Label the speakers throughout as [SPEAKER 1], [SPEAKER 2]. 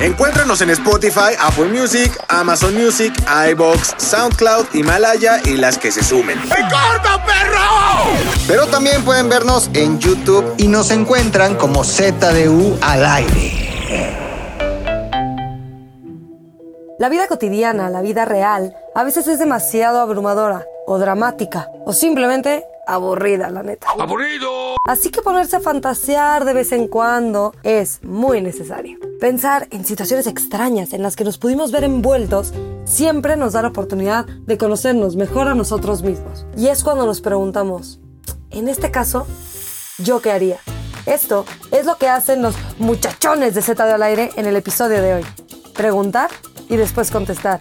[SPEAKER 1] Encuéntranos en Spotify, Apple Music, Amazon Music, iBox, SoundCloud, Himalaya y las que se sumen.
[SPEAKER 2] Pero también pueden vernos en YouTube.
[SPEAKER 3] y nos encuentran como ZDU al aire.
[SPEAKER 4] La vida cotidiana, la vida real, a veces es demasiado abrumadora o dramática o simplemente aburrida, la neta. ¡Aburrido! Así que ponerse a fantasear de vez en cuando es muy necesario. Pensar en situaciones extrañas en las que nos pudimos ver envueltos siempre nos da la oportunidad de conocernos mejor a nosotros mismos. Y es cuando nos preguntamos, en este caso, ¿yo qué haría? Esto es lo que hacen los muchachones de Z de al aire en el episodio de hoy. Preguntar y después contestar.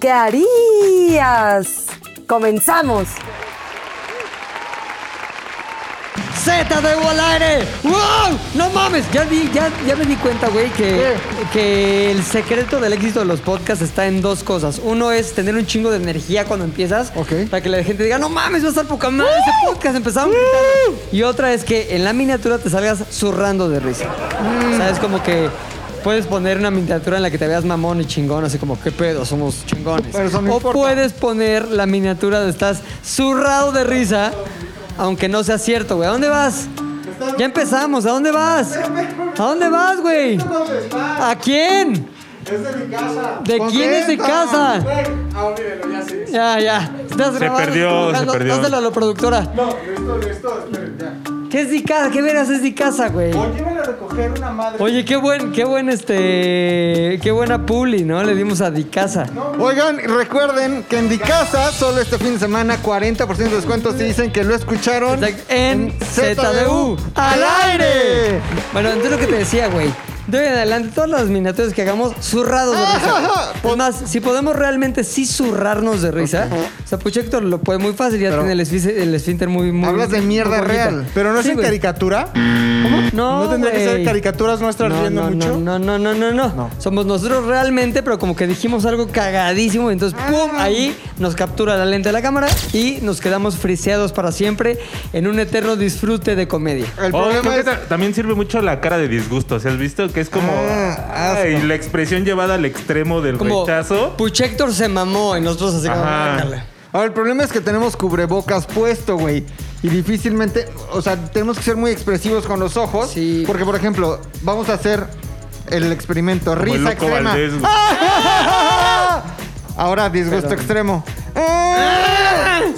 [SPEAKER 4] ¿Qué harías? ¡Comenzamos!
[SPEAKER 5] Z de al aire. ¡Wow! No mames. Ya, di- ya, ya me di cuenta, güey, que, que el secreto del éxito de los podcasts está en dos cosas. Uno es tener un chingo de energía cuando empiezas.
[SPEAKER 3] Ok.
[SPEAKER 5] Para que la gente diga, no mames, va a estar poca madre ese podcast. Empezamos. gritando. Y otra es que en la miniatura te salgas zurrando de risa.
[SPEAKER 3] Mm.
[SPEAKER 5] O sea, es como que. Puedes poner una miniatura en la que te veas mamón y chingón, así como, ¿qué pedo? Somos chingones.
[SPEAKER 3] Pero eso no
[SPEAKER 5] o
[SPEAKER 3] importa.
[SPEAKER 5] puedes poner la miniatura de estás zurrado de risa, aunque no sea cierto, güey. ¿A dónde vas? Ya empezamos, ¿a dónde vas? ¿A dónde vas, güey? ¿A quién? Es de mi casa. ¿De quién es de casa? Ah, ya Ya, Estás grabando,
[SPEAKER 6] perdió,
[SPEAKER 5] estás
[SPEAKER 6] se
[SPEAKER 5] grabando.
[SPEAKER 6] perdió.
[SPEAKER 5] Dáselo a la productora. No, esto, esto, esperen, ya. ¿Qué es de casa? ¿Qué veras es de casa, güey? Oye, qué buen, qué buen este, qué buena puli, ¿no? Le dimos a Dicasa.
[SPEAKER 2] Oigan, recuerden que en Dicasa solo este fin de semana 40% de descuento si dicen que lo escucharon
[SPEAKER 5] Exacto. En ZDU. ¡Al aire! Bueno, entonces lo que te decía, güey. De hoy en adelante, todas las miniaturas que hagamos, zurrados de risa.
[SPEAKER 7] Pues
[SPEAKER 5] Es más, si podemos realmente sí zurrarnos de risa, o sea, Pucho Héctor lo puede muy fácil, ya tiene el, esfí- el esfínter muy, muy.
[SPEAKER 2] Hablas de mierda
[SPEAKER 5] muy bonita.
[SPEAKER 2] real.
[SPEAKER 7] Pero no es
[SPEAKER 5] Sí,
[SPEAKER 7] en
[SPEAKER 5] güey.
[SPEAKER 7] caricatura.
[SPEAKER 5] No,
[SPEAKER 7] No tendría que
[SPEAKER 5] güey.
[SPEAKER 7] ser caricaturas nuestras
[SPEAKER 5] No,
[SPEAKER 7] riendo
[SPEAKER 5] no,
[SPEAKER 7] mucho.
[SPEAKER 5] No, no, no, no, no, no. Somos nosotros realmente, pero como que dijimos algo cagadísimo, entonces
[SPEAKER 2] Ah.
[SPEAKER 5] ¡pum! Ahí nos captura la lente de la cámara y nos quedamos friseados para siempre en un eterno disfrute de comedia.
[SPEAKER 2] El
[SPEAKER 6] Oh, creo
[SPEAKER 2] problema
[SPEAKER 6] que
[SPEAKER 2] es...
[SPEAKER 6] ta- también sirve mucho la cara de disgusto, ¿se has visto? Que es como
[SPEAKER 2] Ah,
[SPEAKER 6] ay,
[SPEAKER 2] asco.
[SPEAKER 6] la expresión llevada al extremo del
[SPEAKER 5] Como
[SPEAKER 6] rechazo.
[SPEAKER 5] Puchector se mamó y nosotros así como...
[SPEAKER 6] Ajá.
[SPEAKER 5] "Ándale".
[SPEAKER 2] Ahora, el problema es que tenemos cubrebocas puesto, güey. Y difícilmente, o sea, tenemos que ser muy expresivos con los ojos.
[SPEAKER 5] Sí.
[SPEAKER 2] Porque, por ejemplo, vamos a hacer el experimento
[SPEAKER 6] Como el
[SPEAKER 2] risa
[SPEAKER 6] loco
[SPEAKER 2] extrema.
[SPEAKER 6] Valdés, güey.
[SPEAKER 2] Ahora, disgusto extremo.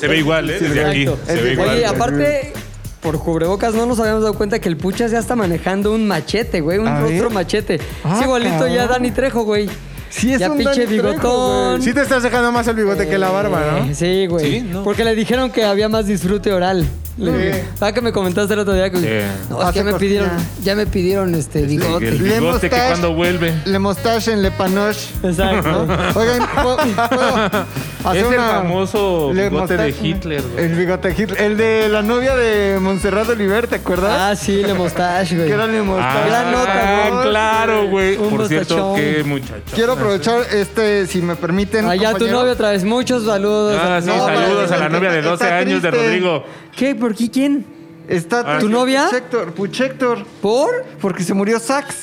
[SPEAKER 6] Se ve igual, ¿eh? Desde aquí.
[SPEAKER 5] Exacto.
[SPEAKER 6] Se ve igual.
[SPEAKER 5] Oye, aparte, por cubrebocas no nos habíamos dado cuenta que el Puchas ya está manejando un machete, güey. Un
[SPEAKER 2] A ver.
[SPEAKER 5] rostro machete.
[SPEAKER 2] Ah,
[SPEAKER 5] es igualito ya
[SPEAKER 2] cabrón.
[SPEAKER 5] Dani Trejo, güey.
[SPEAKER 2] Sí, es
[SPEAKER 5] ya
[SPEAKER 2] un
[SPEAKER 5] pinche
[SPEAKER 2] Dani Trejo,
[SPEAKER 5] bigotón.
[SPEAKER 7] Sí te estás dejando más el bigote que la barba, ¿no?
[SPEAKER 5] Eh, Sí, güey. Porque le dijeron que había más disfrute oral. Le- Ah, que me comentaste el otro día que,
[SPEAKER 6] Sí.
[SPEAKER 5] no, es que ya me
[SPEAKER 2] Hace
[SPEAKER 5] pidieron,
[SPEAKER 2] cortina.
[SPEAKER 5] ya me pidieron este bigote.
[SPEAKER 6] El
[SPEAKER 2] Le
[SPEAKER 6] bigote que
[SPEAKER 2] mustache.
[SPEAKER 6] cuando vuelve.
[SPEAKER 2] Le mustache en le panoche.
[SPEAKER 5] Exacto.
[SPEAKER 2] Oigan, ¿puedo, puedo hacer
[SPEAKER 6] Es el
[SPEAKER 2] una-
[SPEAKER 6] famoso
[SPEAKER 2] le
[SPEAKER 6] bigote de
[SPEAKER 2] mustache?
[SPEAKER 6] Hitler, güey.
[SPEAKER 2] El bigote de Hitler. El de la novia de Montserrat Oliver, ¿te acuerdas?
[SPEAKER 5] Ah, sí, le mustache, güey.
[SPEAKER 2] que era le mustache.
[SPEAKER 5] gran
[SPEAKER 6] Ah,
[SPEAKER 5] nota, güey.
[SPEAKER 6] claro, güey.
[SPEAKER 5] Un
[SPEAKER 6] Por cierto,
[SPEAKER 5] mostachón.
[SPEAKER 6] qué muchacho.
[SPEAKER 2] Quiero aprovechar este, si me permiten.
[SPEAKER 5] Allá Ah, tu
[SPEAKER 2] compañero.
[SPEAKER 5] novio otra vez. Muchos saludos.
[SPEAKER 6] Ah, sí,
[SPEAKER 2] No,
[SPEAKER 6] saludos
[SPEAKER 2] madre,
[SPEAKER 6] a la novia de
[SPEAKER 2] está
[SPEAKER 6] 12 años de
[SPEAKER 2] triste.
[SPEAKER 6] Rodrigo.
[SPEAKER 5] ¿Qué? ¿Por qué? ¿Quién?
[SPEAKER 2] Está
[SPEAKER 6] Ah,
[SPEAKER 5] ¿Tu novia?
[SPEAKER 2] Puchector, Puchector.
[SPEAKER 5] ¿Por?
[SPEAKER 2] Porque se murió Sax.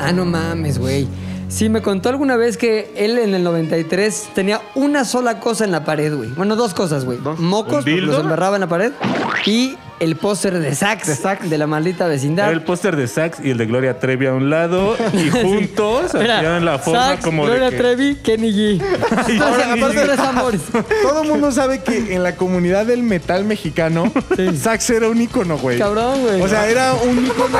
[SPEAKER 5] Ah, no mames, güey. Sí, me contó alguna vez que él en el 93 tenía una sola cosa en la pared, güey. Bueno, dos cosas, güey.
[SPEAKER 6] ¿Un
[SPEAKER 5] Mocos, porque
[SPEAKER 6] dildo?
[SPEAKER 5] los embarraba en la pared. Y el póster de Sax, de la maldita vecindad.
[SPEAKER 6] Era el póster de Sax y el de Gloria Trevi a un lado y juntos
[SPEAKER 5] Mira,
[SPEAKER 6] hacían la forma
[SPEAKER 5] Sax,
[SPEAKER 6] como
[SPEAKER 5] Gloria
[SPEAKER 6] de que...
[SPEAKER 5] Trevi, Kenny G.
[SPEAKER 6] Ay,
[SPEAKER 5] Ahora,
[SPEAKER 6] Kenny
[SPEAKER 5] aparte
[SPEAKER 6] G.
[SPEAKER 5] tres amores.
[SPEAKER 7] Todo el mundo sabe que en la comunidad del metal mexicano, Sax era un ícono, güey.
[SPEAKER 5] Cabrón, güey. Ah, pues,
[SPEAKER 7] O sea, era un ícono.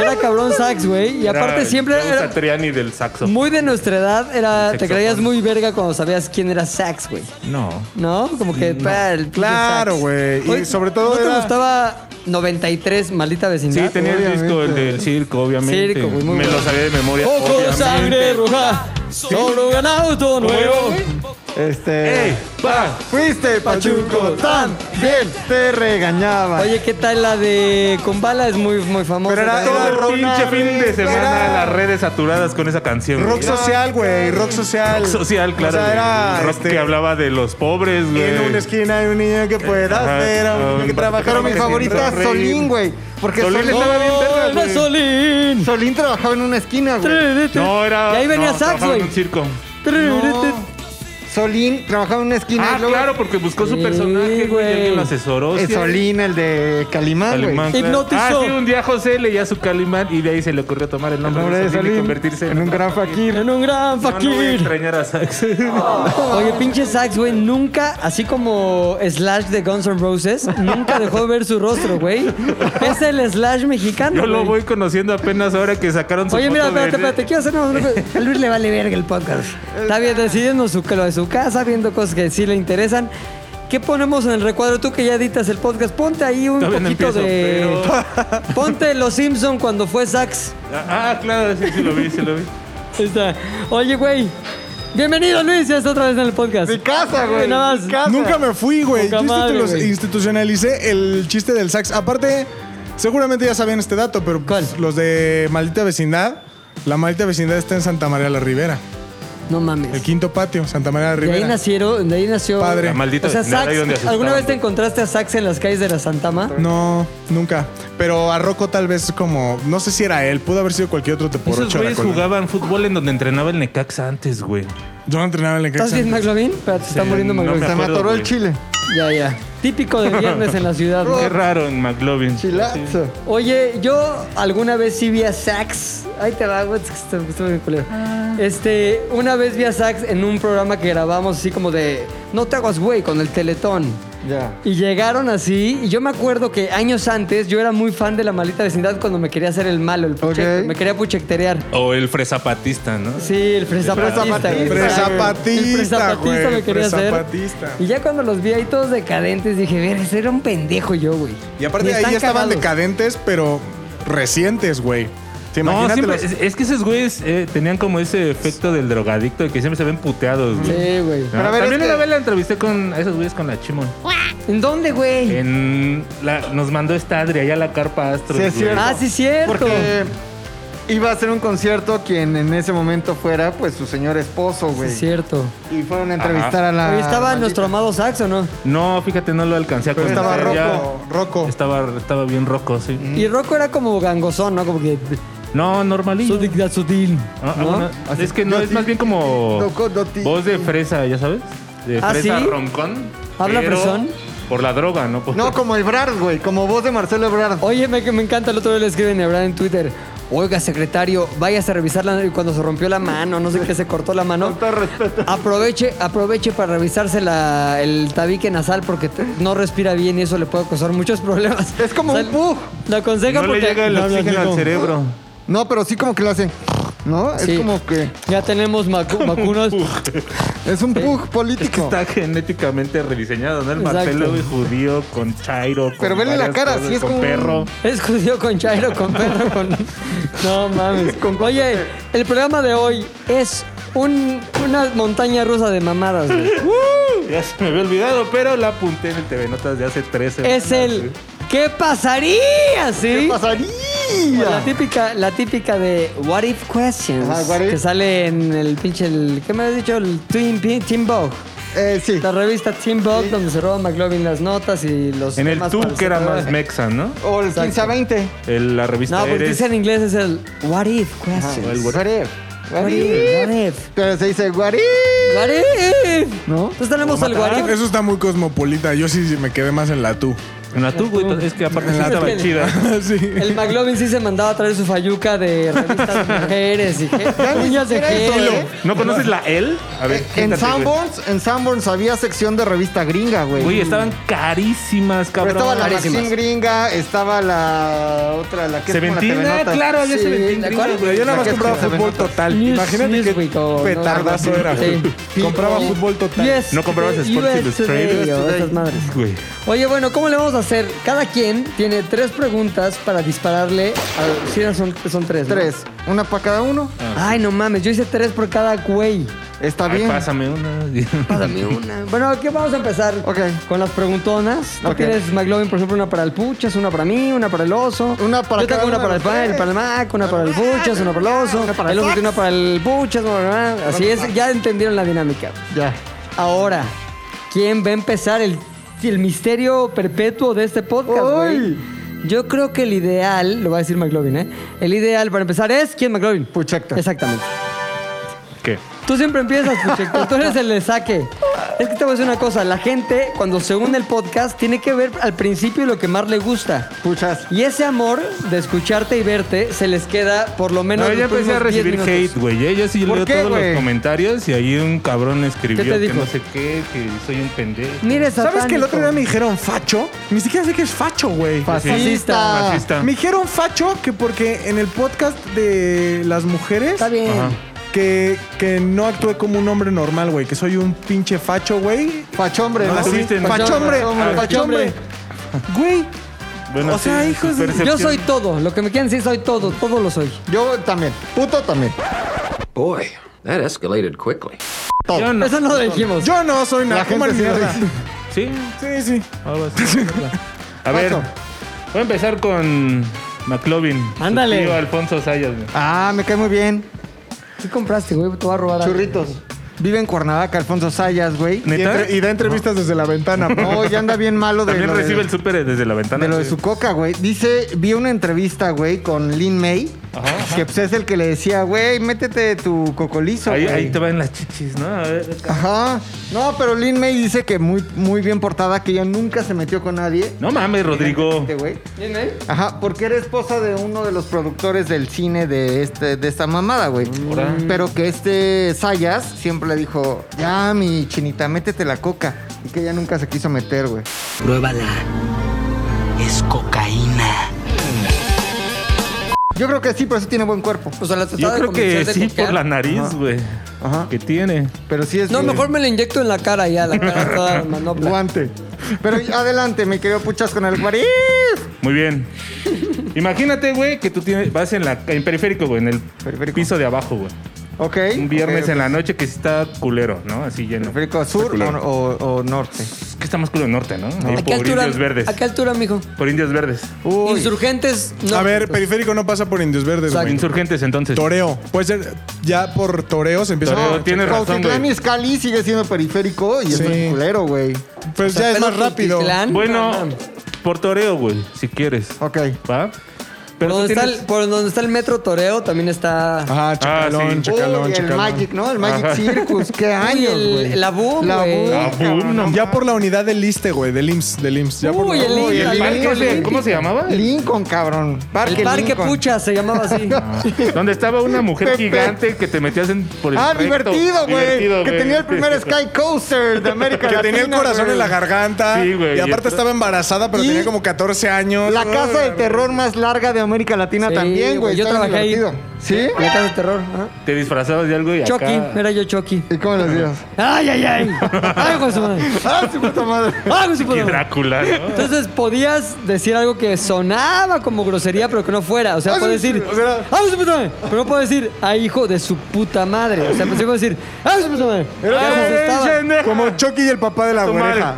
[SPEAKER 5] era cabrón Sax, güey. Y
[SPEAKER 6] Era
[SPEAKER 5] aparte
[SPEAKER 6] el
[SPEAKER 5] siempre
[SPEAKER 6] Joe
[SPEAKER 5] era
[SPEAKER 6] Satriani del saxo.
[SPEAKER 5] muy de nuestra edad. Era, te
[SPEAKER 6] Sexofón.
[SPEAKER 5] creías muy verga cuando sabías quién era Sax, güey.
[SPEAKER 6] No.
[SPEAKER 5] ¿No? Como que. pa, el pinche
[SPEAKER 7] Claro,
[SPEAKER 5] sax.
[SPEAKER 7] güey. Y
[SPEAKER 5] Oye,
[SPEAKER 7] sobre todo
[SPEAKER 5] ¿No te
[SPEAKER 7] era-
[SPEAKER 5] gustaba 93, maldita
[SPEAKER 6] Sí,
[SPEAKER 5] vecindad?
[SPEAKER 6] tenía el disco el del circo, obviamente.
[SPEAKER 5] Circo, güey, muy
[SPEAKER 6] Me
[SPEAKER 5] bueno.
[SPEAKER 6] lo sabía de memoria.
[SPEAKER 5] Ojo,
[SPEAKER 6] obviamente.
[SPEAKER 5] sangre roja. Solo un auto nuevo.
[SPEAKER 8] Este.
[SPEAKER 6] eh, ¡Va!
[SPEAKER 8] Fuiste pachuco tan bien, te regañaba.
[SPEAKER 5] Oye, ¿qué tal la de Con Bala? Es muy, muy famosa.
[SPEAKER 7] Pero era-
[SPEAKER 5] también.
[SPEAKER 6] Todo
[SPEAKER 7] Era
[SPEAKER 6] el pinche
[SPEAKER 7] una
[SPEAKER 6] fin de semana
[SPEAKER 7] era-
[SPEAKER 6] las redes saturadas con esa canción. güey.
[SPEAKER 7] Rock social, güey, rock social.
[SPEAKER 6] Rock social, claro.
[SPEAKER 7] O sea,
[SPEAKER 6] güey.
[SPEAKER 7] era.
[SPEAKER 6] El rock
[SPEAKER 7] este,
[SPEAKER 6] que hablaba de los pobres, güey.
[SPEAKER 7] En una esquina hay un niño que pueda
[SPEAKER 6] Ajá,
[SPEAKER 7] hacer, a un niño que
[SPEAKER 6] un
[SPEAKER 7] trabaja.
[SPEAKER 6] vato
[SPEAKER 7] Pero
[SPEAKER 6] que
[SPEAKER 7] mi
[SPEAKER 6] trabaja
[SPEAKER 7] favorita
[SPEAKER 6] siempre.
[SPEAKER 7] es
[SPEAKER 6] Sonreír.
[SPEAKER 8] Solín, güey. Porque
[SPEAKER 6] Solín
[SPEAKER 8] Solín,
[SPEAKER 6] estaba bien verga,
[SPEAKER 5] ¡Hola,
[SPEAKER 6] güey.
[SPEAKER 5] Solín!
[SPEAKER 8] Solín trabajaba en una esquina, güey.
[SPEAKER 6] No, era.
[SPEAKER 5] Y ahí venía Sax,
[SPEAKER 6] no, trabajaba
[SPEAKER 5] güey.
[SPEAKER 6] en un circo.
[SPEAKER 8] No. Solín trabajaba en una esquina.
[SPEAKER 6] Ah,
[SPEAKER 8] y luego-
[SPEAKER 6] claro, porque buscó su
[SPEAKER 5] Sí,
[SPEAKER 6] personaje, güey.
[SPEAKER 5] güey.
[SPEAKER 6] y Alguien lo asesoró.
[SPEAKER 8] Eh,
[SPEAKER 6] sí.
[SPEAKER 8] Solín, el de Calimán, güey.
[SPEAKER 6] Calimán,
[SPEAKER 5] güey.
[SPEAKER 6] claro.
[SPEAKER 5] Hipnotizó.
[SPEAKER 6] Ah, sí, un día José leía su Calimán y de ahí se le ocurrió tomar el
[SPEAKER 8] El
[SPEAKER 6] nombre,
[SPEAKER 8] nombre de Solín.
[SPEAKER 6] y convertirse
[SPEAKER 8] en un gran faquir.
[SPEAKER 5] En un gran
[SPEAKER 6] No, no voy a
[SPEAKER 5] fakir.
[SPEAKER 6] extrañar a Sax.
[SPEAKER 5] Oye, pinche Sax, güey, nunca, así como Slash de Guns N' Roses, nunca dejó de ver su rostro, güey. Es el Slash mexicano.
[SPEAKER 6] Yo lo
[SPEAKER 5] güey.
[SPEAKER 6] voy conociendo apenas ahora que sacaron su
[SPEAKER 5] Oye, mira,
[SPEAKER 6] foto de-
[SPEAKER 5] espérate, espérate, quiero hacer una- una- A Luis le vale verga el podcast. Está bien, decidiendo su, lo de su casa, viendo cosas que sí le interesan. ¿Qué ponemos en el recuadro? Tú que ya editas el podcast, ponte ahí un
[SPEAKER 6] Todavía no
[SPEAKER 5] poquito
[SPEAKER 6] empiezo,
[SPEAKER 5] de. Ponte Los Simpson cuando fue Sax.
[SPEAKER 6] Ah, ah, claro, sí, sí lo vi, sí lo vi.
[SPEAKER 5] Ahí está. Oye, güey. Bienvenido, Luis, ya está otra vez en el podcast.
[SPEAKER 8] Mi casa, güey.
[SPEAKER 5] Nada más.
[SPEAKER 8] mi casa.
[SPEAKER 7] Nunca me fui, güey. Yo
[SPEAKER 5] Poca
[SPEAKER 7] institu-
[SPEAKER 5] madre,
[SPEAKER 7] los-
[SPEAKER 5] güey.
[SPEAKER 7] institucionalicé el chiste del sax. Aparte, seguramente ya sabían este dato, pero pues,
[SPEAKER 5] ¿Cuál?
[SPEAKER 7] los de Maldita Vecindad, la Maldita Vecindad está en Santa María la Ribera.
[SPEAKER 5] No
[SPEAKER 7] El
[SPEAKER 5] mames.
[SPEAKER 7] quinto patio, Santa María la
[SPEAKER 5] De ahí
[SPEAKER 7] Ribera.
[SPEAKER 5] nacieron, de ahí nació.
[SPEAKER 7] Padre. La
[SPEAKER 6] maldita
[SPEAKER 5] O sea,
[SPEAKER 6] vecindad, ahí donde
[SPEAKER 5] Sax,
[SPEAKER 6] asustaban,
[SPEAKER 5] ¿alguna vez te
[SPEAKER 6] güey.
[SPEAKER 5] encontraste a Sax en las calles de la Santa Ma?
[SPEAKER 7] No, nunca. Pero a Rocco tal vez como... No sé si era él, pudo haber sido cualquier otro
[SPEAKER 6] Esos
[SPEAKER 7] teporocho. a la
[SPEAKER 6] güeyes
[SPEAKER 7] colonia.
[SPEAKER 6] jugaban fútbol en donde entrenaba el Necaxa antes, güey.
[SPEAKER 7] Yo no entrenaba en el
[SPEAKER 5] ¿Estás bien,
[SPEAKER 7] Necaxa.
[SPEAKER 5] McLovin? Espérate, está
[SPEAKER 6] Sí,
[SPEAKER 5] muriendo
[SPEAKER 6] no
[SPEAKER 5] McLovin.
[SPEAKER 6] me
[SPEAKER 8] Se me
[SPEAKER 6] acuerdo,
[SPEAKER 8] atoró el
[SPEAKER 6] güey.
[SPEAKER 8] chile.
[SPEAKER 5] Ya, ya. Típico de viernes en la ciudad. güey.
[SPEAKER 6] Qué raro en McLovin.
[SPEAKER 8] Chilazo.
[SPEAKER 5] Oye, yo alguna vez sí vi a Sax. Ahí te va, güey, es que estuvo- estuvo bien culero. Este, una vez vi a Sax en un programa que grabamos así como de No te hagas güey con el Teletón.
[SPEAKER 8] Ya.
[SPEAKER 5] Y llegaron así, y yo me acuerdo que años antes yo era muy fan de la maldita vecindad cuando me quería hacer el malo, el pucheco,
[SPEAKER 8] Ok.
[SPEAKER 5] me quería puchecterear.
[SPEAKER 6] O el fresapatista, ¿no?
[SPEAKER 5] Sí, el presapatista. güey.
[SPEAKER 7] Presapatista,
[SPEAKER 5] El presapatista
[SPEAKER 7] güey,
[SPEAKER 5] me quería hacer.
[SPEAKER 7] presapatista.
[SPEAKER 5] Y ya cuando los vi ahí todos decadentes, dije, ver, ese era un pendejo yo, güey.
[SPEAKER 7] Y aparte
[SPEAKER 5] Ni
[SPEAKER 7] ahí
[SPEAKER 5] están
[SPEAKER 7] ya estaban
[SPEAKER 5] cagados.
[SPEAKER 7] decadentes, pero recientes, güey. Sí,
[SPEAKER 6] No,
[SPEAKER 7] imagínate
[SPEAKER 6] siempre,
[SPEAKER 7] los-
[SPEAKER 6] es, es que esos güeyes eh, tenían como ese efecto del drogadicto de que siempre se ven puteados, güey.
[SPEAKER 5] Sí, güey.
[SPEAKER 6] No,
[SPEAKER 8] Pero a ver,
[SPEAKER 6] También
[SPEAKER 8] este-
[SPEAKER 6] una vez la entrevisté con a esos güeyes con la Chimon.
[SPEAKER 5] ¿En dónde, güey?
[SPEAKER 6] En la- nos mandó esta Adri allá a la carpa Astro.
[SPEAKER 8] Sí, es cierto.
[SPEAKER 5] Ah, sí, cierto.
[SPEAKER 8] Porque iba a hacer un concierto quien en ese momento fuera, pues, su señor esposo,
[SPEAKER 5] Sí,
[SPEAKER 8] güey.
[SPEAKER 5] es cierto.
[SPEAKER 8] Y fueron a entrevistar a la...
[SPEAKER 5] Ahí estaba
[SPEAKER 8] Ah, maldita-
[SPEAKER 5] nuestro amado Saxo, ¿no?
[SPEAKER 6] No, fíjate, no lo alcancé a
[SPEAKER 7] Pero
[SPEAKER 6] contar.
[SPEAKER 7] estaba
[SPEAKER 6] Ya-
[SPEAKER 7] Rocco. Rocco.
[SPEAKER 6] Estaba, estaba bien roco, sí.
[SPEAKER 7] Mm.
[SPEAKER 5] Y Rocco era como gangosón, ¿no? Como que.
[SPEAKER 6] No, normalillo.
[SPEAKER 5] Su dignidad sutil.
[SPEAKER 6] Ah, ah,
[SPEAKER 5] ¿no?
[SPEAKER 6] bueno,
[SPEAKER 8] Así,
[SPEAKER 6] es que no,
[SPEAKER 8] yo
[SPEAKER 6] es
[SPEAKER 8] sí.
[SPEAKER 6] más bien como
[SPEAKER 8] Loco, doti-
[SPEAKER 6] voz de fresa, ya sabes. De
[SPEAKER 5] ¿Ah,
[SPEAKER 6] fresa
[SPEAKER 5] sí?
[SPEAKER 6] roncón.
[SPEAKER 5] ¿Habla
[SPEAKER 6] pero
[SPEAKER 5] fresón?
[SPEAKER 6] Por la droga, ¿no? Por-
[SPEAKER 8] No, como Ebrard, güey. Como voz de Marcelo Ebrard.
[SPEAKER 5] Oye, me, me encanta, el otro día le escriben a Abraham en Twitter. Oiga, secretario, váyase a revisar la- cuando se rompió la mano, no sé qué, se cortó la mano.
[SPEAKER 8] Con todo respeto.
[SPEAKER 5] Aproveche, aproveche para revisarse la- el tabique nasal porque te- no respira bien y eso le puede causar muchos problemas.
[SPEAKER 8] Es como un
[SPEAKER 5] pug.
[SPEAKER 8] pug.
[SPEAKER 5] Lo aconseja
[SPEAKER 6] no le
[SPEAKER 5] porque...
[SPEAKER 6] llega el
[SPEAKER 5] No, no,
[SPEAKER 6] oxígeno
[SPEAKER 5] no.
[SPEAKER 6] al cerebro.
[SPEAKER 8] No, pero sí como que lo hacen. ¿No?
[SPEAKER 5] Sí.
[SPEAKER 8] Es como que...
[SPEAKER 5] Ya tenemos macu- vacunas.
[SPEAKER 8] Es un pug político.
[SPEAKER 6] Está genéticamente rediseñado, ¿no? El Marcelo
[SPEAKER 5] Exacto.
[SPEAKER 6] es judío con Chairo. con
[SPEAKER 8] Pero vele la
[SPEAKER 6] varias
[SPEAKER 8] cara,
[SPEAKER 6] cosas,
[SPEAKER 8] sí es
[SPEAKER 6] con
[SPEAKER 8] como un-
[SPEAKER 6] perro.
[SPEAKER 5] Es judío con chairo, con perro, con... No mames. Oye, el programa de hoy es un- una montaña rusa de mamadas, güey.
[SPEAKER 6] Ya se me había olvidado, pero la apunté en el TV Notas de hace 13
[SPEAKER 5] Es el... ¿Qué pasaría, sí? La
[SPEAKER 8] ¡Pasaría!
[SPEAKER 5] típica, la típica de What If Questions.
[SPEAKER 8] Ajá, what if.
[SPEAKER 5] Que sale en el pinche. el- ¿Qué me has dicho? El Twin Pi- Team Vogue.
[SPEAKER 8] Eh, sí.
[SPEAKER 5] La revista Team Vogue, donde se roba McLovin las notas y los.
[SPEAKER 6] En el
[SPEAKER 5] temas
[SPEAKER 6] tú
[SPEAKER 5] para
[SPEAKER 6] que era
[SPEAKER 5] sacar-
[SPEAKER 6] más mexa, ¿no?
[SPEAKER 8] O el 15 a 20.
[SPEAKER 6] El- la revista
[SPEAKER 5] No, porque
[SPEAKER 6] Eres.
[SPEAKER 5] dice en inglés es el What If Questions.
[SPEAKER 6] el what-
[SPEAKER 8] What if?
[SPEAKER 5] What if, what if,
[SPEAKER 8] Pero se dice what if.
[SPEAKER 5] what if.
[SPEAKER 8] ¿No?
[SPEAKER 5] Entonces tenemos el What If.
[SPEAKER 7] Eso está muy cosmopolita. Yo sí me quedé más en la tú.
[SPEAKER 6] En la tú, güey. Es que aparte
[SPEAKER 7] En
[SPEAKER 6] sí
[SPEAKER 7] la
[SPEAKER 6] estaba
[SPEAKER 5] tú.
[SPEAKER 6] chida.
[SPEAKER 7] sí.
[SPEAKER 5] El McLovin sí se mandaba a traer su fayuca de revistas de mujeres y je- uñas de
[SPEAKER 8] siquiera eso,
[SPEAKER 5] gel.
[SPEAKER 8] ¿eh?
[SPEAKER 6] ¿No conoces la L? A ver,
[SPEAKER 8] En
[SPEAKER 6] siéntate, güey.
[SPEAKER 8] Sanborns, en Sanborns había sección de revista gringa, güey.
[SPEAKER 6] Güey, estaban carísimas,
[SPEAKER 8] Pero
[SPEAKER 6] cabrón.
[SPEAKER 8] estaba la
[SPEAKER 6] Carísimas.
[SPEAKER 8] Maxim gringa, estaba la otra, la que
[SPEAKER 6] Seventeen,
[SPEAKER 8] es como la
[SPEAKER 6] ah,
[SPEAKER 8] TV Notas.
[SPEAKER 6] claro, había Seventeen
[SPEAKER 5] ¿de acuerdo?
[SPEAKER 6] gringa, güey.
[SPEAKER 7] Yo nada
[SPEAKER 8] La
[SPEAKER 7] más
[SPEAKER 8] que es
[SPEAKER 7] compraba
[SPEAKER 8] que se
[SPEAKER 7] fútbol
[SPEAKER 8] ven
[SPEAKER 7] total.
[SPEAKER 5] News-
[SPEAKER 7] Imagínate qué
[SPEAKER 5] Newsweek o-
[SPEAKER 7] petardazo
[SPEAKER 5] no,
[SPEAKER 7] era. güey.
[SPEAKER 5] sí.
[SPEAKER 7] Compraba
[SPEAKER 5] Sí.
[SPEAKER 7] fútbol total.
[SPEAKER 5] Yes,
[SPEAKER 6] No comprabas
[SPEAKER 5] US
[SPEAKER 6] Sports
[SPEAKER 5] Today,
[SPEAKER 6] Illustrated.
[SPEAKER 5] o esas madres.
[SPEAKER 6] Güey.
[SPEAKER 5] Oye, bueno, ¿cómo le vamos a a hacer, cada quien tiene tres preguntas para dispararle. A, sí, son, son tres. ¿no?
[SPEAKER 8] Tres. Una para cada uno.
[SPEAKER 5] Ay, no mames, yo hice tres por cada güey.
[SPEAKER 8] Está
[SPEAKER 6] Ay,
[SPEAKER 8] bien.
[SPEAKER 6] pásame una.
[SPEAKER 5] Pásame una. Bueno, aquí vamos a empezar
[SPEAKER 8] Ok.
[SPEAKER 5] con las preguntonas. ¿No
[SPEAKER 8] Ok.
[SPEAKER 5] tienes, McLovin, por ejemplo, una para el Puchas, una para mí, una para el oso?
[SPEAKER 8] Una para
[SPEAKER 5] Yo
[SPEAKER 8] cada
[SPEAKER 5] tengo una
[SPEAKER 8] uno
[SPEAKER 5] para
[SPEAKER 8] de
[SPEAKER 5] el, pa-
[SPEAKER 8] ustedes.
[SPEAKER 5] el para el Mac, una para el Puchas, una para el oso. el oso tiene una para el Puchas, una para el Mac. Así es, ya entendieron la dinámica.
[SPEAKER 8] Ya.
[SPEAKER 5] Ahora, ¿quién va a empezar el, el misterio perpetuo de este podcast, güey? Yo creo que el ideal, lo va a decir McLovin, ¿eh? El ideal para empezar es, ¿quién McLovin?
[SPEAKER 8] Puchector.
[SPEAKER 5] Exactamente.
[SPEAKER 6] ¿Qué?
[SPEAKER 5] Tú siempre empiezas, Puchector, tú eres el de saque. Es que te voy a decir una cosa, la gente cuando se une el podcast tiene que ver al principio lo que más le gusta.
[SPEAKER 8] Puchas.
[SPEAKER 5] Y ese amor de escucharte y verte se les queda por lo menos...
[SPEAKER 6] No, ya
[SPEAKER 5] los
[SPEAKER 6] empecé a
[SPEAKER 5] primeros 10
[SPEAKER 6] recibir
[SPEAKER 5] minutos.
[SPEAKER 6] hate, güey. ¿eh? Yo sí
[SPEAKER 8] ¿Por
[SPEAKER 6] leo
[SPEAKER 8] qué,
[SPEAKER 6] todos
[SPEAKER 8] güey?
[SPEAKER 6] los comentarios y ahí un cabrón escribió
[SPEAKER 5] ¿Qué te
[SPEAKER 6] que
[SPEAKER 5] dijo?
[SPEAKER 6] no sé qué, que soy un pendejo.
[SPEAKER 5] Mira,
[SPEAKER 7] ¿Sabes que el otro día
[SPEAKER 5] satánico.
[SPEAKER 7] me dijeron facho? Ni siquiera sé qué es facho, güey.
[SPEAKER 5] Fascista.
[SPEAKER 6] Fascista.
[SPEAKER 7] Me dijeron facho que porque en el podcast de las mujeres
[SPEAKER 5] Está bien.
[SPEAKER 6] Ajá.
[SPEAKER 7] que, que no actué como un hombre normal, güey. Que soy un pinche facho, güey.
[SPEAKER 8] Fachombre,
[SPEAKER 6] No,
[SPEAKER 8] ¿no?
[SPEAKER 6] sí, te-
[SPEAKER 7] Fachombre,
[SPEAKER 8] Fachombre.
[SPEAKER 7] fachombre. Güey,
[SPEAKER 6] Bueno,
[SPEAKER 7] O sea,
[SPEAKER 6] sí,
[SPEAKER 7] hijos
[SPEAKER 6] su
[SPEAKER 7] de-
[SPEAKER 5] Yo
[SPEAKER 6] percepción.
[SPEAKER 5] soy todo, lo que me quieran decir soy todo, todo lo soy.
[SPEAKER 8] Yo también. Puto también.
[SPEAKER 9] Boy, that escalated quickly.
[SPEAKER 6] Yo no.
[SPEAKER 5] Eso no lo dijimos.
[SPEAKER 7] yo no soy
[SPEAKER 8] La
[SPEAKER 7] nada.
[SPEAKER 8] gente sí lo dice.
[SPEAKER 6] Sí,
[SPEAKER 7] Sí, sí.
[SPEAKER 6] algo así. A ver,
[SPEAKER 8] Paso.
[SPEAKER 6] voy a empezar con McLovin. su
[SPEAKER 5] Ándale.
[SPEAKER 6] tío Alfonso Sayas. güey.
[SPEAKER 8] Ah, me cae muy bien.
[SPEAKER 5] ¿Qué compraste, güey? Te voy a robar algo.
[SPEAKER 8] Churritos. Vive en Cuernavaca, Alfonso Sayas, güey.
[SPEAKER 7] Y,
[SPEAKER 6] ¿Neta?
[SPEAKER 7] entre- y da entrevistas desde la ventana. po.
[SPEAKER 8] No, ya anda bien malo de
[SPEAKER 6] También
[SPEAKER 8] lo de-
[SPEAKER 6] recibe el súper desde la ventana.
[SPEAKER 8] De lo de su coca, güey. Dice, vi una entrevista, güey, con Lin May. Que pues, es el que le decía, güey, métete tu cocolizo.
[SPEAKER 6] Ahí,
[SPEAKER 8] güey".
[SPEAKER 6] ahí te van las chichis, ¿no? A ver, acá.
[SPEAKER 8] Ajá. No, pero Lin May dice que muy, muy bien portada, que ella nunca se metió con nadie.
[SPEAKER 6] No mames, Rodrigo.
[SPEAKER 8] Este, güey.
[SPEAKER 5] ¿eh?
[SPEAKER 8] Ajá, porque era esposa de uno de los productores del cine de este de esta mamada, güey.
[SPEAKER 6] Ahora.
[SPEAKER 8] Pero que este Sayas siempre le dijo, ya mi chinita, métete la coca. Y que ella nunca se quiso meter, güey.
[SPEAKER 3] Pruébala. Es cocaína.
[SPEAKER 8] Yo creo que sí, pero sí tiene buen cuerpo.
[SPEAKER 5] O sea, la
[SPEAKER 6] Yo
[SPEAKER 5] trataba de
[SPEAKER 6] creo que
[SPEAKER 5] convencer de
[SPEAKER 6] sí
[SPEAKER 5] copiar.
[SPEAKER 6] por la nariz, güey.
[SPEAKER 8] Ajá.
[SPEAKER 6] Que tiene.
[SPEAKER 8] Pero sí es
[SPEAKER 5] No,
[SPEAKER 8] bien.
[SPEAKER 5] mejor me la inyecto en la cara ya, la cara toda manopla.
[SPEAKER 8] guante. Pero adelante, mi querido Puchas con el guariz.
[SPEAKER 6] Muy bien. Imagínate, güey, que tú tienes, vas en la en periférico, güey, en el
[SPEAKER 8] Periférico.
[SPEAKER 6] piso de abajo, güey.
[SPEAKER 8] Ok.
[SPEAKER 6] Un viernes en la noche que sí está culero, ¿no? Así lleno.
[SPEAKER 8] Periférico sur o, o- o norte.
[SPEAKER 6] Es que está más culero norte, ¿no? Ahí
[SPEAKER 5] ¿A
[SPEAKER 6] por
[SPEAKER 5] qué altura,
[SPEAKER 6] indios verdes.
[SPEAKER 5] ¿A qué altura, mijo?
[SPEAKER 6] Por indios verdes.
[SPEAKER 8] Uy.
[SPEAKER 5] Insurgentes, no.
[SPEAKER 7] A ver, periférico no pasa por Indios Verdes,
[SPEAKER 5] Exacto.
[SPEAKER 7] güey.
[SPEAKER 6] Insurgentes, entonces.
[SPEAKER 7] Toreo. Puede ser ya por toreo se empieza
[SPEAKER 6] Toreo,
[SPEAKER 7] a-
[SPEAKER 6] tiene razón,
[SPEAKER 8] Cuautitlán
[SPEAKER 6] güey.
[SPEAKER 8] Izcalli sigue siendo periférico y es
[SPEAKER 7] Sí.
[SPEAKER 8] un culero, güey.
[SPEAKER 7] Pues ya es más rápido.
[SPEAKER 5] Tlan, no,
[SPEAKER 6] Bueno,
[SPEAKER 5] no.
[SPEAKER 6] por toreo, güey, si quieres.
[SPEAKER 8] Ok.
[SPEAKER 6] ¿Va?
[SPEAKER 5] Por
[SPEAKER 6] Pero tú
[SPEAKER 5] donde, está
[SPEAKER 6] tienes-
[SPEAKER 5] el, por donde está el metro Toreo también está...
[SPEAKER 7] Ajá, chacalón,
[SPEAKER 6] Ah, sí.
[SPEAKER 7] chacalón,
[SPEAKER 8] Uy, el
[SPEAKER 7] chacalón.
[SPEAKER 8] Magic, ¿no? El Magic
[SPEAKER 6] Ajá.
[SPEAKER 8] Circus. Qué
[SPEAKER 5] Uy,
[SPEAKER 8] años,
[SPEAKER 5] el-
[SPEAKER 8] güey.
[SPEAKER 5] la boom, güey.
[SPEAKER 8] boom,
[SPEAKER 6] Ah, boom,
[SPEAKER 8] cabrón.
[SPEAKER 6] no
[SPEAKER 7] Ya por la unidad del ISTE, güey, del IMSS, del IMSS. Ya por
[SPEAKER 5] Uy,
[SPEAKER 7] la-
[SPEAKER 5] el
[SPEAKER 8] Uy,
[SPEAKER 5] Inca,
[SPEAKER 8] el
[SPEAKER 5] el
[SPEAKER 8] Inca,
[SPEAKER 5] Parque
[SPEAKER 6] Parque Olé-
[SPEAKER 5] Olímpico.
[SPEAKER 6] ¿Cómo se llamaba?
[SPEAKER 8] Lincoln, cabrón. Parque
[SPEAKER 5] El Parque
[SPEAKER 8] Lincoln.
[SPEAKER 5] Pucha se llamaba así.
[SPEAKER 6] Donde estaba una mujer
[SPEAKER 8] Pepe.
[SPEAKER 6] gigante que te metías en por el
[SPEAKER 8] Ah,
[SPEAKER 6] recto.
[SPEAKER 8] divertido, güey.
[SPEAKER 6] Divertido,
[SPEAKER 8] Que
[SPEAKER 6] güey.
[SPEAKER 8] tenía el primer Sky Coaster de América
[SPEAKER 7] Que
[SPEAKER 8] Latina.
[SPEAKER 7] tenía el corazón
[SPEAKER 8] güey.
[SPEAKER 7] en la garganta.
[SPEAKER 6] Sí, güey,
[SPEAKER 7] Y aparte
[SPEAKER 6] y-
[SPEAKER 7] estaba embarazada, pero
[SPEAKER 8] Y
[SPEAKER 7] tenía como 14 años.
[SPEAKER 8] La casa de terror más larga de América Latina
[SPEAKER 5] Sí,
[SPEAKER 8] también,
[SPEAKER 5] güey,
[SPEAKER 8] güey.
[SPEAKER 5] yo
[SPEAKER 8] Está bien
[SPEAKER 5] trabajé
[SPEAKER 8] divertido. ¿Sí?
[SPEAKER 5] La casa de terror. ajá.
[SPEAKER 6] Te disfrazabas de algo y acá...
[SPEAKER 5] Chucky, era yo Chucky.
[SPEAKER 8] ¿Y cómo los días?
[SPEAKER 5] ¡Ay, ay, ay! ¡Ay, hijo de su madre!
[SPEAKER 8] ¡Ah, su puta madre!
[SPEAKER 5] ¡Ay, hijo de su puta
[SPEAKER 6] Y
[SPEAKER 5] madre!
[SPEAKER 6] Drácula, ¿no?
[SPEAKER 5] Entonces podías decir algo que sonaba como grosería, pero que no fuera. O sea, puedes decir,
[SPEAKER 8] o sea-
[SPEAKER 5] ¡Ah, su puta madre! Pero no puedo decir, ¡ay, hijo de su puta madre! O sea, pues yo puedo decir, ¡ah, pues, su puta madre! Ya se asustaban.
[SPEAKER 6] eh.
[SPEAKER 7] Como Chucky y el papá de la
[SPEAKER 6] Tu
[SPEAKER 7] oreja.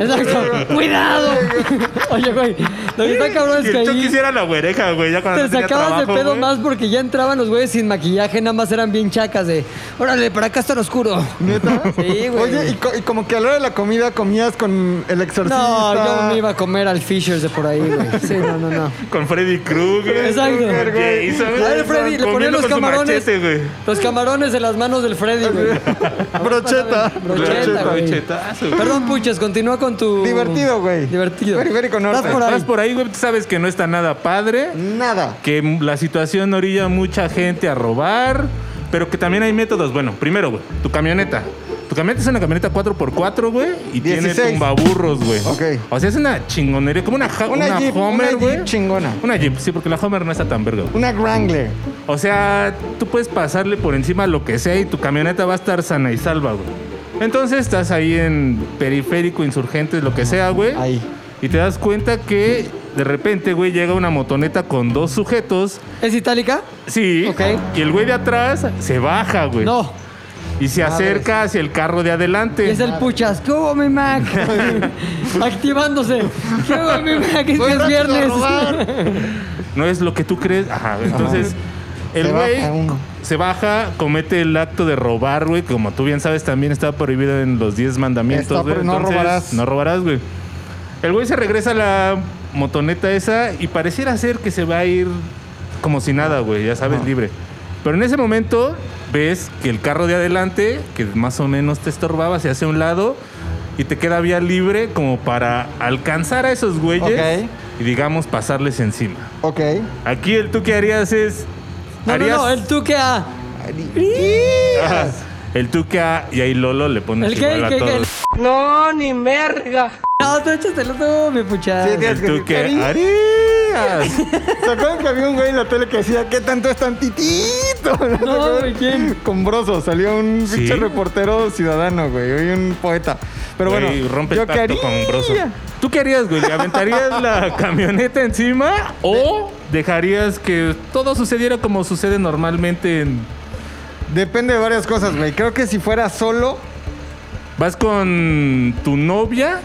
[SPEAKER 5] Exacto. ¡Cuidado! Oye, güey, lo que está cabrón es que
[SPEAKER 6] Y tú
[SPEAKER 5] ahí
[SPEAKER 6] quisiera la güereja, güey, ya cuando
[SPEAKER 5] te
[SPEAKER 6] no tenía
[SPEAKER 5] sacabas de
[SPEAKER 6] trabajo,
[SPEAKER 5] pedo
[SPEAKER 6] güey.
[SPEAKER 5] más porque ya entraban los güeyes sin maquillaje, nada más eran bien chacas de, ¡órale, para acá está en oscuro!
[SPEAKER 8] ¿Neta?
[SPEAKER 5] Sí, güey.
[SPEAKER 8] Oye, y, co- y como que a la hora de la comida comías con el exorcista.
[SPEAKER 5] No, yo me iba a comer al Fishers de por ahí, güey. Sí, no, no, no.
[SPEAKER 6] Con Freddy Krueger.
[SPEAKER 5] Exacto.
[SPEAKER 6] con Jason,
[SPEAKER 5] A ver, Freddy, le ponían
[SPEAKER 6] comiendo
[SPEAKER 5] los
[SPEAKER 6] con su
[SPEAKER 5] camarones.
[SPEAKER 6] machete, güey.
[SPEAKER 5] Los camarones en las manos del Freddy, güey.
[SPEAKER 8] Brocheta.
[SPEAKER 5] Brocheta, güey.
[SPEAKER 6] Brochetazo, güey.
[SPEAKER 5] Perdón, Puchas, continúa con tu.
[SPEAKER 8] Divertido, güey.
[SPEAKER 5] Divertido.
[SPEAKER 8] Periférico norte.
[SPEAKER 5] Estás por
[SPEAKER 6] Vas
[SPEAKER 5] ahí.
[SPEAKER 6] por ahí, güey, tú sabes que no está nada padre,
[SPEAKER 8] Nada.
[SPEAKER 6] que m- la situación orilla a mucha gente a robar, pero que también hay métodos. Bueno, primero, güey, tu camioneta. Tu camioneta es una camioneta 4x4, güey, y
[SPEAKER 8] 16.
[SPEAKER 6] tiene tumbaburros, güey.
[SPEAKER 8] Ok.
[SPEAKER 6] O sea, es una chingonería, como una, ja-
[SPEAKER 8] Una
[SPEAKER 6] una
[SPEAKER 8] Jeep, una
[SPEAKER 6] Homer,
[SPEAKER 8] Jeep
[SPEAKER 6] güey.
[SPEAKER 8] chingona.
[SPEAKER 6] Una Jeep, sí, porque la Homer no está tan verga, güey.
[SPEAKER 8] Una Wrangler.
[SPEAKER 6] O sea, tú puedes pasarle por encima lo que sea y tu camioneta va a estar sana y salva, güey. Entonces estás ahí en periférico, insurgentes, lo que sea, güey.
[SPEAKER 8] Ahí.
[SPEAKER 6] Y te das cuenta que de repente, güey, llega una motoneta con dos sujetos.
[SPEAKER 5] ¿Es itálica?
[SPEAKER 6] Sí.
[SPEAKER 5] Ok.
[SPEAKER 6] Y el güey de atrás se baja, güey.
[SPEAKER 5] No.
[SPEAKER 6] Y se acerca hacia el carro de adelante.
[SPEAKER 5] Es el puchas. ¿Qué hubo, mi Mac? Activándose. ¿Qué hubo, mi Mac? Es
[SPEAKER 6] Pues,
[SPEAKER 5] que es viernes.
[SPEAKER 6] No es lo que tú crees. Ajá. Entonces, el
[SPEAKER 8] Se
[SPEAKER 6] güey
[SPEAKER 8] baja uno.
[SPEAKER 6] se baja, comete el acto de robar, güey. Como tú bien sabes, también está prohibido en los 10 mandamientos,
[SPEAKER 8] Está
[SPEAKER 6] güey.
[SPEAKER 8] pro- no robarás.
[SPEAKER 6] No robarás, güey. El güey se regresa a la motoneta esa y pareciera ser que se va a ir como si nada, güey. Ya sabes, libre. Pero en ese momento ves que el carro de adelante, que más o menos te estorbaba, se hace a un lado y te queda vía libre como para alcanzar a esos güeyes
[SPEAKER 8] Ok.
[SPEAKER 6] y digamos pasarles encima.
[SPEAKER 8] Ok.
[SPEAKER 6] Aquí el tú que harías es.
[SPEAKER 5] No, no,
[SPEAKER 6] harías-
[SPEAKER 5] no. El tú ah? que a.
[SPEAKER 6] Ajá. El tú que ha- y ahí Lolo le pones
[SPEAKER 5] ¿El qué?
[SPEAKER 6] igual
[SPEAKER 5] ¿El
[SPEAKER 6] a
[SPEAKER 5] qué? ¿El qué?
[SPEAKER 6] todos.
[SPEAKER 5] No, tú Ah, échatelo tú, mi puchas.
[SPEAKER 8] Sí, tienes
[SPEAKER 6] El tú que
[SPEAKER 8] Cari-
[SPEAKER 6] harías.
[SPEAKER 8] ¿Se acuerdan que había un güey en la tele que decía, ¿qué tanto es tantitito? ¿Se acuerdan?
[SPEAKER 5] güey, ¿quién?
[SPEAKER 8] Con Broso, salió un
[SPEAKER 6] ¿Sí?
[SPEAKER 8] pinche reportero ciudadano, güey, y un poeta. Pero
[SPEAKER 6] Güey,
[SPEAKER 8] bueno,
[SPEAKER 6] rompe
[SPEAKER 8] yo
[SPEAKER 6] el pacto
[SPEAKER 8] quería-
[SPEAKER 6] con Broso. ¿Tú qué harías, güey? ¿Le aventarías la camioneta encima o dejarías que todo sucediera como sucede normalmente? en-
[SPEAKER 8] Depende de varias cosas, güey. Creo que si fuera solo,
[SPEAKER 6] Vas con tu novia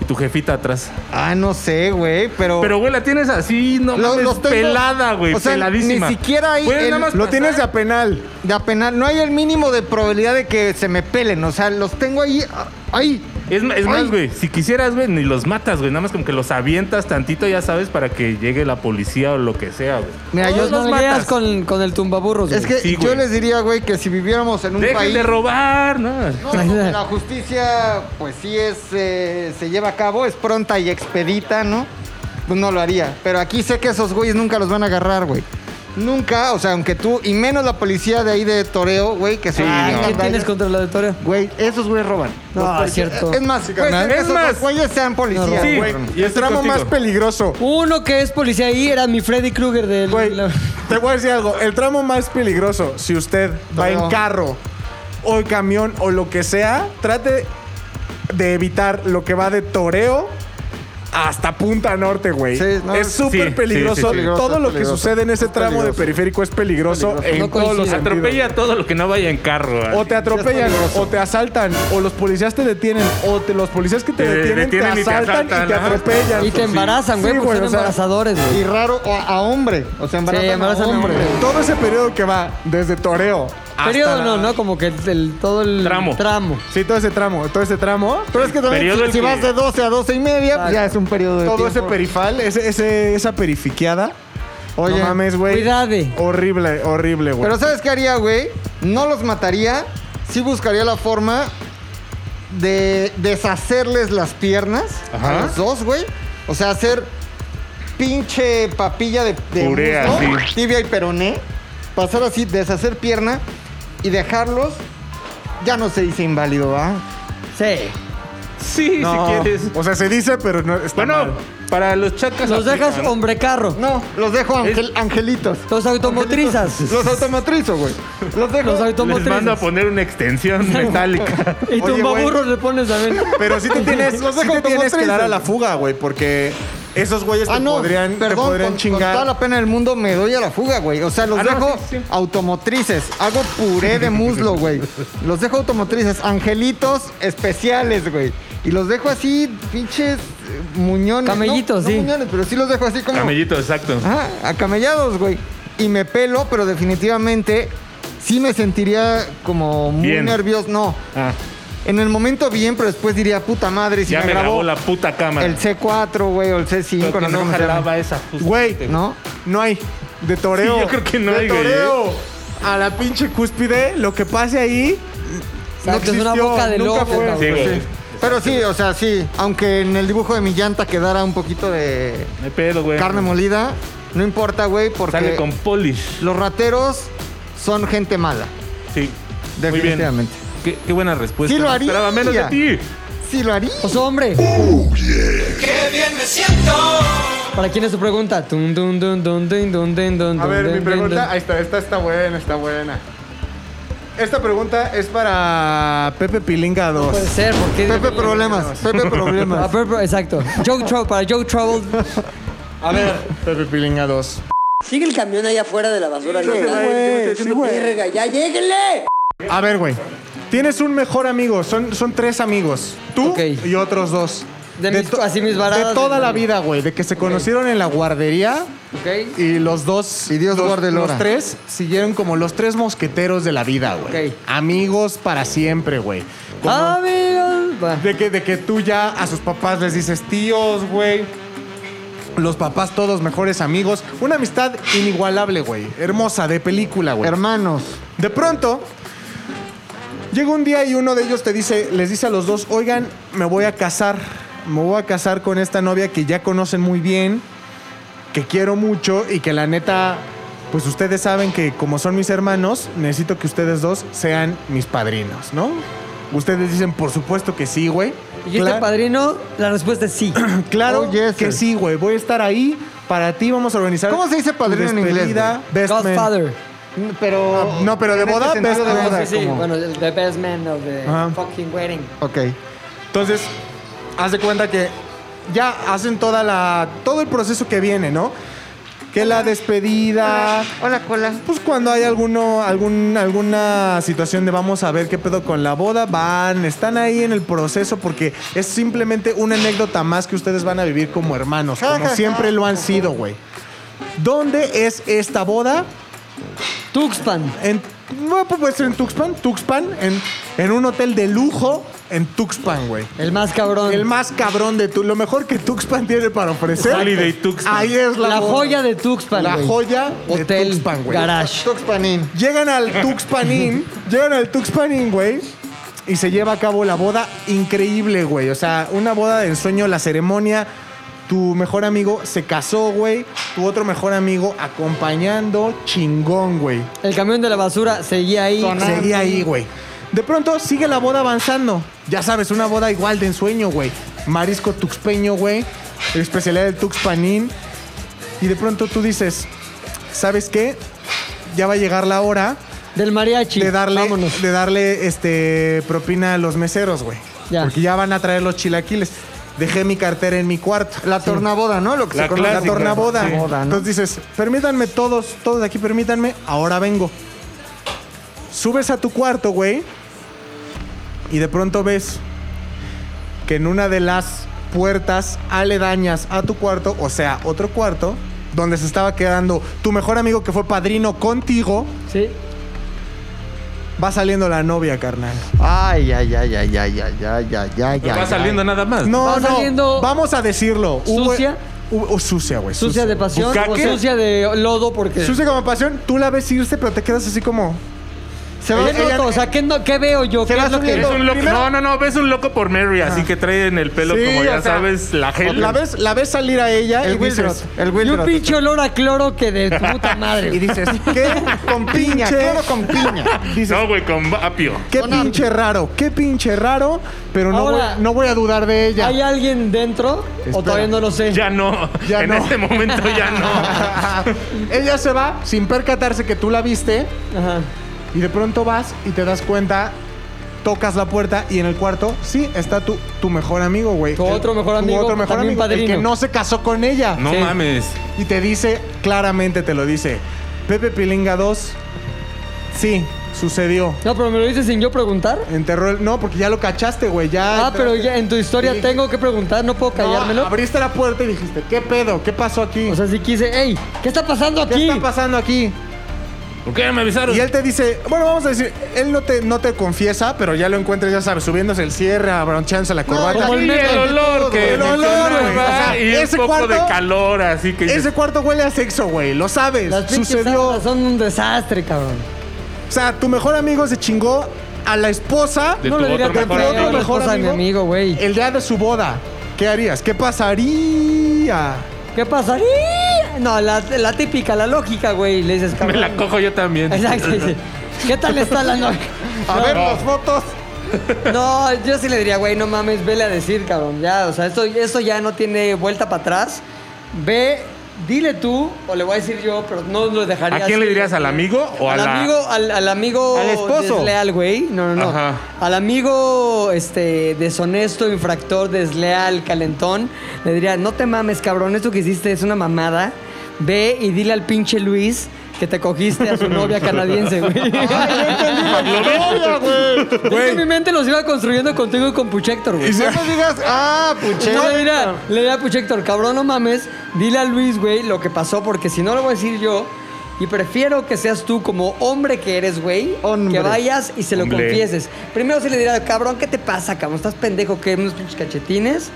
[SPEAKER 6] y tu jefita atrás.
[SPEAKER 8] ah, no sé, güey, pero...
[SPEAKER 6] Pero, güey, la tienes así, no
[SPEAKER 8] Oh. Lo-
[SPEAKER 6] mames,
[SPEAKER 8] los tengo-
[SPEAKER 6] pelada, güey,
[SPEAKER 8] o sea,
[SPEAKER 6] peladísima.
[SPEAKER 8] ni siquiera hay
[SPEAKER 6] Puedes
[SPEAKER 8] el-
[SPEAKER 6] nada más
[SPEAKER 8] lo
[SPEAKER 6] pasar.
[SPEAKER 8] tienes de a penal. De a penal. No hay el mínimo de probabilidad de que se me pelen. O sea, los tengo ahí. ah, Ahí.
[SPEAKER 6] Es, ma- es más,
[SPEAKER 8] Ay.
[SPEAKER 6] güey, si quisieras, güey, ni los matas, güey. Nada más como que los avientas tantito, ya sabes, para que llegue la policía o lo que sea, güey.
[SPEAKER 8] Mira,
[SPEAKER 5] Todos
[SPEAKER 8] yo
[SPEAKER 5] nos matas con, con el tumbaburros.
[SPEAKER 8] Es que
[SPEAKER 6] Sí,
[SPEAKER 8] yo
[SPEAKER 6] güey.
[SPEAKER 8] les diría, güey, que si viviéramos en un
[SPEAKER 6] Dejen
[SPEAKER 8] país.
[SPEAKER 6] de robar, ¿no?
[SPEAKER 8] No, no, que la justicia, pues sí es. eh, se lleva a cabo, es pronta y expedita, ¿no? Pues no lo haría. Pero aquí sé que esos güeyes nunca los van a agarrar, güey. Nunca, o sea, aunque tú, y menos la policía de ahí de Toreo, güey, que son.
[SPEAKER 5] Ay, ¿Qué
[SPEAKER 8] gandallas.
[SPEAKER 5] tienes contra la auditorio?
[SPEAKER 8] Güey, esos güeyes roban.
[SPEAKER 5] No,
[SPEAKER 8] Los policías-
[SPEAKER 5] es cierto.
[SPEAKER 8] Es más, güey,
[SPEAKER 6] carnal.
[SPEAKER 8] que
[SPEAKER 6] Es
[SPEAKER 8] esos
[SPEAKER 6] más.
[SPEAKER 8] dos güeyes sean policías,
[SPEAKER 6] Sí,
[SPEAKER 8] güey.
[SPEAKER 6] y
[SPEAKER 7] El
[SPEAKER 6] estoy
[SPEAKER 7] tramo
[SPEAKER 6] contigo.
[SPEAKER 7] más peligroso.
[SPEAKER 5] Uno que es policía ahí era mi Freddy Krueger del.
[SPEAKER 7] Güey,
[SPEAKER 5] la-
[SPEAKER 7] te voy a decir algo. El tramo más peligroso, si usted va
[SPEAKER 8] Toreo.
[SPEAKER 7] en carro o en camión o lo que sea, trate de evitar lo que va de toreo hasta Punta Norte, güey.
[SPEAKER 8] Sí, no,
[SPEAKER 7] es
[SPEAKER 8] sí,
[SPEAKER 7] súper
[SPEAKER 6] sí,
[SPEAKER 7] peligroso.
[SPEAKER 6] sí, sí.
[SPEAKER 7] Todo lo que
[SPEAKER 8] Peligroso,
[SPEAKER 7] sucede en ese
[SPEAKER 8] es
[SPEAKER 7] tramo de
[SPEAKER 8] peligroso.
[SPEAKER 7] periférico es peligroso en
[SPEAKER 5] No
[SPEAKER 7] todos los
[SPEAKER 5] coincido.
[SPEAKER 7] sentidos.
[SPEAKER 6] Atropella todo lo que no vaya en carro, güey.
[SPEAKER 7] O te atropellan,
[SPEAKER 8] Sí, es peligroso.
[SPEAKER 7] o te asaltan, o los policías te detienen, o te- los policías que te,
[SPEAKER 6] Te
[SPEAKER 7] detienen,
[SPEAKER 6] detienen y
[SPEAKER 7] te
[SPEAKER 6] te
[SPEAKER 7] asaltan y te,
[SPEAKER 6] asaltan, ajá.
[SPEAKER 7] atropellan.
[SPEAKER 5] Y te embarazan, güey,
[SPEAKER 7] Sí,
[SPEAKER 5] porque son
[SPEAKER 7] o sea,
[SPEAKER 5] embarazadores, güey.
[SPEAKER 8] Y raro a, a hombre. O sea, embarazan,
[SPEAKER 5] Sí, embarazan
[SPEAKER 8] a hombre.
[SPEAKER 5] a hombre.
[SPEAKER 7] Todo ese periodo que va desde Toreo hasta
[SPEAKER 5] Periodo
[SPEAKER 7] la-
[SPEAKER 5] no, ¿no? Como que el, el- todo el
[SPEAKER 6] Tramo.
[SPEAKER 7] Sí, todo ese tramo, todo ese tramo.
[SPEAKER 8] Pero es que también,
[SPEAKER 6] Periodo
[SPEAKER 8] si,
[SPEAKER 6] el
[SPEAKER 8] si
[SPEAKER 6] que-
[SPEAKER 8] vas de 12 a 12 y media, pues ya es un periodo de
[SPEAKER 7] Todo
[SPEAKER 8] tiempo.
[SPEAKER 7] ese perifal, ese, ese- esa perifiqueada.
[SPEAKER 8] Oye,
[SPEAKER 7] no mames, güey.
[SPEAKER 5] cuidade.
[SPEAKER 7] Horrible, horrible, güey.
[SPEAKER 8] Pero ¿sabes qué haría, güey? No los mataría. Sí buscaría la forma de deshacerles las piernas
[SPEAKER 6] Ajá.
[SPEAKER 8] a los dos, güey. O sea, hacer pinche papilla de, de
[SPEAKER 6] Purea,
[SPEAKER 8] muslo,
[SPEAKER 6] sí.
[SPEAKER 8] tibia y peroné. Pasar así, deshacer pierna y dejarlos. Ya no se dice inválido, ¿va?
[SPEAKER 5] Sí.
[SPEAKER 6] Sí,
[SPEAKER 7] No.
[SPEAKER 6] si quieres.
[SPEAKER 7] O sea, se dice, pero no está
[SPEAKER 6] Bueno,
[SPEAKER 7] mal.
[SPEAKER 6] para los chacas.
[SPEAKER 5] Los dejas
[SPEAKER 6] aplican.
[SPEAKER 5] hombre carro.
[SPEAKER 8] No, los dejo angel- angelitos.
[SPEAKER 5] Los automotrizas.
[SPEAKER 8] Los automatrizo, güey. Los dejo.
[SPEAKER 5] Los
[SPEAKER 6] Les mando a
[SPEAKER 5] automotrizas.
[SPEAKER 6] poner una extensión metálica.
[SPEAKER 5] Y
[SPEAKER 7] Oye,
[SPEAKER 5] tumbaburros le pones también.
[SPEAKER 7] Pero sí te tienes,
[SPEAKER 8] Los
[SPEAKER 7] sí
[SPEAKER 8] dejo
[SPEAKER 7] te tienes que
[SPEAKER 8] automotrices.
[SPEAKER 7] dar a la fuga, güey, porque esos güeyes
[SPEAKER 8] Ah,
[SPEAKER 7] te,
[SPEAKER 8] no,
[SPEAKER 7] podrían, te
[SPEAKER 8] perdón,
[SPEAKER 7] podrían
[SPEAKER 8] con, con
[SPEAKER 7] chingar.
[SPEAKER 8] toda la pena del mundo me doy a la fuga, güey. O sea, los
[SPEAKER 6] Ah, no,
[SPEAKER 8] dejo
[SPEAKER 6] sí, sí.
[SPEAKER 8] automotrices, hago puré de muslo, güey. Los dejo automotrices, angelitos especiales, güey. Y los dejo así, pinches eh, muñones.
[SPEAKER 5] Camellitos,
[SPEAKER 8] No, no
[SPEAKER 5] sí.
[SPEAKER 8] muñones, pero sí los dejo así como...
[SPEAKER 6] Camellito, exacto.
[SPEAKER 8] Ah, acamellados, güey. Y me pelo, pero definitivamente sí me sentiría como muy
[SPEAKER 6] Bien.
[SPEAKER 8] nervioso. No,
[SPEAKER 6] Ah,
[SPEAKER 8] en el momento bien, pero después diría, puta madre, si
[SPEAKER 6] ya me grabó
[SPEAKER 8] grabó
[SPEAKER 6] la puta cámara.
[SPEAKER 8] el C4, güey, o el C5,
[SPEAKER 6] Creo que
[SPEAKER 8] no, sé
[SPEAKER 6] no
[SPEAKER 8] cómo se llama.
[SPEAKER 6] jalaba esa justa.
[SPEAKER 7] Güey,
[SPEAKER 8] ¿No?
[SPEAKER 7] No hay. De toreo.
[SPEAKER 6] Pues, este, Sí, yo creo que no
[SPEAKER 7] de
[SPEAKER 6] hay, güey,
[SPEAKER 7] toreo. A la pinche cúspide, lo que pase ahí.
[SPEAKER 5] Exacto, es una boca de
[SPEAKER 7] nunca
[SPEAKER 5] loco,
[SPEAKER 7] fue.
[SPEAKER 5] cabrón.
[SPEAKER 6] Sí, güey.
[SPEAKER 8] Pero sí, o sea, sí. Aunque en el dibujo de mi llanta quedara un poquito de
[SPEAKER 6] No hay pedo, güey.
[SPEAKER 8] carne molida, no importa, güey,
[SPEAKER 6] Sale
[SPEAKER 8] porque
[SPEAKER 6] con polish.
[SPEAKER 8] los rateros son gente mala.
[SPEAKER 6] Sí. Muy bien.
[SPEAKER 8] Definitivamente.
[SPEAKER 6] Qué, qué buena respuesta.
[SPEAKER 8] Sí lo
[SPEAKER 6] No
[SPEAKER 8] haría.
[SPEAKER 6] Esperaba menos de ti.
[SPEAKER 8] Sí, lo haría.
[SPEAKER 5] Pues hombre. ¿Para quién es tu pregunta? Tun, dun, dun, dun, dun, dun, dun, dun,
[SPEAKER 7] A
[SPEAKER 5] dun,
[SPEAKER 7] ver,
[SPEAKER 5] dun,
[SPEAKER 7] mi
[SPEAKER 5] dun,
[SPEAKER 7] pregunta.
[SPEAKER 5] dun.
[SPEAKER 7] Ahí está, esta está buena, está buena. Esta pregunta es para Pepe Pilinga 2.
[SPEAKER 5] Puede ser, porque.
[SPEAKER 8] Pepe Pues, Problemas, Pepe
[SPEAKER 5] Ah,
[SPEAKER 8] Problemas.
[SPEAKER 5] pero- pero- exacto. Joke Trouble, para Joke Trouble.
[SPEAKER 7] A ver, Pepe Pilinga 2.
[SPEAKER 10] Sigue el camión allá afuera de la basura. ya lléguenle.
[SPEAKER 7] A ver, güey. Tienes un mejor amigo. Son, son tres amigos. Tú
[SPEAKER 5] Ok.
[SPEAKER 7] y otros dos.
[SPEAKER 5] De mis-
[SPEAKER 7] to-
[SPEAKER 5] así mis varadas,
[SPEAKER 7] de toda
[SPEAKER 5] de-
[SPEAKER 7] la vida, güey. De que se conocieron en la guardería.
[SPEAKER 5] Ok.
[SPEAKER 7] Y los dos.
[SPEAKER 8] Y Dios
[SPEAKER 7] los,
[SPEAKER 8] guarde el
[SPEAKER 7] los
[SPEAKER 8] hora.
[SPEAKER 7] tres siguieron como los tres mosqueteros de la vida, güey.
[SPEAKER 5] Ok. Ah.
[SPEAKER 7] Amigos para siempre, güey. Como-
[SPEAKER 5] Amigos. Va.
[SPEAKER 7] De que, de que tú ya a sus papás les dices tíos, güey. Los papás todos mejores amigos. Una amistad inigualable, güey. Hermosa, de película, güey.
[SPEAKER 8] Hermanos.
[SPEAKER 7] De pronto, llega un día y uno de ellos te dice, les dice a los dos, oigan, me voy a casar, me voy a casar con esta novia que ya conocen muy bien, que quiero mucho y que la neta, pues ustedes saben que como son mis hermanos, necesito que ustedes dos sean mis padrinos, ¿no? Ustedes dicen, por supuesto que sí, güey.
[SPEAKER 5] Y
[SPEAKER 7] Cla-
[SPEAKER 5] este padrino, la respuesta es sí.
[SPEAKER 7] Claro
[SPEAKER 8] Oh, yes,
[SPEAKER 7] que
[SPEAKER 8] sir.
[SPEAKER 7] sí, güey. Voy a estar ahí para ti. Vamos a organizar.
[SPEAKER 8] ¿Cómo se dice padrino en inglés,
[SPEAKER 7] despedida, best man.
[SPEAKER 5] Godfather.
[SPEAKER 8] Pero.
[SPEAKER 7] Ah, no, pero de
[SPEAKER 8] en este
[SPEAKER 7] boda,
[SPEAKER 8] sentido
[SPEAKER 7] best
[SPEAKER 8] de
[SPEAKER 7] man.
[SPEAKER 8] boda,
[SPEAKER 5] Sí, sí,
[SPEAKER 8] como-
[SPEAKER 5] bueno, el- the best man of the
[SPEAKER 7] Ajá.
[SPEAKER 5] fucking wedding.
[SPEAKER 8] Ok.
[SPEAKER 7] Entonces, haz de cuenta que ya hacen toda la, todo el proceso que viene, ¿no? Que la despedida.
[SPEAKER 8] Hola, cola.
[SPEAKER 7] Pues cuando hay alguno, algún, alguna situación de vamos a ver qué pedo con la boda, van, están ahí en el proceso porque es simplemente una anécdota más que ustedes van a vivir como hermanos, como siempre lo han sido, güey. ¿Dónde es esta boda?
[SPEAKER 5] Tuxpan.
[SPEAKER 7] En, no, pues, puede ser en Tuxpan, Tuxpan, en, en un hotel de lujo en Tuxpan, güey.
[SPEAKER 5] El más cabrón.
[SPEAKER 7] El más cabrón de tu, lo mejor que Tuxpan tiene para ofrecer.
[SPEAKER 6] Holiday Tuxpan.
[SPEAKER 7] Ahí es la,
[SPEAKER 5] la
[SPEAKER 7] boda.
[SPEAKER 5] joya de Tuxpan.
[SPEAKER 7] La
[SPEAKER 5] güey.
[SPEAKER 7] joya de
[SPEAKER 5] Hotel,
[SPEAKER 7] Tuxpan, güey.
[SPEAKER 5] garage.
[SPEAKER 8] Tuxpanín.
[SPEAKER 7] Llegan al Tuxpanín, llegan al Tuxpanín, güey. Y se lleva a cabo la boda increíble, güey. O sea, una boda de ensueño, la ceremonia. Tu mejor amigo se casó, güey. Tu otro mejor amigo acompañando, chingón, güey.
[SPEAKER 5] El camión de la basura seguía ahí.
[SPEAKER 7] Seguía ahí, güey. De pronto sigue la boda avanzando. Ya sabes, una boda igual de ensueño, güey. Marisco tuxpeño, güey. Especialidad del tuxpanín. Y de pronto tú dices, ¿sabes qué? Ya va a llegar la hora
[SPEAKER 5] Del mariachi.
[SPEAKER 7] de darle,
[SPEAKER 5] Vámonos.
[SPEAKER 7] de darle este, propina a los meseros, güey.
[SPEAKER 5] Ya.
[SPEAKER 7] Porque ya van a traer los chilaquiles. Dejé mi cartera en mi cuarto.
[SPEAKER 8] La tornaboda, ¿no? Lo que
[SPEAKER 6] La
[SPEAKER 8] se conoce.
[SPEAKER 7] La
[SPEAKER 6] Clásico,
[SPEAKER 7] tornaboda.
[SPEAKER 6] sí.
[SPEAKER 8] Boda, ¿no?
[SPEAKER 7] Entonces dices, permítanme todos, todos de aquí, permítanme, ahora vengo. Subes a tu cuarto, güey, y de pronto ves que en una de las puertas aledañas a tu cuarto, o sea, otro cuarto, donde se estaba quedando tu mejor amigo que fue padrino contigo,
[SPEAKER 5] Sí.
[SPEAKER 7] va saliendo la novia, carnal.
[SPEAKER 8] Ay, ay, ay, ay, ay, ay, ay, ay, ay.
[SPEAKER 6] Pero va
[SPEAKER 8] ay,
[SPEAKER 6] saliendo nada más.
[SPEAKER 7] No,
[SPEAKER 5] Va
[SPEAKER 7] no,
[SPEAKER 5] saliendo
[SPEAKER 7] vamos a decirlo. Hubo-
[SPEAKER 5] sucia.
[SPEAKER 7] hubo- oh, sucia, güey.
[SPEAKER 5] Sucia de pasión
[SPEAKER 6] ¿Bucaque?
[SPEAKER 5] o sucia de lodo porque...
[SPEAKER 7] Sucia como pasión, tú la ves irse, pero te quedas así como...
[SPEAKER 8] Se va
[SPEAKER 5] ¿Qué
[SPEAKER 8] a
[SPEAKER 5] noto? o sea, ¿qué, no- qué veo yo? ¿Qué
[SPEAKER 7] va
[SPEAKER 5] es lo que
[SPEAKER 7] subiendo.
[SPEAKER 6] Es un loco-
[SPEAKER 7] Primero- Ah.
[SPEAKER 6] no, no, no, ves un loco por Mary, así que trae en el pelo,
[SPEAKER 7] Sí,
[SPEAKER 6] como
[SPEAKER 7] o
[SPEAKER 6] ya
[SPEAKER 7] sea,
[SPEAKER 6] sabes, la gel.
[SPEAKER 7] La ves, la ves salir a ella y
[SPEAKER 8] El Wildrot.
[SPEAKER 7] dices,
[SPEAKER 8] El
[SPEAKER 5] Y un
[SPEAKER 8] Wildrot.
[SPEAKER 5] pinche olor a cloro que de puta madre.
[SPEAKER 7] y dices, ¿qué con
[SPEAKER 8] Piña,
[SPEAKER 7] pinche?
[SPEAKER 8] claro, con piña.
[SPEAKER 7] Dices,
[SPEAKER 6] No, güey, con apio.
[SPEAKER 7] qué pinche raro, qué pinche raro, pero no,
[SPEAKER 5] Ahora-
[SPEAKER 7] voy, no voy a dudar de ella.
[SPEAKER 5] ¿Hay alguien dentro? ¿O todavía no lo sé?
[SPEAKER 6] Ya no.
[SPEAKER 7] Ya
[SPEAKER 6] en
[SPEAKER 7] no.
[SPEAKER 6] este momento ya no.
[SPEAKER 7] ella se va sin percatarse que tú la viste
[SPEAKER 5] Ajá.
[SPEAKER 7] y de pronto vas y te das cuenta, tocas la puerta y en el cuarto, sí, está tu, tu mejor amigo, güey.
[SPEAKER 5] Tu
[SPEAKER 7] El-
[SPEAKER 5] otro mejor amigo,
[SPEAKER 7] Tu otro mejor
[SPEAKER 5] también
[SPEAKER 7] amigo, el que
[SPEAKER 5] padrino.
[SPEAKER 7] no se casó con ella.
[SPEAKER 6] No
[SPEAKER 5] Sí.
[SPEAKER 6] mames.
[SPEAKER 7] Y te dice, claramente te lo dice, Pepe Pilinga 2, sí, sucedió.
[SPEAKER 5] No, pero me lo dices sin yo preguntar.
[SPEAKER 7] Enterró el. No, porque ya lo cachaste, güey. Ya.
[SPEAKER 5] Ah, pero ya en tu historia
[SPEAKER 7] Sí.
[SPEAKER 5] tengo que preguntar, no puedo
[SPEAKER 7] No,
[SPEAKER 5] callármelo.
[SPEAKER 7] abriste la puerta y dijiste, ¿qué pedo? ¿Qué pasó aquí?
[SPEAKER 5] O sea, si quise, hey, ¿qué está pasando
[SPEAKER 7] ¿Qué
[SPEAKER 5] aquí?
[SPEAKER 7] está pasando aquí?
[SPEAKER 6] ¿Por qué no me avisaron?
[SPEAKER 7] Y él te dice, bueno, vamos a decir, él no te, no te confiesa, pero ya lo encuentras, ya sabes, subiéndose el cierre, abrochándose la corbata.
[SPEAKER 5] como el
[SPEAKER 6] Y
[SPEAKER 5] meme.
[SPEAKER 6] el olor que
[SPEAKER 7] El olor,
[SPEAKER 6] mencionaba,
[SPEAKER 7] güey. O sea,
[SPEAKER 6] y
[SPEAKER 7] ese
[SPEAKER 6] un poco
[SPEAKER 7] cuarto-
[SPEAKER 6] de calor, así que
[SPEAKER 7] Ese cuarto huele a sexo, güey, lo sabes.
[SPEAKER 5] Las pinches
[SPEAKER 7] Sucedió.
[SPEAKER 5] sábanas son un desastre, cabrón.
[SPEAKER 7] O sea, tu mejor amigo se chingó a la esposa
[SPEAKER 6] De
[SPEAKER 5] no
[SPEAKER 6] tu
[SPEAKER 5] le diría
[SPEAKER 6] otro
[SPEAKER 5] tan
[SPEAKER 6] mejor
[SPEAKER 7] amigo.
[SPEAKER 5] feo a la esposa de mi amigo, güey.
[SPEAKER 7] el día de su boda. ¿Qué harías? ¿Qué pasaría?
[SPEAKER 5] ¿Qué pasaría? No, la, la típica, la lógica, güey. Le dices,
[SPEAKER 6] me
[SPEAKER 5] cabrón.
[SPEAKER 6] la cojo yo también.
[SPEAKER 5] Exacto. sí. ¿Qué tal está la novia?
[SPEAKER 7] A ver las fotos.
[SPEAKER 5] No, yo sí le diría, güey, no mames, vele a decir, cabrón. Ya, o sea, esto, esto ya no tiene vuelta para atrás. Ve, Dile tú, o le voy a decir yo, pero no lo dejaría.
[SPEAKER 6] ¿A quién le
[SPEAKER 5] así.
[SPEAKER 6] dirías? ¿Al amigo o a
[SPEAKER 5] al
[SPEAKER 6] la-
[SPEAKER 5] amigo, al, al amigo
[SPEAKER 8] Al esposo.
[SPEAKER 5] desleal, güey. No, no, no.
[SPEAKER 6] Ajá.
[SPEAKER 5] Al amigo este deshonesto, infractor, desleal, calentón, le diría, "No te mames, cabrón, esto que hiciste es una mamada. Ve y dile al pinche Luis que te cogiste a su novia canadiense, güey." Es que mi mente los iba construyendo contigo y con Puchector, güey.
[SPEAKER 8] No me digas, ah, puche.
[SPEAKER 5] No, mira, le diré a Puchector, cabrón, no mames, dile a Luis, güey, lo que pasó, porque si no lo voy a decir yo. Y prefiero que seas tú como hombre que eres, güey,
[SPEAKER 8] Hombre.
[SPEAKER 5] que vayas y se lo
[SPEAKER 6] Hombre.
[SPEAKER 5] confieses. Primero se le dirá, cabrón, ¿qué te pasa, cabrón? ¿Estás pendejo que unos pinches cachetines?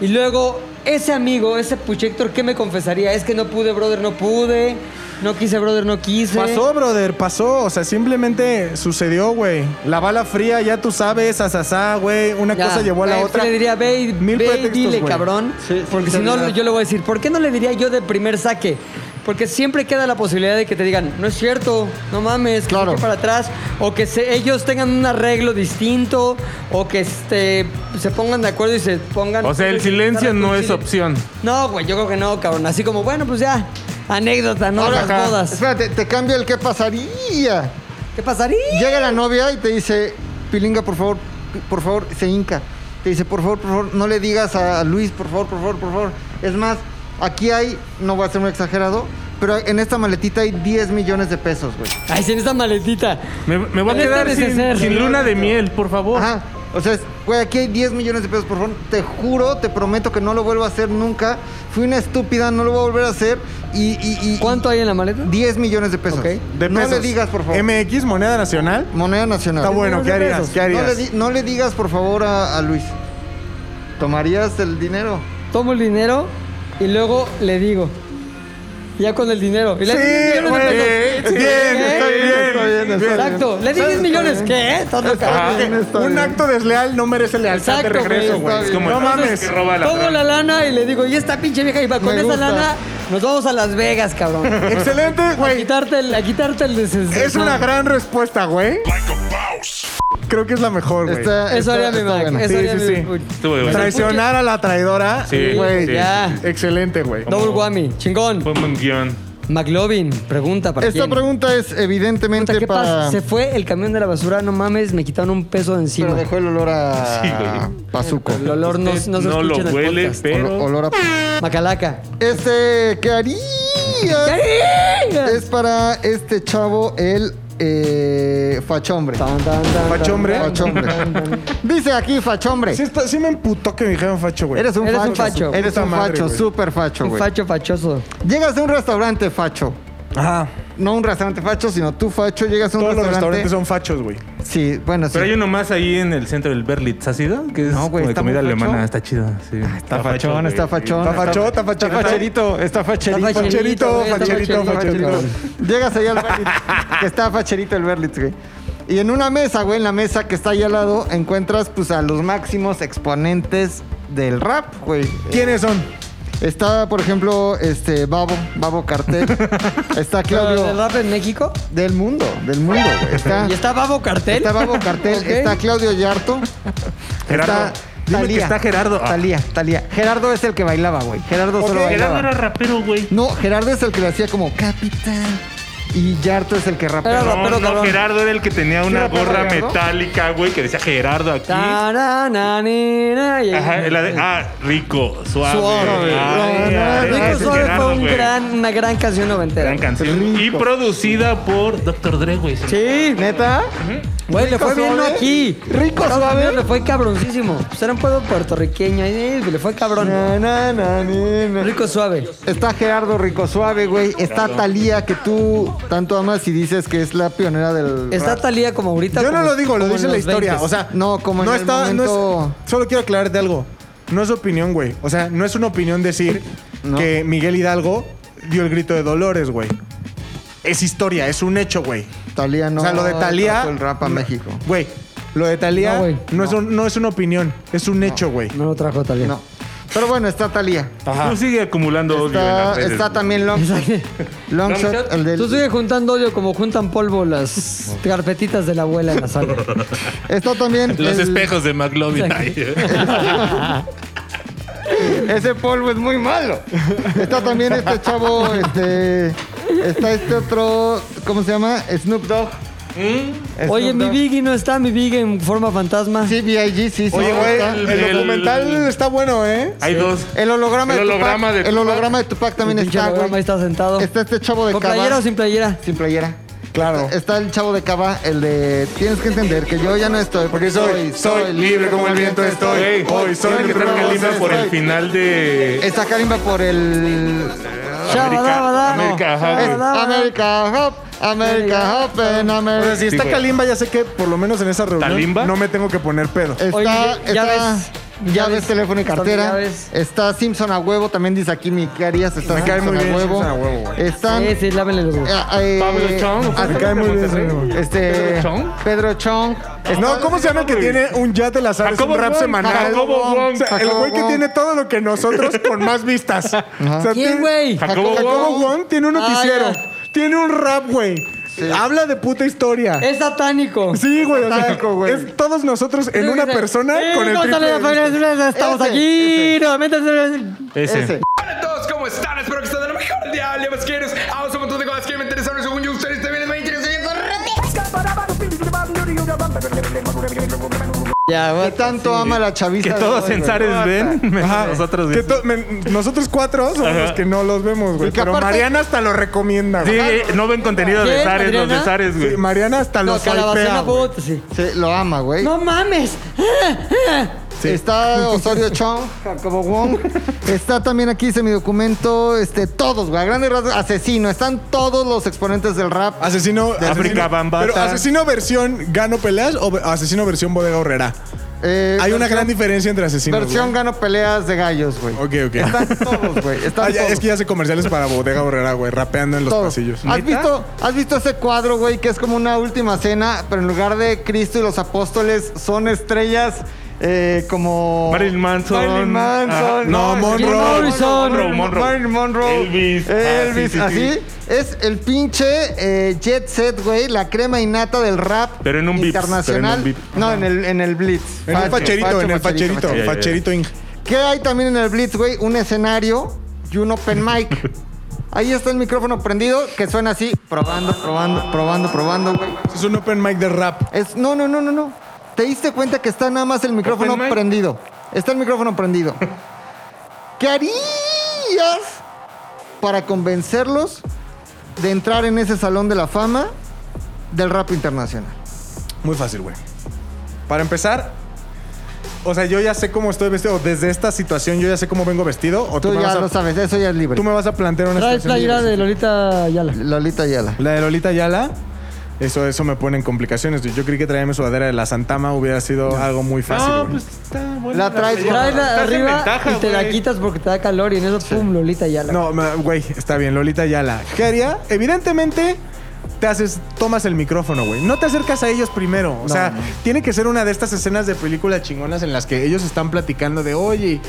[SPEAKER 5] Y luego, ese amigo, ese Puchector, ¿qué me confesaría? Es que no pude, brother, no pude. No quise, brother, no quise.
[SPEAKER 7] Pasó, brother, pasó. O sea, simplemente sucedió, güey. La bala fría, ya tú sabes, asasá, güey. Una
[SPEAKER 5] Ya,
[SPEAKER 7] cosa llevó a la
[SPEAKER 5] güey,
[SPEAKER 7] otra.
[SPEAKER 5] Le diría, ve, y-
[SPEAKER 7] Mil
[SPEAKER 5] ve y
[SPEAKER 7] pretextos,
[SPEAKER 5] dile,
[SPEAKER 7] güey.
[SPEAKER 5] cabrón.
[SPEAKER 7] Sí,
[SPEAKER 5] porque
[SPEAKER 7] sí,
[SPEAKER 5] si no,
[SPEAKER 7] verdad.
[SPEAKER 5] yo le voy a decir, ¿por qué no le diría yo de primer saque? Porque siempre queda la posibilidad de que te digan, no es cierto, no mames, que
[SPEAKER 8] Claro.
[SPEAKER 5] saque para atrás, o que se- ellos tengan un arreglo distinto, o que este, se pongan de acuerdo y se pongan.
[SPEAKER 6] O sea, el silencio no es opción.
[SPEAKER 5] No, güey, yo creo que no, cabrón. Así como, bueno, pues ya, anécdota, no
[SPEAKER 6] Ahora,
[SPEAKER 5] las
[SPEAKER 6] ajá.
[SPEAKER 5] bodas.
[SPEAKER 8] Espérate, te cambio el qué pasaría.
[SPEAKER 5] ¿Qué pasaría?
[SPEAKER 8] Llega la novia y te dice, Pilinga, por favor, pi- por favor, se hinca. Te dice, por favor, por favor, no le digas a Luis, por favor, por favor, por favor. Es más, aquí hay, no voy a ser muy exagerado, pero en esta maletita hay 10 millones de pesos, güey.
[SPEAKER 5] Ay, sin esta maletita.
[SPEAKER 6] Me, me voy a
[SPEAKER 5] Con este
[SPEAKER 6] quedar sin,
[SPEAKER 5] neceser.
[SPEAKER 6] sin luna de miel, por favor.
[SPEAKER 8] Ajá. Ah, O sea, es, güey, aquí hay 10 millones de pesos, por favor. Te juro, te prometo que no lo vuelvo a hacer nunca. Fui una estúpida, no lo voy a volver a hacer. Y, y, y-
[SPEAKER 5] ¿Cuánto hay en la maleta?
[SPEAKER 8] 10 millones de pesos.
[SPEAKER 5] Ok.
[SPEAKER 7] De
[SPEAKER 8] no le
[SPEAKER 7] pesos.
[SPEAKER 8] digas, por favor.
[SPEAKER 7] MX, moneda nacional.
[SPEAKER 8] Moneda nacional.
[SPEAKER 7] Está bueno, ¿qué harías? ¿Qué
[SPEAKER 8] No le,
[SPEAKER 7] harías?
[SPEAKER 8] di- no le digas, por favor, a, a Luis. ¿Tomarías el dinero?
[SPEAKER 5] tomo el dinero y luego le digo. Ya con el dinero. Y le
[SPEAKER 7] Sí,
[SPEAKER 5] di 10 millones de
[SPEAKER 7] güey.
[SPEAKER 5] pesos.
[SPEAKER 7] Bien,
[SPEAKER 5] ¿Eh?
[SPEAKER 7] está bien, está bien, está bien.
[SPEAKER 5] Exacto. Le di 10 millones. ¿Qué? Todo cagado.
[SPEAKER 7] Un acto desleal no merece lealtad de
[SPEAKER 5] Exacto,
[SPEAKER 7] regreso,
[SPEAKER 5] güey.
[SPEAKER 7] güey.
[SPEAKER 6] Es como
[SPEAKER 7] No
[SPEAKER 6] el que
[SPEAKER 7] mames.
[SPEAKER 6] roba la
[SPEAKER 5] Tomo la lana y le digo, y esta pinche vieja iba con
[SPEAKER 8] Me
[SPEAKER 5] esa
[SPEAKER 8] gusta.
[SPEAKER 5] lana. Nos vamos a Las Vegas, cabrón.
[SPEAKER 7] Excelente,
[SPEAKER 5] A
[SPEAKER 7] güey.
[SPEAKER 5] quitarte el, a quitarte el deses-
[SPEAKER 7] Es una gran respuesta, güey. Creo que es la mejor, güey.
[SPEAKER 8] Está-
[SPEAKER 5] Eso
[SPEAKER 8] está-
[SPEAKER 5] haría mi
[SPEAKER 8] está
[SPEAKER 5] Mac.
[SPEAKER 8] buena.
[SPEAKER 5] Eso
[SPEAKER 7] Sí,
[SPEAKER 5] haría
[SPEAKER 7] sí,
[SPEAKER 5] mi-
[SPEAKER 7] sí.
[SPEAKER 6] Estuvo bueno.
[SPEAKER 7] Traicionar a la traidora.
[SPEAKER 6] Sí,
[SPEAKER 7] güey.
[SPEAKER 6] sí.
[SPEAKER 5] Ya.
[SPEAKER 7] Excelente, güey.
[SPEAKER 5] Double whammy. Chingón.
[SPEAKER 6] Fue un buen guión.
[SPEAKER 5] McLovin, pregunta para
[SPEAKER 8] Esta
[SPEAKER 5] quién.
[SPEAKER 8] pregunta es evidentemente
[SPEAKER 5] Puta, ¿Qué
[SPEAKER 8] para...
[SPEAKER 5] pasa? Se fue el camión de la basura. No mames, me quitaron un peso de encima.
[SPEAKER 8] Pero dejó el olor a...
[SPEAKER 6] Sí, güey.
[SPEAKER 8] Pazuco.
[SPEAKER 5] El olor no, no se
[SPEAKER 6] no
[SPEAKER 5] escucha
[SPEAKER 6] lo
[SPEAKER 5] en el
[SPEAKER 6] huele,
[SPEAKER 5] podcast.
[SPEAKER 6] pero.
[SPEAKER 8] Olor a...
[SPEAKER 5] Macalaca.
[SPEAKER 8] Este, ¿qué haría? Es para este chavo, el eh, fachombre.
[SPEAKER 7] Fachombre.
[SPEAKER 8] Fachombre. Dice aquí fachombre.
[SPEAKER 7] Sí, está- sí me emputó que me dijeron facho, güey.
[SPEAKER 8] Eres un
[SPEAKER 5] Eres
[SPEAKER 8] facho.
[SPEAKER 5] un facho.
[SPEAKER 8] Eres
[SPEAKER 7] Puta
[SPEAKER 8] un
[SPEAKER 7] madre,
[SPEAKER 8] facho,
[SPEAKER 7] güey.
[SPEAKER 8] súper facho,
[SPEAKER 5] Un
[SPEAKER 8] güey.
[SPEAKER 5] facho fachoso.
[SPEAKER 8] Llegas a un restaurante facho.
[SPEAKER 7] Ajá.
[SPEAKER 8] No un restaurante facho, sino tú facho. Llegas a un
[SPEAKER 7] Todos los
[SPEAKER 8] restaurante.
[SPEAKER 7] restaurantes son fachos, güey.
[SPEAKER 8] Sí, bueno, sí.
[SPEAKER 6] Pero hay uno más ahí en el centro del Berlitz, ¿has ido? Que es
[SPEAKER 8] No, güey,
[SPEAKER 6] como de
[SPEAKER 8] está
[SPEAKER 6] comida
[SPEAKER 8] muy facho.
[SPEAKER 6] alemana, está chido. sí.
[SPEAKER 8] Está fachón,
[SPEAKER 6] güey,
[SPEAKER 8] está
[SPEAKER 6] sí.
[SPEAKER 8] fachón.
[SPEAKER 7] Está facho, está facho.
[SPEAKER 8] Está facherito, está facherito.
[SPEAKER 5] Está
[SPEAKER 7] Facherito,
[SPEAKER 5] güey, está
[SPEAKER 7] facherito,
[SPEAKER 5] facherito.
[SPEAKER 7] facherito.
[SPEAKER 8] Llegas ahí al Berlitz, que está facherito el Berlitz, güey. Y en una mesa, güey, en la mesa que está ahí al lado, encuentras pues a los máximos exponentes del rap, güey.
[SPEAKER 7] ¿Quiénes son?
[SPEAKER 8] Está, por ejemplo, este Babo, Babo Cartel. Está
[SPEAKER 5] Pero ¿Del
[SPEAKER 8] Claudio
[SPEAKER 5] rap en México?
[SPEAKER 8] del mundo, del mundo, güey. Está,
[SPEAKER 5] ¿Y está Babo Cartel?
[SPEAKER 8] está Babo Cartel,
[SPEAKER 5] Ok.
[SPEAKER 8] está Claudio Yarto.
[SPEAKER 6] Gerardo. Dime que está Gerardo. Ah.
[SPEAKER 8] Talía, Talía. Gerardo es el que bailaba, güey. Gerardo solo bailaba.
[SPEAKER 6] Gerardo era rapero, güey.
[SPEAKER 8] No, Gerardo es el que le hacía como capitán. Y Yarto es el que
[SPEAKER 5] Era
[SPEAKER 8] rapeaba.
[SPEAKER 6] No,
[SPEAKER 5] rapero,
[SPEAKER 6] no,
[SPEAKER 5] cabrón.
[SPEAKER 6] Gerardo era el que tenía una gorra metálica, güey, que decía Gerardo aquí.
[SPEAKER 5] Ta, na, na, ni, na, y-
[SPEAKER 6] Ajá, la de, ah, rico, suave.
[SPEAKER 5] Suave.
[SPEAKER 8] No,
[SPEAKER 6] Ay,
[SPEAKER 8] no,
[SPEAKER 6] ay,
[SPEAKER 8] no,
[SPEAKER 6] ay,
[SPEAKER 5] Rico
[SPEAKER 6] ese
[SPEAKER 5] Suave
[SPEAKER 6] Gerardo,
[SPEAKER 5] fue un
[SPEAKER 6] güey.
[SPEAKER 5] gran, una gran canción noventera.
[SPEAKER 6] Gran canción. Y producida por Dr. Dre, güey.
[SPEAKER 5] Sí,
[SPEAKER 8] ¿Neta?
[SPEAKER 5] güey, le
[SPEAKER 8] Rico
[SPEAKER 5] fue bien ¿no?
[SPEAKER 8] Suave.
[SPEAKER 5] aquí.
[SPEAKER 8] Rico
[SPEAKER 5] Estados
[SPEAKER 8] Suave.
[SPEAKER 5] Unidos Le fue cabroncísimo. Pues era un pueblo puertorriqueño, eh, le fue cabrón.
[SPEAKER 8] Na, na, na, ni, na.
[SPEAKER 5] Rico Suave.
[SPEAKER 8] Está Gerardo Rico Suave, güey. Está Talía, que tú tanto amas y dices que es la pionera del.
[SPEAKER 5] Está
[SPEAKER 8] rap.
[SPEAKER 5] Talía como ahorita.
[SPEAKER 7] Yo no
[SPEAKER 5] como-
[SPEAKER 7] lo digo, lo
[SPEAKER 5] como
[SPEAKER 7] dice
[SPEAKER 5] en
[SPEAKER 7] la
[SPEAKER 5] los
[SPEAKER 7] historia.
[SPEAKER 5] 20s.
[SPEAKER 7] O sea,
[SPEAKER 8] No, como en
[SPEAKER 7] no
[SPEAKER 8] el
[SPEAKER 7] está, no
[SPEAKER 8] momento-
[SPEAKER 7] es. Solo quiero aclararte algo. No es opinión, güey. O sea, no es una opinión decir
[SPEAKER 8] No.
[SPEAKER 7] que Miguel Hidalgo dio el grito de Dolores, güey. Es historia, es un hecho, güey.
[SPEAKER 8] Talía no.
[SPEAKER 7] o sea, lo de Talía.
[SPEAKER 8] trajo el rap a
[SPEAKER 7] no,
[SPEAKER 8] México.
[SPEAKER 7] Güey, lo de Talía
[SPEAKER 5] No,
[SPEAKER 7] no,
[SPEAKER 5] güey.
[SPEAKER 7] es un- no es una opinión, es un hecho, güey.
[SPEAKER 5] No lo trajo Talía.
[SPEAKER 8] No. Pero bueno, está Talía.
[SPEAKER 6] Tú sigue acumulando odio en las
[SPEAKER 8] Está,
[SPEAKER 6] redes,
[SPEAKER 8] está
[SPEAKER 6] güey.
[SPEAKER 8] también Longshot. Longshot,
[SPEAKER 6] Longshot.
[SPEAKER 8] el
[SPEAKER 5] Tú
[SPEAKER 8] del.
[SPEAKER 5] sigues juntando odio como juntan polvo las carpetitas de la abuela en la sala.
[SPEAKER 8] Está también.
[SPEAKER 6] Los
[SPEAKER 8] el-
[SPEAKER 6] espejos de McLovin.
[SPEAKER 5] Exacto.
[SPEAKER 6] Ay,
[SPEAKER 8] Ese polvo es muy malo. Está también este chavo, este. Está este otro, ¿cómo se llama? Snoop Dogg.
[SPEAKER 5] Oye, mi Biggie no está, mi Biggie en forma fantasma.
[SPEAKER 8] Sí, B.I.G., sí, sí.
[SPEAKER 7] Oye,
[SPEAKER 8] no,
[SPEAKER 7] güey,
[SPEAKER 8] está.
[SPEAKER 7] el,
[SPEAKER 6] El-
[SPEAKER 7] documental está bueno, ¿eh?
[SPEAKER 6] Hay dos.
[SPEAKER 8] El holograma
[SPEAKER 6] El
[SPEAKER 8] de Tupac.
[SPEAKER 6] holograma de
[SPEAKER 8] El
[SPEAKER 6] Tupac.
[SPEAKER 8] holograma de Tupac también
[SPEAKER 5] El pinche
[SPEAKER 8] está,
[SPEAKER 5] holograma
[SPEAKER 8] güey.
[SPEAKER 5] ahí está sentado.
[SPEAKER 8] Está este chavo de
[SPEAKER 5] ¿Con
[SPEAKER 8] Cava.
[SPEAKER 5] playera o sin playera?
[SPEAKER 8] Sin playera.
[SPEAKER 7] Claro.
[SPEAKER 8] Está el chavo de Cava, el de. Tienes que entender que yo ya no estoy. Porque soy,
[SPEAKER 1] soy libre como el viento estoy.
[SPEAKER 6] Ey,
[SPEAKER 1] Hoy soy
[SPEAKER 6] ¿saben
[SPEAKER 1] el
[SPEAKER 6] que traen
[SPEAKER 1] nuevo
[SPEAKER 6] Kalimba por el final de
[SPEAKER 8] Está Karimba por el.
[SPEAKER 5] Shabadabada.
[SPEAKER 6] América, ajá,
[SPEAKER 5] Shabadabada.
[SPEAKER 6] güey.
[SPEAKER 8] América Hop, América Hop en
[SPEAKER 7] O sea, si
[SPEAKER 8] América.
[SPEAKER 7] está
[SPEAKER 6] güey.
[SPEAKER 7] Kalimba, ya sé que por lo menos en esa reunión
[SPEAKER 6] ¿Talimba?
[SPEAKER 7] no me tengo que poner pedo.
[SPEAKER 6] Eh,
[SPEAKER 8] Está,
[SPEAKER 5] Oye, ya-
[SPEAKER 8] está
[SPEAKER 5] llaves,
[SPEAKER 8] llaves,
[SPEAKER 5] llaves,
[SPEAKER 8] teléfono y
[SPEAKER 5] están
[SPEAKER 8] cartera.
[SPEAKER 5] llaves.
[SPEAKER 8] Está Simpson a huevo, también dice aquí mi Carias. Está
[SPEAKER 7] Me cae
[SPEAKER 8] Simpson
[SPEAKER 7] muy bien
[SPEAKER 8] a huevo.
[SPEAKER 7] Simpson a huevo, güey.
[SPEAKER 8] Están.
[SPEAKER 5] Sí, sí, lávenle los huevos.
[SPEAKER 8] eh, eh,
[SPEAKER 6] Pablo Chong.
[SPEAKER 8] ah,
[SPEAKER 7] Me cae muy bien ese güey.
[SPEAKER 8] Este,
[SPEAKER 6] ¿Pedro Chong?
[SPEAKER 8] Pedro Chong. Está-
[SPEAKER 7] No, ¿cómo se llama el que tiene un yate las aves,
[SPEAKER 6] Jacobo
[SPEAKER 7] un rap
[SPEAKER 6] Wong,
[SPEAKER 7] semanal?
[SPEAKER 6] Jacobo Wong.
[SPEAKER 7] O sea, el
[SPEAKER 8] Jacobo
[SPEAKER 7] güey que
[SPEAKER 8] Wong.
[SPEAKER 7] tiene todo lo que nosotros con más vistas. O sea,
[SPEAKER 5] ¿Quién,
[SPEAKER 7] tiene-
[SPEAKER 5] güey?
[SPEAKER 6] Jacobo
[SPEAKER 7] Jacobo
[SPEAKER 6] Wong.
[SPEAKER 7] Wong tiene un
[SPEAKER 5] Ah,
[SPEAKER 7] noticiero.
[SPEAKER 5] ya.
[SPEAKER 7] Tiene un rap, güey. Habla de puta historia.
[SPEAKER 5] Es satánico.
[SPEAKER 7] Sí, güey. o sea,
[SPEAKER 8] Satánico, güey.
[SPEAKER 7] es todos nosotros en una persona
[SPEAKER 5] Eh,
[SPEAKER 7] con el
[SPEAKER 5] cóntale
[SPEAKER 7] triple
[SPEAKER 5] la
[SPEAKER 7] de
[SPEAKER 5] familia, Estamos
[SPEAKER 8] Ese,
[SPEAKER 5] aquí. nuevamente.
[SPEAKER 6] Ese.
[SPEAKER 8] Ese.
[SPEAKER 11] Hola a todos, ¿cómo están? Espero que estén de lo mejor del día, vasqueros. Vamos a un montón de cosas que me interesaron. Según yo, ustedes también les va a interesar.
[SPEAKER 5] Ya,
[SPEAKER 8] Que
[SPEAKER 5] güey.
[SPEAKER 8] tanto ama la
[SPEAKER 6] Que
[SPEAKER 8] chaviza. de
[SPEAKER 6] todos
[SPEAKER 8] hoy,
[SPEAKER 6] en
[SPEAKER 8] güey.
[SPEAKER 6] Zares ven, menos nosotros.
[SPEAKER 7] Que to- men- nosotros cuatro somos
[SPEAKER 6] Ajá.
[SPEAKER 7] los que no los vemos, güey.
[SPEAKER 8] Y que
[SPEAKER 7] Pero
[SPEAKER 8] aparte-
[SPEAKER 7] Mariana hasta lo recomienda,
[SPEAKER 6] Sí,
[SPEAKER 7] güey.
[SPEAKER 6] eh, no ven contenido de
[SPEAKER 5] ¿Quién,
[SPEAKER 6] Zares, los de
[SPEAKER 5] Adriana?
[SPEAKER 6] Zares,
[SPEAKER 7] Sí,
[SPEAKER 6] güey.
[SPEAKER 7] Mariana hasta
[SPEAKER 5] No,
[SPEAKER 7] los hypea,
[SPEAKER 5] calabacena,
[SPEAKER 7] güey.
[SPEAKER 5] puta, sí.
[SPEAKER 8] Sí, lo ama, güey.
[SPEAKER 5] No mames.
[SPEAKER 8] Está Osorio Chong, Jacobo Wong. Está también aquí, dice mi documento, este, todos, güey, a grandes rasgos, asesino. Están todos los exponentes del rap.
[SPEAKER 7] Asesino.
[SPEAKER 6] África
[SPEAKER 7] asesino-
[SPEAKER 6] Bambata.
[SPEAKER 7] Pero asesino versión gano peleas o ve- asesino versión bodega horrera.
[SPEAKER 8] Eh,
[SPEAKER 7] Hay una
[SPEAKER 8] versión-
[SPEAKER 7] gran diferencia entre asesinos.
[SPEAKER 8] Versión
[SPEAKER 7] güey.
[SPEAKER 8] gano peleas de gallos, güey.
[SPEAKER 7] Ok, ok.
[SPEAKER 8] Están todos, güey. Están
[SPEAKER 7] Ah, ya,
[SPEAKER 8] todos.
[SPEAKER 7] es que ya hace comerciales para bodega horrera, güey. Rapeando en los
[SPEAKER 8] todos.
[SPEAKER 7] pasillos.
[SPEAKER 8] ¿Has visto, ¿Has visto ese cuadro, güey, que es como una última cena, pero en lugar de Cristo y los apóstoles son estrellas eh, como...
[SPEAKER 6] Marilyn Manson.
[SPEAKER 8] Marilyn Manson.
[SPEAKER 6] Ah,
[SPEAKER 7] no, Monroe.
[SPEAKER 5] Jim Morrison.
[SPEAKER 6] Monroe, Monroe.
[SPEAKER 8] Marilyn Monroe.
[SPEAKER 6] Elvis.
[SPEAKER 8] Elvis,
[SPEAKER 6] Ah, sí, sí,
[SPEAKER 8] así.
[SPEAKER 6] sí.
[SPEAKER 8] Es el pinche eh, jet set, güey. La crema innata del rap
[SPEAKER 6] Pero en un Vips,
[SPEAKER 8] internacional.
[SPEAKER 6] pero en un Vips.
[SPEAKER 8] no, en el, en el Blitz.
[SPEAKER 7] En un
[SPEAKER 8] Facho,
[SPEAKER 7] facherito,
[SPEAKER 8] facho,
[SPEAKER 7] en el facherito.
[SPEAKER 6] facherito.
[SPEAKER 7] Facherito Inc.
[SPEAKER 8] ¿Qué hay también en el Blitz, güey? Un escenario y un open mic. Ahí está el micrófono prendido que suena así, probando, probando, probando, probando, güey.
[SPEAKER 7] Es un open mic de rap.
[SPEAKER 8] Es, no, no, no, no, no. Te diste cuenta que está nada más el micrófono
[SPEAKER 6] Open mic.
[SPEAKER 8] prendido. Está el micrófono prendido. ¿Qué harías para convencerlos de entrar en ese salón de la fama del rap internacional?
[SPEAKER 7] Muy fácil, güey. Para empezar, o sea, yo ya sé cómo estoy vestido. Desde esta situación yo ya sé cómo vengo vestido. O tú,
[SPEAKER 8] Tú
[SPEAKER 7] me,
[SPEAKER 8] ya
[SPEAKER 7] vas a,
[SPEAKER 8] lo sabes, eso ya es libre.
[SPEAKER 7] tú me vas a plantear una
[SPEAKER 5] Trae
[SPEAKER 7] situación.
[SPEAKER 5] playera
[SPEAKER 7] libre.
[SPEAKER 5] de Lolita Ayala.
[SPEAKER 8] Lolita Ayala.
[SPEAKER 7] La de Lolita Yala. Eso, eso me pone en complicaciones. Yo creí que traerme sudadera de la Santama hubiera sido algo muy fácil.
[SPEAKER 6] No,
[SPEAKER 7] güey.
[SPEAKER 6] pues está buena.
[SPEAKER 8] La traes,
[SPEAKER 6] playera.
[SPEAKER 5] Trae
[SPEAKER 6] Estás
[SPEAKER 5] la
[SPEAKER 6] en
[SPEAKER 5] arriba
[SPEAKER 6] ventaja,
[SPEAKER 5] y te la
[SPEAKER 6] güey.
[SPEAKER 5] quitas porque te da calor y en eso, pum, Lolita Ayala.
[SPEAKER 7] No, ma- güey, está bien, Lolita Yala. ¿Qué haría? Evidentemente, te haces, tomas el micrófono, güey. No te acercas a ellos primero. O sea, tiene que ser una de estas escenas de películas chingonas en las que ellos están platicando de, oye,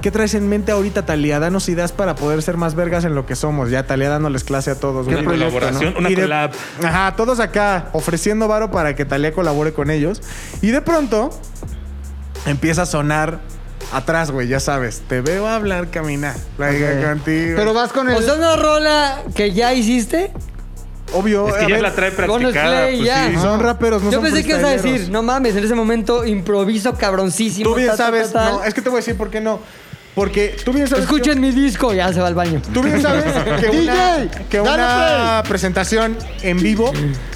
[SPEAKER 7] ¿qué traes en mente ahorita, Talía? Danos ideas para poder ser más vergas en lo que somos. Ya, Talía dándoles clase a todos,
[SPEAKER 6] Una
[SPEAKER 7] güey.
[SPEAKER 6] colaboración, una
[SPEAKER 7] Y de-
[SPEAKER 6] collab.
[SPEAKER 7] Ajá, todos acá ofreciendo varo para que Talía colabore con ellos. Y de pronto empieza a sonar atrás, güey, ya sabes. Te veo hablar, caminar. Like, contigo.
[SPEAKER 8] Pero vas con el.
[SPEAKER 5] O sea, una rola que ya hiciste,
[SPEAKER 7] obvio,
[SPEAKER 6] Es
[SPEAKER 7] a
[SPEAKER 6] que ya
[SPEAKER 7] ver,
[SPEAKER 6] la trae
[SPEAKER 5] pones
[SPEAKER 6] practicada.
[SPEAKER 5] play
[SPEAKER 6] pues
[SPEAKER 5] ya.
[SPEAKER 6] sí.
[SPEAKER 5] Ajá.
[SPEAKER 7] son raperos, no
[SPEAKER 5] yo
[SPEAKER 7] son
[SPEAKER 5] pensé que ibas a
[SPEAKER 7] freestyleros.
[SPEAKER 5] decir, no mames, en ese momento improviso cabroncísimo.
[SPEAKER 7] Tú bien
[SPEAKER 5] ta, ta, ta,
[SPEAKER 7] sabes,
[SPEAKER 5] tal.
[SPEAKER 7] no, es que te voy a decir por qué no. Porque tú bien sabes.
[SPEAKER 5] Escuchen mi disco, ya se va al baño.
[SPEAKER 7] Tú bien sabes que una,
[SPEAKER 8] DJ,
[SPEAKER 7] que
[SPEAKER 8] dale
[SPEAKER 7] una presentación en vivo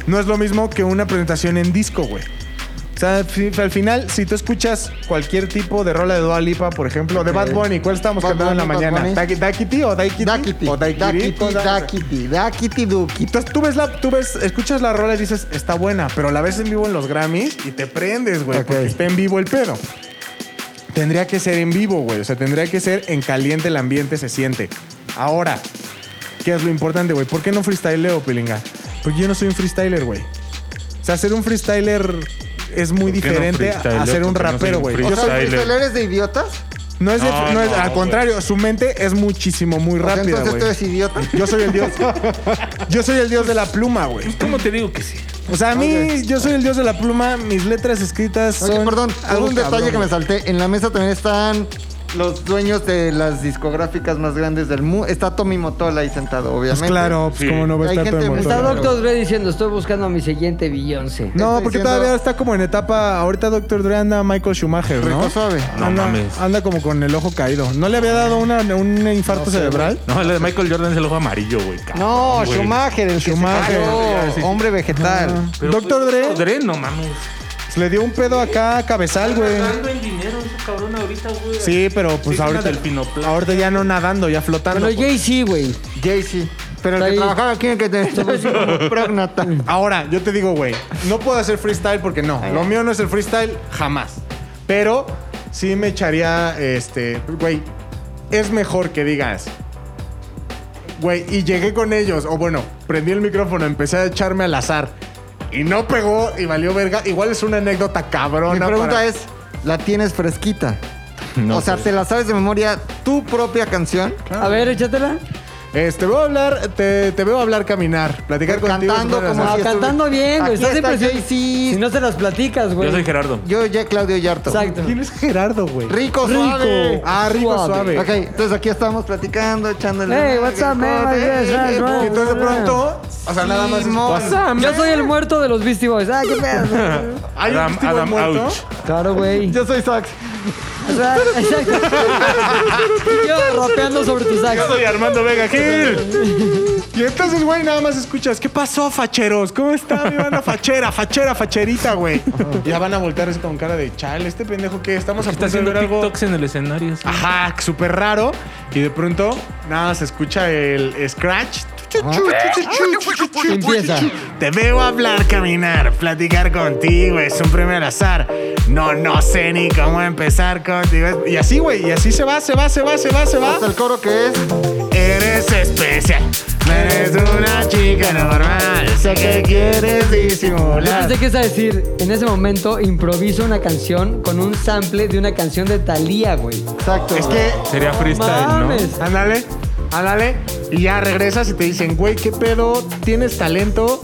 [SPEAKER 7] no es lo mismo que una presentación en disco, güey. O sea, fi- al final, si tú escuchas cualquier tipo de rola de Dua Lipa, por ejemplo, de Bad Bunny, ¿cuál estamos
[SPEAKER 8] Bad
[SPEAKER 7] cantando en la
[SPEAKER 8] Bunny, Bad
[SPEAKER 7] mañana?
[SPEAKER 8] Bunny.
[SPEAKER 7] Daki- ¿Dakiti o Daikiti?
[SPEAKER 8] Dakiti.
[SPEAKER 7] O Daikiri,
[SPEAKER 8] Dakiti,
[SPEAKER 7] cosas-
[SPEAKER 8] Dakiti, Dakiti, Duki.
[SPEAKER 7] Entonces tú ves la, tú ves, escuchas la rola y dices, está buena, pero la ves en vivo en los Grammys y te prendes, güey,
[SPEAKER 8] Ok.
[SPEAKER 7] porque está en vivo el pedo. Tendría que ser en vivo, güey. O sea, tendría que ser en caliente el ambiente se siente. Ahora, ¿qué es lo importante, güey? ¿Por qué no freestyleo, Pilinga? Porque yo no soy un freestyler, güey. O sea, ser un freestyler es muy
[SPEAKER 6] ¿Por qué no
[SPEAKER 7] diferente a
[SPEAKER 6] freestyleo?
[SPEAKER 7] ser un
[SPEAKER 6] Porque no soy
[SPEAKER 7] rapero,
[SPEAKER 6] un
[SPEAKER 7] güey.
[SPEAKER 6] freestyle.
[SPEAKER 8] O
[SPEAKER 7] Yo soy-
[SPEAKER 8] sea,
[SPEAKER 6] Tyler.
[SPEAKER 8] ¿eres de idiotas?
[SPEAKER 7] no es, de-
[SPEAKER 6] No,
[SPEAKER 7] no es-
[SPEAKER 6] no,
[SPEAKER 7] al
[SPEAKER 6] güey.
[SPEAKER 7] contrario, su mente es muchísimo, muy
[SPEAKER 8] O sea,
[SPEAKER 7] rápida,
[SPEAKER 8] entonces tú
[SPEAKER 7] güey.
[SPEAKER 8] eres idiota.
[SPEAKER 7] Yo soy el dios. Yo soy el dios de la pluma, güey.
[SPEAKER 6] Pues, ¿Cómo te digo que sí?
[SPEAKER 7] O sea, a mí, yo soy el dios de la pluma, mis letras escritas
[SPEAKER 8] Oye,
[SPEAKER 7] son...
[SPEAKER 8] perdón,
[SPEAKER 7] algo
[SPEAKER 8] algún detalle
[SPEAKER 7] cabrón,
[SPEAKER 8] que me
[SPEAKER 7] güey.
[SPEAKER 8] salté. En la mesa también están los dueños de las discográficas más grandes del mundo. Está Tommy Motola ahí sentado, obviamente.
[SPEAKER 7] Pues claro, pues cómo no va a
[SPEAKER 8] Hay
[SPEAKER 7] estar
[SPEAKER 8] gente
[SPEAKER 7] todo
[SPEAKER 8] muy-
[SPEAKER 7] emocionado.
[SPEAKER 8] Está
[SPEAKER 12] Doctor Dre diciendo, estoy buscando a mi siguiente Beyoncé.
[SPEAKER 7] No,
[SPEAKER 8] Estoy
[SPEAKER 7] porque
[SPEAKER 8] diciendo-
[SPEAKER 7] todavía está como en etapa. Ahorita Doctor Dre anda Michael Schumacher, ¿no?
[SPEAKER 8] Rico suave.
[SPEAKER 6] No
[SPEAKER 7] anda,
[SPEAKER 6] mames.
[SPEAKER 7] anda como con el ojo caído. ¿No le había dado una, un infarto cerebral?
[SPEAKER 6] No, el de Michael Jordan es el ojo amarillo, güey. cabrón,
[SPEAKER 8] No,
[SPEAKER 6] güey.
[SPEAKER 8] Schumacher, el que se
[SPEAKER 7] Schumacher.
[SPEAKER 8] cayó,
[SPEAKER 6] Sí, sí.
[SPEAKER 8] hombre vegetal.
[SPEAKER 6] Pero,
[SPEAKER 7] Doctor Dre
[SPEAKER 6] Doctor Dre, no mames.
[SPEAKER 7] le dio un pedo acá a cabezal, güey.
[SPEAKER 6] Nadando en dinero ese cabrón ahorita, güey.
[SPEAKER 7] Sí, pero pues
[SPEAKER 6] Sí,
[SPEAKER 7] ahorita.
[SPEAKER 6] del Pinoplast.
[SPEAKER 7] Ahorita ya no nadando, ya flotando.
[SPEAKER 5] Bueno, Jay-Z, güey.
[SPEAKER 8] Jay-Z. Pero el
[SPEAKER 5] Está
[SPEAKER 8] que
[SPEAKER 5] ahí.
[SPEAKER 8] trabajaba aquí, el que te como prógnata.
[SPEAKER 7] Ahora, yo te digo, güey, no puedo hacer freestyle porque no. Lo mío no es el freestyle jamás. Pero sí me echaría, este, güey, es mejor que digas, güey, y llegué con ellos, o bueno, prendí el micrófono, empecé a echarme al azar. Y no pegó y valió verga. Igual es una anécdota cabrona.
[SPEAKER 8] Mi pregunta
[SPEAKER 7] para-
[SPEAKER 8] es, ¿la tienes fresquita? o sea, ¿te la sabes de memoria tu propia canción?
[SPEAKER 5] A ver, échatela.
[SPEAKER 7] Este, voy a hablar, te, te veo hablar caminar, platicar contigo.
[SPEAKER 8] Cantando
[SPEAKER 7] sobre
[SPEAKER 8] como
[SPEAKER 7] las-
[SPEAKER 5] Ah,
[SPEAKER 8] estuve-
[SPEAKER 5] cantando bien,
[SPEAKER 8] Aquí
[SPEAKER 5] güey. Estás
[SPEAKER 8] está
[SPEAKER 5] impresionante.
[SPEAKER 8] Jay-Z.
[SPEAKER 5] Si no se las platicas, güey.
[SPEAKER 6] Yo soy Gerardo.
[SPEAKER 8] Yo ya Claudio Yarto.
[SPEAKER 5] Exacto.
[SPEAKER 7] ¿Quién es Gerardo, güey?
[SPEAKER 8] Rico, suave.
[SPEAKER 7] Ah, rico, suave.
[SPEAKER 5] Suave.
[SPEAKER 8] Ok, entonces aquí estamos platicando, echándole.
[SPEAKER 5] Hey, what's up, man?
[SPEAKER 8] Hey,
[SPEAKER 5] Yes,
[SPEAKER 8] hey,
[SPEAKER 5] right,
[SPEAKER 7] Y
[SPEAKER 8] hey.
[SPEAKER 5] right.
[SPEAKER 7] entonces de pronto, o sea, nada más. es-
[SPEAKER 8] Simón.
[SPEAKER 6] Ah,
[SPEAKER 5] Yo soy el muerto de los Beastie Boys. Ah, qué pedo.
[SPEAKER 7] ¿Hay un
[SPEAKER 6] Adam-
[SPEAKER 7] Steve
[SPEAKER 6] Adam
[SPEAKER 7] muerto?
[SPEAKER 6] Ouch.
[SPEAKER 5] Claro, güey.
[SPEAKER 8] Yo soy Sax.
[SPEAKER 5] O sea, exacto. Y Yo rapeando sobre tu sax.
[SPEAKER 6] Yo soy Armando Vega Gil.
[SPEAKER 7] Y entonces, güey, nada más escuchas, ¿qué pasó, facheros? ¿Cómo está mi banda fachera, fachera, facherita, güey? Ya van a voltear así con cara de, chale, este pendejo que estamos a
[SPEAKER 6] Está
[SPEAKER 7] punto de
[SPEAKER 6] haciendo
[SPEAKER 7] ver algo...
[SPEAKER 6] TikToks en el escenario. sí.
[SPEAKER 7] Ajá, súper raro. Y de pronto, nada, se escucha el scratch.
[SPEAKER 5] Empieza.
[SPEAKER 7] Te veo hablar, caminar, platicar contigo, es un primer azar. No, no sé ni cómo empezar contigo. Y así, güey, y así se va, se va, se va, se va, se va.
[SPEAKER 8] Hasta el coro que es.
[SPEAKER 7] Eres especial. Eres una chica normal. Sé que quieres
[SPEAKER 5] Yo
[SPEAKER 7] disimular.
[SPEAKER 5] pensé que es a decir, en ese momento improviso una canción con un sample de una canción de Thalía, güey.
[SPEAKER 8] Exacto.
[SPEAKER 7] Es que.
[SPEAKER 6] Sería freestyle, ¿no?
[SPEAKER 5] Mames.
[SPEAKER 7] Ándale, ándale. Y ya regresas y te dicen, güey, ¿qué pedo? ¿Tienes talento?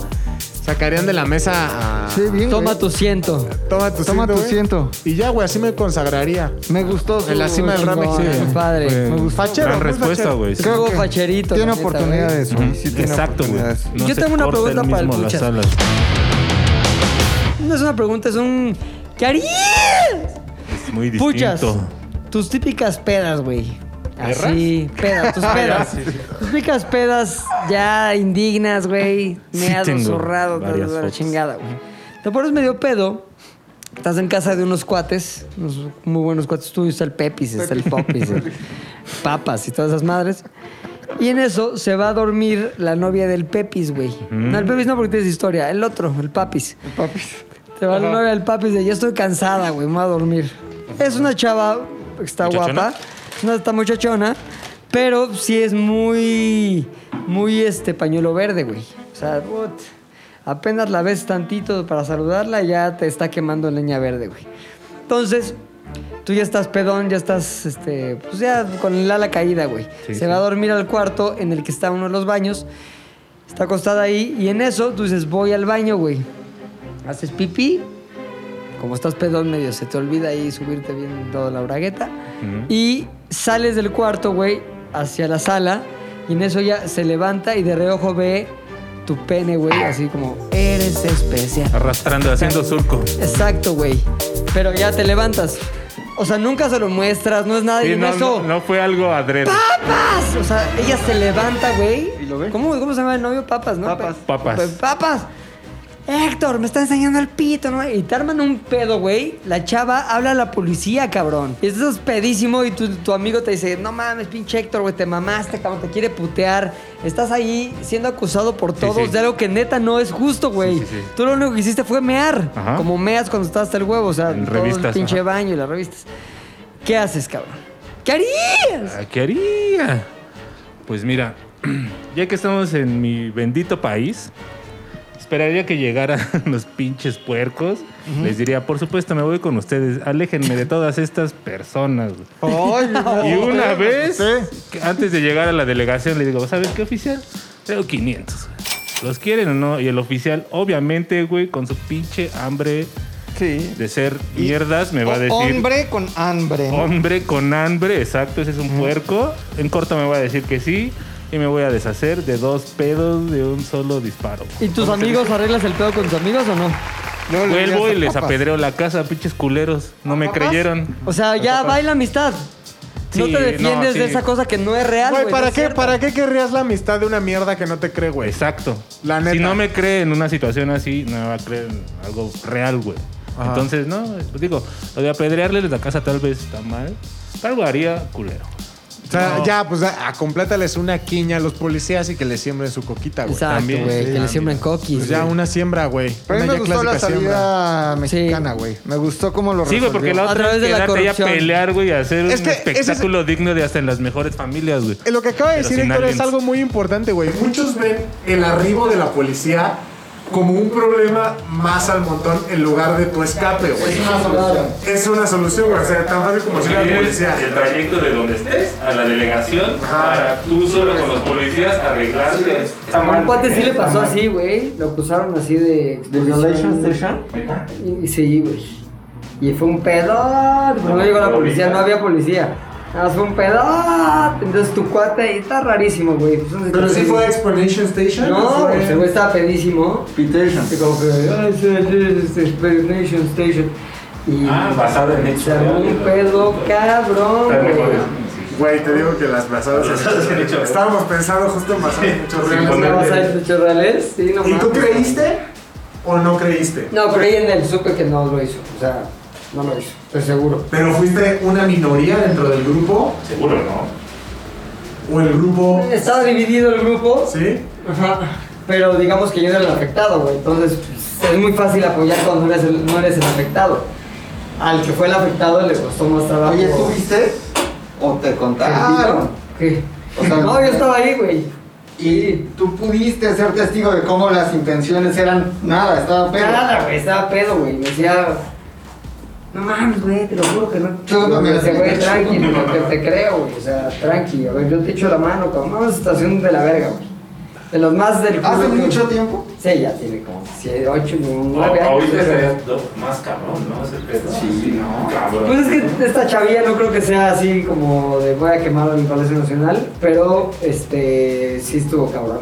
[SPEAKER 7] Sacarían de la mesa a.
[SPEAKER 8] Sí, bien.
[SPEAKER 5] Toma
[SPEAKER 8] güey.
[SPEAKER 5] tu ciento.
[SPEAKER 7] Toma tu
[SPEAKER 8] Toma tu
[SPEAKER 7] güey.
[SPEAKER 8] ciento.
[SPEAKER 7] Y ya, güey, así me consagraría.
[SPEAKER 8] Me gustó. su-
[SPEAKER 7] En la cima del rap
[SPEAKER 5] Chingón,
[SPEAKER 7] mexicano.
[SPEAKER 5] padre. Me gustó.
[SPEAKER 7] Fachero,
[SPEAKER 6] Gran
[SPEAKER 7] muy
[SPEAKER 6] respuesta,
[SPEAKER 7] fachero.
[SPEAKER 6] güey. sí.
[SPEAKER 8] Creo
[SPEAKER 5] Luego
[SPEAKER 8] que
[SPEAKER 5] facherito.
[SPEAKER 8] Tiene
[SPEAKER 5] la neta, güey.
[SPEAKER 8] oportunidades, güey. Sí, tiene
[SPEAKER 6] Exacto, güey.
[SPEAKER 8] oportunidades.
[SPEAKER 6] No
[SPEAKER 5] Yo
[SPEAKER 6] se
[SPEAKER 5] tengo una
[SPEAKER 6] corta
[SPEAKER 5] pregunta
[SPEAKER 6] el
[SPEAKER 5] para el
[SPEAKER 6] mismo las
[SPEAKER 5] Puchas.
[SPEAKER 6] alas.
[SPEAKER 5] No es una pregunta, es un. ¿Qué harías?
[SPEAKER 6] Es muy distinto.
[SPEAKER 5] Puchas. Tus típicas pedas, güey. Así, pedas, tus pedas. Tus típicas pedas ya indignas, güey.
[SPEAKER 6] Sí
[SPEAKER 5] Meado,
[SPEAKER 6] tengo
[SPEAKER 5] zurrado, de
[SPEAKER 6] varias
[SPEAKER 5] la
[SPEAKER 6] fotos.
[SPEAKER 5] chingada, güey. Te pones medio pedo. Estás en casa de unos cuates, unos muy buenos cuates tuyos. Está el Pepis, está el Popis, el Papas y todas esas madres. Y en eso se va a dormir la novia del Pepis, güey. No, el Pepis no porque tienes historia. El otro, el Papis. Te va la novia del papi y dice, ya estoy cansada, güey, me voy a dormir. Es una chava que está
[SPEAKER 6] ¿Muchachona?
[SPEAKER 5] guapa, es una está muchachona, pero sí es muy, muy este pañuelo verde, güey. O sea, what? apenas la ves tantito para saludarla y ya te está quemando leña verde, güey. Entonces, tú ya estás pedón, ya estás, este, pues ya con el ala caída, güey.
[SPEAKER 6] Sí,
[SPEAKER 5] Se
[SPEAKER 6] sí.
[SPEAKER 5] va a dormir al cuarto en el que está uno de los baños. Está acostada ahí y en eso tú dices, voy al baño, güey. Haces pipí. Como estás pedón medio, se te olvida ahí subirte bien toda la bragueta. Y sales del cuarto, güey, hacia la sala. Y en eso ya se levanta y de reojo ve tu pene, güey, así como, eres especial.
[SPEAKER 6] Arrastrando, haciendo surco.
[SPEAKER 5] Exacto, güey. Pero ya te levantas. O sea, nunca se lo muestras, no es nada.
[SPEAKER 6] Sí,
[SPEAKER 5] y en
[SPEAKER 6] no,
[SPEAKER 5] eso,
[SPEAKER 6] no, no fue algo adrede.
[SPEAKER 5] ¡papas! O sea, ella se levanta, güey. ¿Cómo, cómo se llama el novio? Papas, ¿no?
[SPEAKER 8] Papas.
[SPEAKER 5] Pe-
[SPEAKER 6] Papas.
[SPEAKER 5] pe- papas. Héctor, me está enseñando el pito, ¿no? Y te arman un pedo, güey. La chava habla a la policía, cabrón. Y estás pedísimo y tu, tu amigo te dice, no mames, pinche Héctor, güey, te mamaste, cabrón, te quiere putear. Estás ahí siendo acusado por todos
[SPEAKER 6] sí.
[SPEAKER 5] de algo que neta no es justo, güey.
[SPEAKER 6] Sí, sí, sí.
[SPEAKER 5] Tú lo único que hiciste fue mear.
[SPEAKER 6] Ajá.
[SPEAKER 5] Como meas cuando estás hasta el huevo, o sea,
[SPEAKER 6] En
[SPEAKER 5] todo el
[SPEAKER 6] revistas,
[SPEAKER 5] pinche
[SPEAKER 6] ajá.
[SPEAKER 5] baño y las revistas. ¿Qué haces, cabrón? ¿Qué harías?
[SPEAKER 6] Ah, ¿Qué haría? Pues mira, ya que estamos en mi bendito país, esperaría que llegaran los pinches puercos. Les diría, por supuesto, me voy con ustedes. Aléjenme de todas estas personas. güey". y una vez, que antes de llegar a la delegación, le digo, ¿sabes qué oficial? Tengo 500. güey. ¿Los quieren o no? Y el oficial, obviamente, güey, con su pinche hambre
[SPEAKER 8] Sí.
[SPEAKER 6] de ser mierdas, me va a decir.
[SPEAKER 8] Hombre con hambre. ¿no?
[SPEAKER 6] Hombre con hambre, exacto, ese es un puerco. En corto me va a decir que sí y me voy a deshacer de dos pedos de un solo disparo.
[SPEAKER 13] ¿Y tus amigos arreglas el pedo con tus amigos o no?
[SPEAKER 6] Vuelvo y les apedreo la casa, pinches culeros. No me creyeron.
[SPEAKER 13] O sea, ya
[SPEAKER 6] Papás.
[SPEAKER 13] baila amistad. no
[SPEAKER 6] Sí,
[SPEAKER 13] te defiendes
[SPEAKER 6] no, sí.
[SPEAKER 13] de esa cosa que no es real,
[SPEAKER 7] Güey,
[SPEAKER 13] güey. no
[SPEAKER 7] ¿para,
[SPEAKER 13] es
[SPEAKER 7] qué,
[SPEAKER 13] cierta.
[SPEAKER 7] ¿para qué querrías la amistad de una mierda que no te cree, güey?
[SPEAKER 6] Exacto.
[SPEAKER 7] La neta.
[SPEAKER 6] Si no me cree en una situación así, no me va a creer en algo real, güey.
[SPEAKER 7] Ajá.
[SPEAKER 6] Entonces, no, pues digo, lo de apedrearles la casa tal vez está mal. pero Algo haría culero.
[SPEAKER 7] O sea,
[SPEAKER 6] No.
[SPEAKER 7] ya, pues a, a- complátales una quiña a los policías y que les siembren su coquita, güey.
[SPEAKER 13] Exacto,
[SPEAKER 6] También,
[SPEAKER 13] güey.
[SPEAKER 6] sí,
[SPEAKER 13] que le
[SPEAKER 6] también.
[SPEAKER 13] siembren coquis.
[SPEAKER 7] Pues ya
[SPEAKER 13] güey.
[SPEAKER 7] una siembra, güey.
[SPEAKER 8] Pero a mí
[SPEAKER 7] Una
[SPEAKER 8] me
[SPEAKER 7] ya
[SPEAKER 8] gustó la
[SPEAKER 7] clásica
[SPEAKER 8] salida mexicana, güey. Me gustó cómo lo
[SPEAKER 6] Sí, güey, porque la
[SPEAKER 13] A
[SPEAKER 6] otra
[SPEAKER 13] través
[SPEAKER 6] es
[SPEAKER 13] de la
[SPEAKER 6] quedarte ahí a
[SPEAKER 13] corrupción.
[SPEAKER 6] pelear, güey, y hacer
[SPEAKER 7] Es
[SPEAKER 6] un
[SPEAKER 7] que ese es-
[SPEAKER 6] espectáculo digno de hasta en las mejores familias, güey.
[SPEAKER 7] Eh, Lo que acaba de
[SPEAKER 6] Pero
[SPEAKER 7] decir
[SPEAKER 6] sin
[SPEAKER 7] Héctor es
[SPEAKER 6] aliens.
[SPEAKER 7] algo muy importante, güey. Muchos ven el arribo de la policía como un problema más al montón en lugar de tu escape, güey. Es una solución, güey. O sea, tan fácil como si la policía.
[SPEAKER 6] el trayecto de donde estés a la delegación para tú solo con los policías arreglarte.
[SPEAKER 5] A un cuate sí le pasó así, güey. Lo acusaron así de. ¿De violation station? Y, y sí, güey. Y fue un pedote. Pero no llegó la policía, no había policía. Nada más fue un pedote. Entonces tu cuate ahí está rarísimo, güey. Pues, Pero sí fue
[SPEAKER 7] Explanation Station.
[SPEAKER 5] No, pues el güey estaba pedísimo. Pitation. Y como que. "Ay, sí, este, sí, sí, Explanation station. Y
[SPEAKER 6] Ah, basado en hechos
[SPEAKER 5] se armó un pedo cabrón, güey.
[SPEAKER 7] Güey, te digo que las pasadas. Estábamos pensando justo en pasar muchos
[SPEAKER 5] ¿Una basada en hechos reales? Sí, no mames.
[SPEAKER 7] o no creíste?
[SPEAKER 5] No, creí en él, supe que no lo hizo. O sea, no lo hizo, estoy seguro.
[SPEAKER 7] Pero fuiste una minoría dentro del grupo
[SPEAKER 6] Seguro, ¿no?
[SPEAKER 7] o el grupo.
[SPEAKER 5] Estaba dividido el grupo,
[SPEAKER 7] ¿Sí?
[SPEAKER 5] ajá, pero digamos que yo era el afectado, güey. Entonces, pues, es muy fácil apoyar cuando no eres el, no eres el afectado. Al que fue el afectado le costó más trabajo.
[SPEAKER 8] Oye, ¿tú viste? ¿O te
[SPEAKER 5] ¿Sentido?
[SPEAKER 8] contaron?
[SPEAKER 5] ¿Qué?
[SPEAKER 8] O sea,
[SPEAKER 5] Ah, no, yo estaba ahí, güey.
[SPEAKER 8] Y tú pudiste ser testigo de cómo las intenciones eran nada, estaba pedo.
[SPEAKER 5] Nada, güey, estaba pedo, güey. Me decía, no mames, güey, te lo juro que no.
[SPEAKER 8] Chúpame,
[SPEAKER 5] me decía, güey,
[SPEAKER 8] chúpame.
[SPEAKER 5] tranqui, porque te creo, güey. O sea, tranqui, a ver, yo te echo la mano, cabrón. Vamos a estación de la verga, güey. De los más del culo
[SPEAKER 8] ¿Hace
[SPEAKER 5] que-
[SPEAKER 8] mucho tiempo?
[SPEAKER 5] Sí, ya tiene como 7, 8, 9 años. yo creo.
[SPEAKER 6] más cabrón, ¿no?
[SPEAKER 8] Sí, no.
[SPEAKER 5] Pues es que esta chavilla no creo que sea así como de voy a quemar a mi Palacio Nacional, pero este sí estuvo cabrón.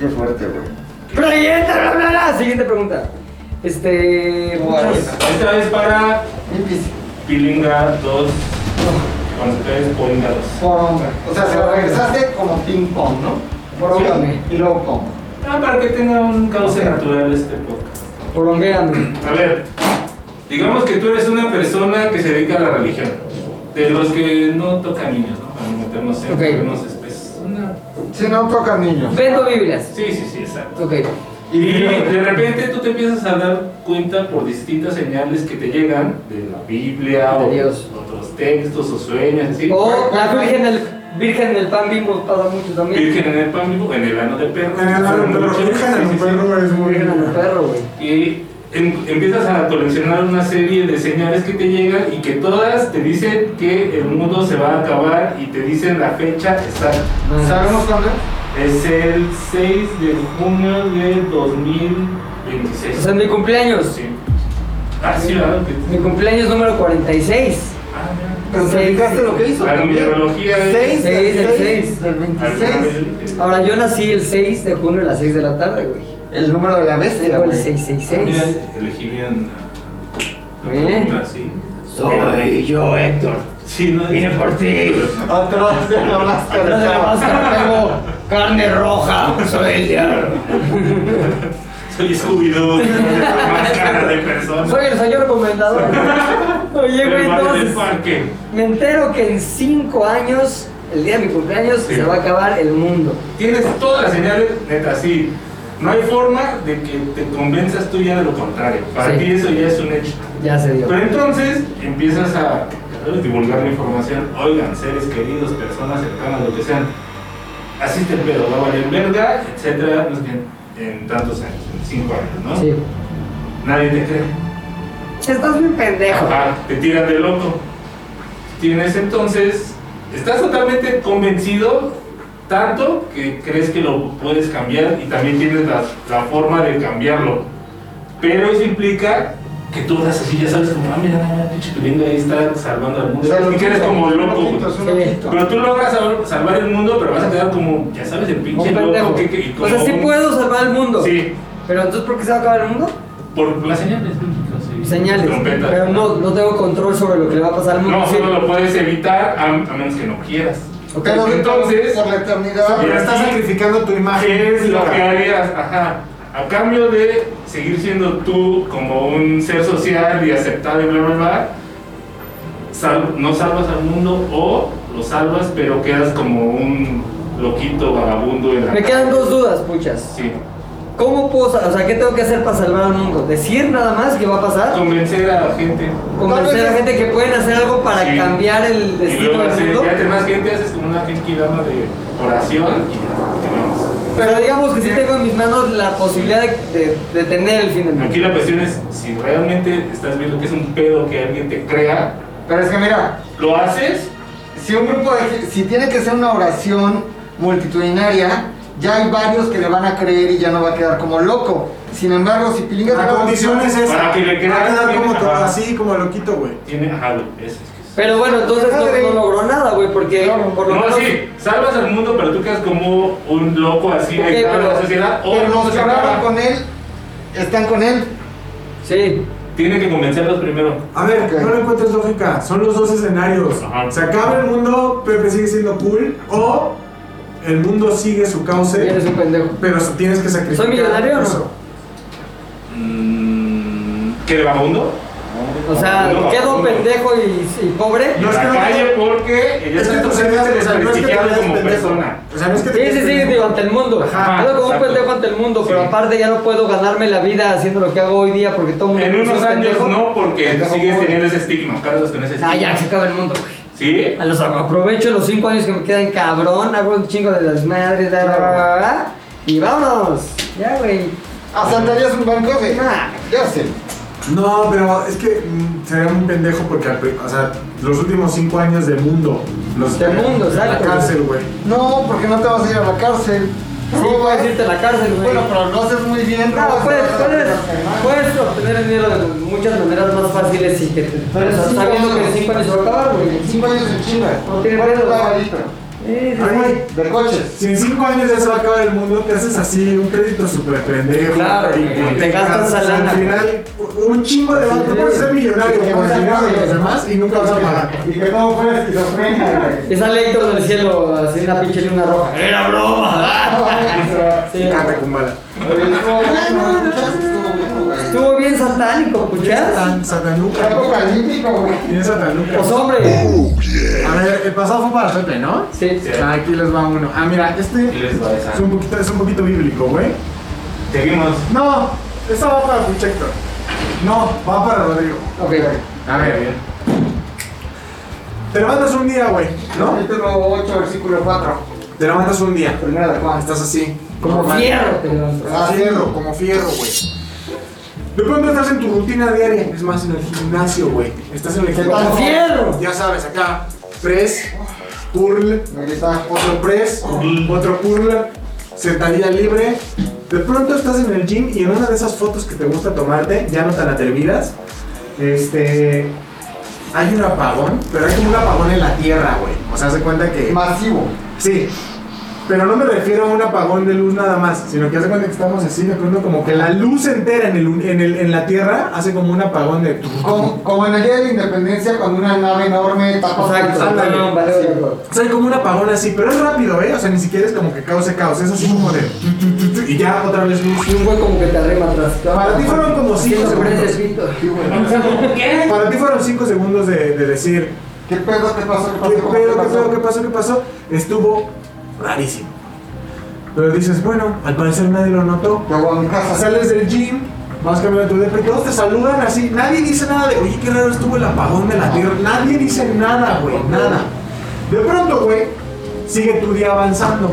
[SPEAKER 8] Qué fuerte, güey.
[SPEAKER 5] Pero siguiente, bla, bla, bla, siguiente pregunta. Este.
[SPEAKER 7] Pues,
[SPEAKER 5] muchas-
[SPEAKER 6] Esta es para
[SPEAKER 8] Difícil.
[SPEAKER 6] Pilinga 2. Con ustedes, Pilinga 2.
[SPEAKER 7] Oh.
[SPEAKER 8] Por hombre. O sea, se lo regresaste como ping pong, ¿no? Por hombre. Y luego pong.
[SPEAKER 6] Ah, para que tenga un cauce natural este podcast.
[SPEAKER 5] Poronguéame.
[SPEAKER 6] A ver, digamos que tú eres una persona que se dedica a la religión, de los que no toca niños, ¿no? Para no meternos en
[SPEAKER 5] Ok.
[SPEAKER 6] terrenos espesos. Una-
[SPEAKER 8] Si no tocan niños.
[SPEAKER 5] Vendo Biblias.
[SPEAKER 6] Sí, sí, sí, exacto.
[SPEAKER 5] Ok.
[SPEAKER 6] Y de repente tú te empiezas a dar cuenta por distintas señales que te llegan de la Biblia
[SPEAKER 5] De
[SPEAKER 6] o
[SPEAKER 5] Dios. Oh,
[SPEAKER 6] otros textos o sueños, así.
[SPEAKER 5] O la Virgen del, Virgen del Pan Bimbo pasa mucho también.
[SPEAKER 6] Virgen en el pan vivo, en el ano de perro.
[SPEAKER 7] En el ano de perro,
[SPEAKER 6] Sí,
[SPEAKER 7] virgen en
[SPEAKER 6] sí,
[SPEAKER 7] un
[SPEAKER 6] sí.
[SPEAKER 7] perro es muy.
[SPEAKER 5] Virgen del Perro, güey.
[SPEAKER 6] y em- empiezas a coleccionar una serie de señales que te llegan y que todas te dicen que el mundo se va a acabar y te dicen la fecha exacta.
[SPEAKER 8] ¿Sabemos cuándo?
[SPEAKER 6] Es el 6 de junio de 2026.
[SPEAKER 5] O sea, mi cumpleaños.
[SPEAKER 6] Sí. Ah, sí, ¿verdad?
[SPEAKER 5] Mi cumpleaños número 46.
[SPEAKER 6] Ah, mira.
[SPEAKER 8] Pero te fijaste lo que hizo.
[SPEAKER 6] La numerología es-
[SPEAKER 8] Seis del
[SPEAKER 5] Seis del
[SPEAKER 8] seis
[SPEAKER 5] seis.
[SPEAKER 8] del 26.
[SPEAKER 5] Ahora, yo nací el 6 de junio a las 6 de la tarde, güey.
[SPEAKER 8] El número de la bestia,
[SPEAKER 5] Tengo el
[SPEAKER 8] güey.
[SPEAKER 6] Mira,
[SPEAKER 5] 666.
[SPEAKER 6] elegí bien. la- la
[SPEAKER 5] Bien.
[SPEAKER 6] pregunta, sí.
[SPEAKER 14] Soy yo, Héctor.
[SPEAKER 6] Sí, no
[SPEAKER 14] Vine por ti.
[SPEAKER 8] Atrás de la
[SPEAKER 14] Atrás
[SPEAKER 8] máscara.
[SPEAKER 14] de la
[SPEAKER 8] estaba.
[SPEAKER 14] máscara tengo carne roja. Soy el diablo.
[SPEAKER 6] Soy Scooby-Doo. Máscara de persona.
[SPEAKER 5] Soy el señor comendador. Oye, güey,
[SPEAKER 6] El vale del
[SPEAKER 5] entonces.
[SPEAKER 6] parque.
[SPEAKER 5] Me entero que en 5 años, el día de mi cumpleaños,
[SPEAKER 6] Sí.
[SPEAKER 5] se va a acabar el mundo.
[SPEAKER 6] Tienes todas las señales, neta, sí. No hay forma de que te convenzas tú ya de lo contrario. Para
[SPEAKER 5] Sí.
[SPEAKER 6] ti eso ya es un hecho.
[SPEAKER 5] Ya se dio.
[SPEAKER 6] Pero entonces empiezas a ¿sabes? divulgar la información. Oigan, seres queridos, personas cercanas, lo que sean. Así te pedo, va a valer verga, etcétera, no sé, en, en tantos años, en cinco años, ¿no?
[SPEAKER 5] Sí.
[SPEAKER 6] Nadie te cree.
[SPEAKER 5] Estás muy pendejo.
[SPEAKER 6] Ajá, te tiran de loco. Tienes entonces, estás totalmente convencido tanto que crees que lo puedes cambiar y también tienes la, la forma de cambiarlo. Pero eso implica que tú das así, ya sabes, como, ah, mira, mira, pinche pilinga ahí está salvando al mundo.
[SPEAKER 15] O sea,
[SPEAKER 6] y que eres
[SPEAKER 15] loquito,
[SPEAKER 6] como
[SPEAKER 15] es un
[SPEAKER 6] loco, güey.
[SPEAKER 15] loquito, es un loquito.
[SPEAKER 6] Pero tú logras sal- salvar el mundo, pero vas a quedar como, ya sabes, el pinche
[SPEAKER 5] Un pendejo.
[SPEAKER 6] loco. Que, que- y
[SPEAKER 5] O sea,
[SPEAKER 6] como
[SPEAKER 5] sí
[SPEAKER 6] un-
[SPEAKER 5] puedo salvar el mundo.
[SPEAKER 6] Sí.
[SPEAKER 5] Pero entonces, ¿por qué se va a acabar el mundo?
[SPEAKER 6] Por las señales. sí.
[SPEAKER 5] Señales.
[SPEAKER 6] Trompetas.
[SPEAKER 5] Pero no, no tengo control sobre lo que le va a pasar al mundo.
[SPEAKER 6] No,
[SPEAKER 5] Sí.
[SPEAKER 6] solo lo puedes evitar a, a menos que no quieras.
[SPEAKER 5] Pero
[SPEAKER 6] entonces,
[SPEAKER 5] por la eternidad,
[SPEAKER 6] y
[SPEAKER 5] pero estás
[SPEAKER 6] aquí,
[SPEAKER 5] sacrificando tu imagen.
[SPEAKER 6] ¿Qué es lo que harías? Ajá. A cambio de seguir siendo tú como un ser social y aceptado y bla, bla, bla, sal- no salvas al mundo o lo salvas, pero quedas como un loquito vagabundo en la
[SPEAKER 5] Me quedan dos dudas, puchas.
[SPEAKER 6] Sí.
[SPEAKER 5] ¿Cómo puedo, sa- o sea, qué tengo que hacer para salvar al mundo? ¿Decir nada más que va a pasar?
[SPEAKER 6] Convencer a la gente.
[SPEAKER 5] Convencer a la gente que pueden hacer algo para
[SPEAKER 6] Sí.
[SPEAKER 5] cambiar el
[SPEAKER 6] Y
[SPEAKER 5] destino
[SPEAKER 6] luego
[SPEAKER 5] del
[SPEAKER 6] haces,
[SPEAKER 5] mundo.
[SPEAKER 6] ya entre más gente haces como una quinquilama de oración y
[SPEAKER 5] Pero digamos que sí tengo en mis manos la posibilidad de, de- de tener el fin del mundo.
[SPEAKER 6] Aquí la cuestión es si realmente estás viendo que es un pedo que alguien te crea.
[SPEAKER 8] Pero es que mira,
[SPEAKER 6] ¿lo haces?
[SPEAKER 8] Si un grupo de, si tiene que ser una oración multitudinaria, ya hay varios que le van a creer y ya no va a quedar como loco. Sin embargo, si Pilinga
[SPEAKER 2] La
[SPEAKER 8] trabaja-
[SPEAKER 2] condición es esa.
[SPEAKER 6] Para que
[SPEAKER 2] Va
[SPEAKER 6] le
[SPEAKER 2] a
[SPEAKER 6] creas,
[SPEAKER 2] quedar
[SPEAKER 6] tiene-
[SPEAKER 2] como todo
[SPEAKER 6] ajá.
[SPEAKER 2] así, como loquito, güey.
[SPEAKER 6] Tiene, ajá, güey, es- es-
[SPEAKER 5] Pero bueno, entonces no, no logró nada, güey, porque por lo
[SPEAKER 6] no,
[SPEAKER 5] menos...
[SPEAKER 6] sí, salvas al mundo, pero tú quedas como un loco así
[SPEAKER 5] Ok,
[SPEAKER 6] en la
[SPEAKER 5] pero-
[SPEAKER 6] sociedad. O
[SPEAKER 5] pero
[SPEAKER 6] Oh, no
[SPEAKER 5] los
[SPEAKER 6] se
[SPEAKER 5] que hablaron
[SPEAKER 6] acaba.
[SPEAKER 8] con él están con él.
[SPEAKER 5] Sí.
[SPEAKER 6] Tiene que convencerlos primero.
[SPEAKER 7] A ver, no le encuentres lógica. Son los dos escenarios. Se acaba el mundo, Pepe sigue siendo cool, o el mundo sigue su cauce.
[SPEAKER 5] Eres un pendejo.
[SPEAKER 7] Pero tienes que sacrificar.
[SPEAKER 5] ¿Soy millonario o no?
[SPEAKER 7] eso.
[SPEAKER 6] Mm, ¿Que de vagabundo?
[SPEAKER 5] O sea, quedo pendejo y, y pobre.
[SPEAKER 6] No es que no- calle porque ya Es que tú estás serías- o sea, no es que te desprestigiado veas como pendejo. persona.
[SPEAKER 7] O sea, no es que te
[SPEAKER 5] sí,
[SPEAKER 7] veas
[SPEAKER 5] sí, sí,
[SPEAKER 7] pendejo.
[SPEAKER 5] digo, ante el mundo.
[SPEAKER 7] Ajá,
[SPEAKER 5] quedo como un
[SPEAKER 7] exacto.
[SPEAKER 5] pendejo ante el mundo, pero aparte ya no puedo ganarme la vida haciendo lo que hago hoy día porque todo el mundo...
[SPEAKER 6] En
[SPEAKER 5] me
[SPEAKER 6] unos
[SPEAKER 5] considera
[SPEAKER 6] años
[SPEAKER 5] pendejo.
[SPEAKER 6] no, porque
[SPEAKER 5] Pendejo
[SPEAKER 6] sigues
[SPEAKER 5] pobre.
[SPEAKER 6] teniendo ese estigma. Carlos con ese estigma.
[SPEAKER 5] Ah, ya, se acaba el mundo, güey.
[SPEAKER 6] ¿Sí?
[SPEAKER 5] A los aprovecho los cinco años que me quedan cabrón, hago un chingo de las madres, da, da, da, da, da, y vámonos. Ya, güey.
[SPEAKER 8] ¿Asaltarías un banco, güey?
[SPEAKER 5] Nah.
[SPEAKER 8] Ya sé.
[SPEAKER 7] No, pero es que mm, sería un pendejo porque, al pri- o sea, los últimos cinco años de mundo. Los
[SPEAKER 8] De mundo,
[SPEAKER 7] en la
[SPEAKER 8] exacto.
[SPEAKER 7] cárcel, güey.
[SPEAKER 8] No, porque no te vas a ir a la cárcel. Robas.
[SPEAKER 5] puedes irte a la cárcel, güey.
[SPEAKER 8] Bueno, pero lo haces muy bien.
[SPEAKER 5] No,
[SPEAKER 8] robas,
[SPEAKER 5] puedes,
[SPEAKER 8] robas,
[SPEAKER 5] puedes,
[SPEAKER 8] robas, robas.
[SPEAKER 5] puedes obtener el dinero de muchas maneras más fáciles y que te.
[SPEAKER 8] Pero
[SPEAKER 5] o sea,
[SPEAKER 8] cinco
[SPEAKER 5] sabiendo
[SPEAKER 8] años.
[SPEAKER 5] que en cinco años se va a acabar, güey.
[SPEAKER 8] Cinco años en chinga.
[SPEAKER 5] No tiene pedo. Eh,
[SPEAKER 7] Ay,
[SPEAKER 5] sí.
[SPEAKER 7] güey,
[SPEAKER 8] de coches.
[SPEAKER 7] Si en cinco años ya se va a acabar el mundo, te haces así un crédito súper pendejo.
[SPEAKER 5] Claro,
[SPEAKER 7] y-
[SPEAKER 5] güey,
[SPEAKER 7] y-
[SPEAKER 5] te
[SPEAKER 7] y-
[SPEAKER 5] gastas
[SPEAKER 7] o sea,
[SPEAKER 5] la lana.
[SPEAKER 7] Al final, un chingo de banco. Puedes ser millonario
[SPEAKER 8] Sí,
[SPEAKER 7] con el
[SPEAKER 8] sí,
[SPEAKER 7] dinero de
[SPEAKER 8] sí.
[SPEAKER 7] los demás y nunca vas a pagar.
[SPEAKER 8] Y que no fue esquizofrenia, güey.
[SPEAKER 5] Y sale Héctor del cielo, así una pinche luna roja. ¡Era broma! Sí.
[SPEAKER 7] Canta con bala.
[SPEAKER 5] Estuvo bien satánico, ¿escuchas?
[SPEAKER 7] Tan satanuca.
[SPEAKER 8] Apocalíptico, güey.
[SPEAKER 7] Tiene satanuca.
[SPEAKER 5] Pues hombre.
[SPEAKER 7] Uh. A ver, el pasado fue para Pepe, ¿no?
[SPEAKER 5] Sí.
[SPEAKER 7] Ah, aquí les va uno. Ah, mira, este
[SPEAKER 6] les va esa.
[SPEAKER 7] es un poquito, es un poquito bíblico, güey.
[SPEAKER 6] Seguimos.
[SPEAKER 7] No, esa va para Puchector. No, va para Rodrigo.
[SPEAKER 5] Ok, ok.
[SPEAKER 7] A ver. Te levantas un día, güey, ¿no?
[SPEAKER 8] Capítulo 8, versículo 4.
[SPEAKER 7] Te levantas un día.
[SPEAKER 8] Primera de Juan.
[SPEAKER 7] Estás así.
[SPEAKER 5] Como
[SPEAKER 7] normal.
[SPEAKER 5] fierro, te levantas.
[SPEAKER 7] Como Ah, fierro, como fierro, güey. De pronto estás en tu rutina diaria. Es más, en el gimnasio, güey. Estás en el gimnasio.
[SPEAKER 5] ¡Como fierro!
[SPEAKER 7] Ya sabes, acá. Press, curl,
[SPEAKER 8] Ahorita.
[SPEAKER 7] otro press, otro curl, sentadilla libre. De pronto estás en el gym y en una de esas fotos que te gusta tomarte, ya no tan atrevidas, este. Hay un apagón, pero hay como un apagón en la tierra, güey. O sea, se cuenta que.
[SPEAKER 8] Masivo.
[SPEAKER 7] Sí. Pero no me refiero a un apagón de luz nada más, sino que hace cuenta que estamos así, de pronto como que la luz entera en, el, un- en, el- en la tierra hace como un apagón de...
[SPEAKER 8] Como, como en el día de la independencia, cuando una nave enorme tapa
[SPEAKER 5] Exacto.
[SPEAKER 8] Ándale.
[SPEAKER 5] Ah, No, vale,
[SPEAKER 8] Sí.
[SPEAKER 5] vale, vale.
[SPEAKER 7] O sea, hay como un apagón así, pero es rápido, ¿eh? O sea, ni siquiera es como que cause caos, es así como de... tu, tu, tu, tu, Y ya otra vez luz.
[SPEAKER 5] Y un güey como que te arrima atrás.
[SPEAKER 7] Para ti fueron como
[SPEAKER 5] Sí,
[SPEAKER 7] 5
[SPEAKER 5] no se prende
[SPEAKER 7] segundos.
[SPEAKER 5] el pito.
[SPEAKER 7] Para ti fueron 5 segundos de, de decir...
[SPEAKER 8] ¿Qué pedo? ¿Qué pasó? ¿Qué pasó?
[SPEAKER 7] ¿Qué pedo? ¿Qué pedo? ¿Qué pasó? ¿Qué pasó? Estuvo rarísimo. Pero dices, bueno, al parecer nadie lo notó.
[SPEAKER 8] Yo voy a mi casa.
[SPEAKER 7] Sales del gym, vas caminando tu depa y todos te saludan así. Nadie dice nada de, oye, qué raro estuvo el apagón de la tierra. Nadie dice nada, güey, nada. De pronto, güey, sigue tu día avanzando.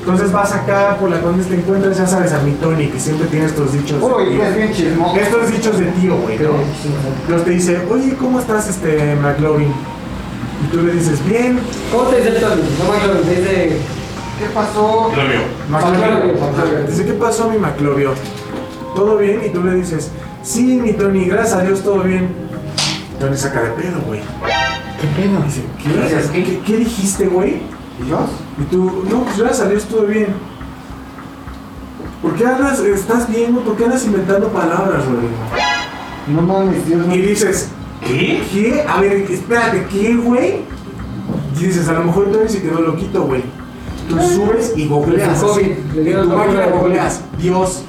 [SPEAKER 7] Entonces vas acá por la donde te encuentras, ya sabes, a mi Tony, que siempre tiene estos dichos. de
[SPEAKER 8] Uy,
[SPEAKER 7] tío.
[SPEAKER 8] es bien chismoso.
[SPEAKER 7] Estos dichos de tío, güey. ¿no? Entonces te dice, oye, ¿cómo estás, este, McLovin? Y tú le dices, bien.
[SPEAKER 5] ¿Cómo te dice el Tony? No me acuerdo, te dice.
[SPEAKER 8] ¿Qué pasó?
[SPEAKER 6] Lo mío.
[SPEAKER 7] McLovin. Dice, ¿qué pasó, mi McLovio? ¿Todo bien? Y tú le dices, Sí, mi Tony, gracias a Dios, todo bien. Tony saca de pedo, güey. ¿Qué pedo? Dice, ¿qué?
[SPEAKER 16] Gracias,
[SPEAKER 7] ¿Qué, qué dijiste, güey? ¿Y yo? Y tú, no, pues gracias a Dios, todo bien. ¿Por qué andas, estás bien, güey? ¿Por qué andas inventando palabras, güey? No mames, Dios Y dices, ¿qué? ¿Qué? A ver, espérate, ¿qué, güey? Y dices, a lo mejor Tony se quedó loquito, güey. Tú subes y googleas.
[SPEAKER 5] Le dio
[SPEAKER 7] así,
[SPEAKER 5] COVID, le dio
[SPEAKER 7] En tu
[SPEAKER 5] COVID,
[SPEAKER 7] máquina
[SPEAKER 5] güey.
[SPEAKER 7] googleas. Dios,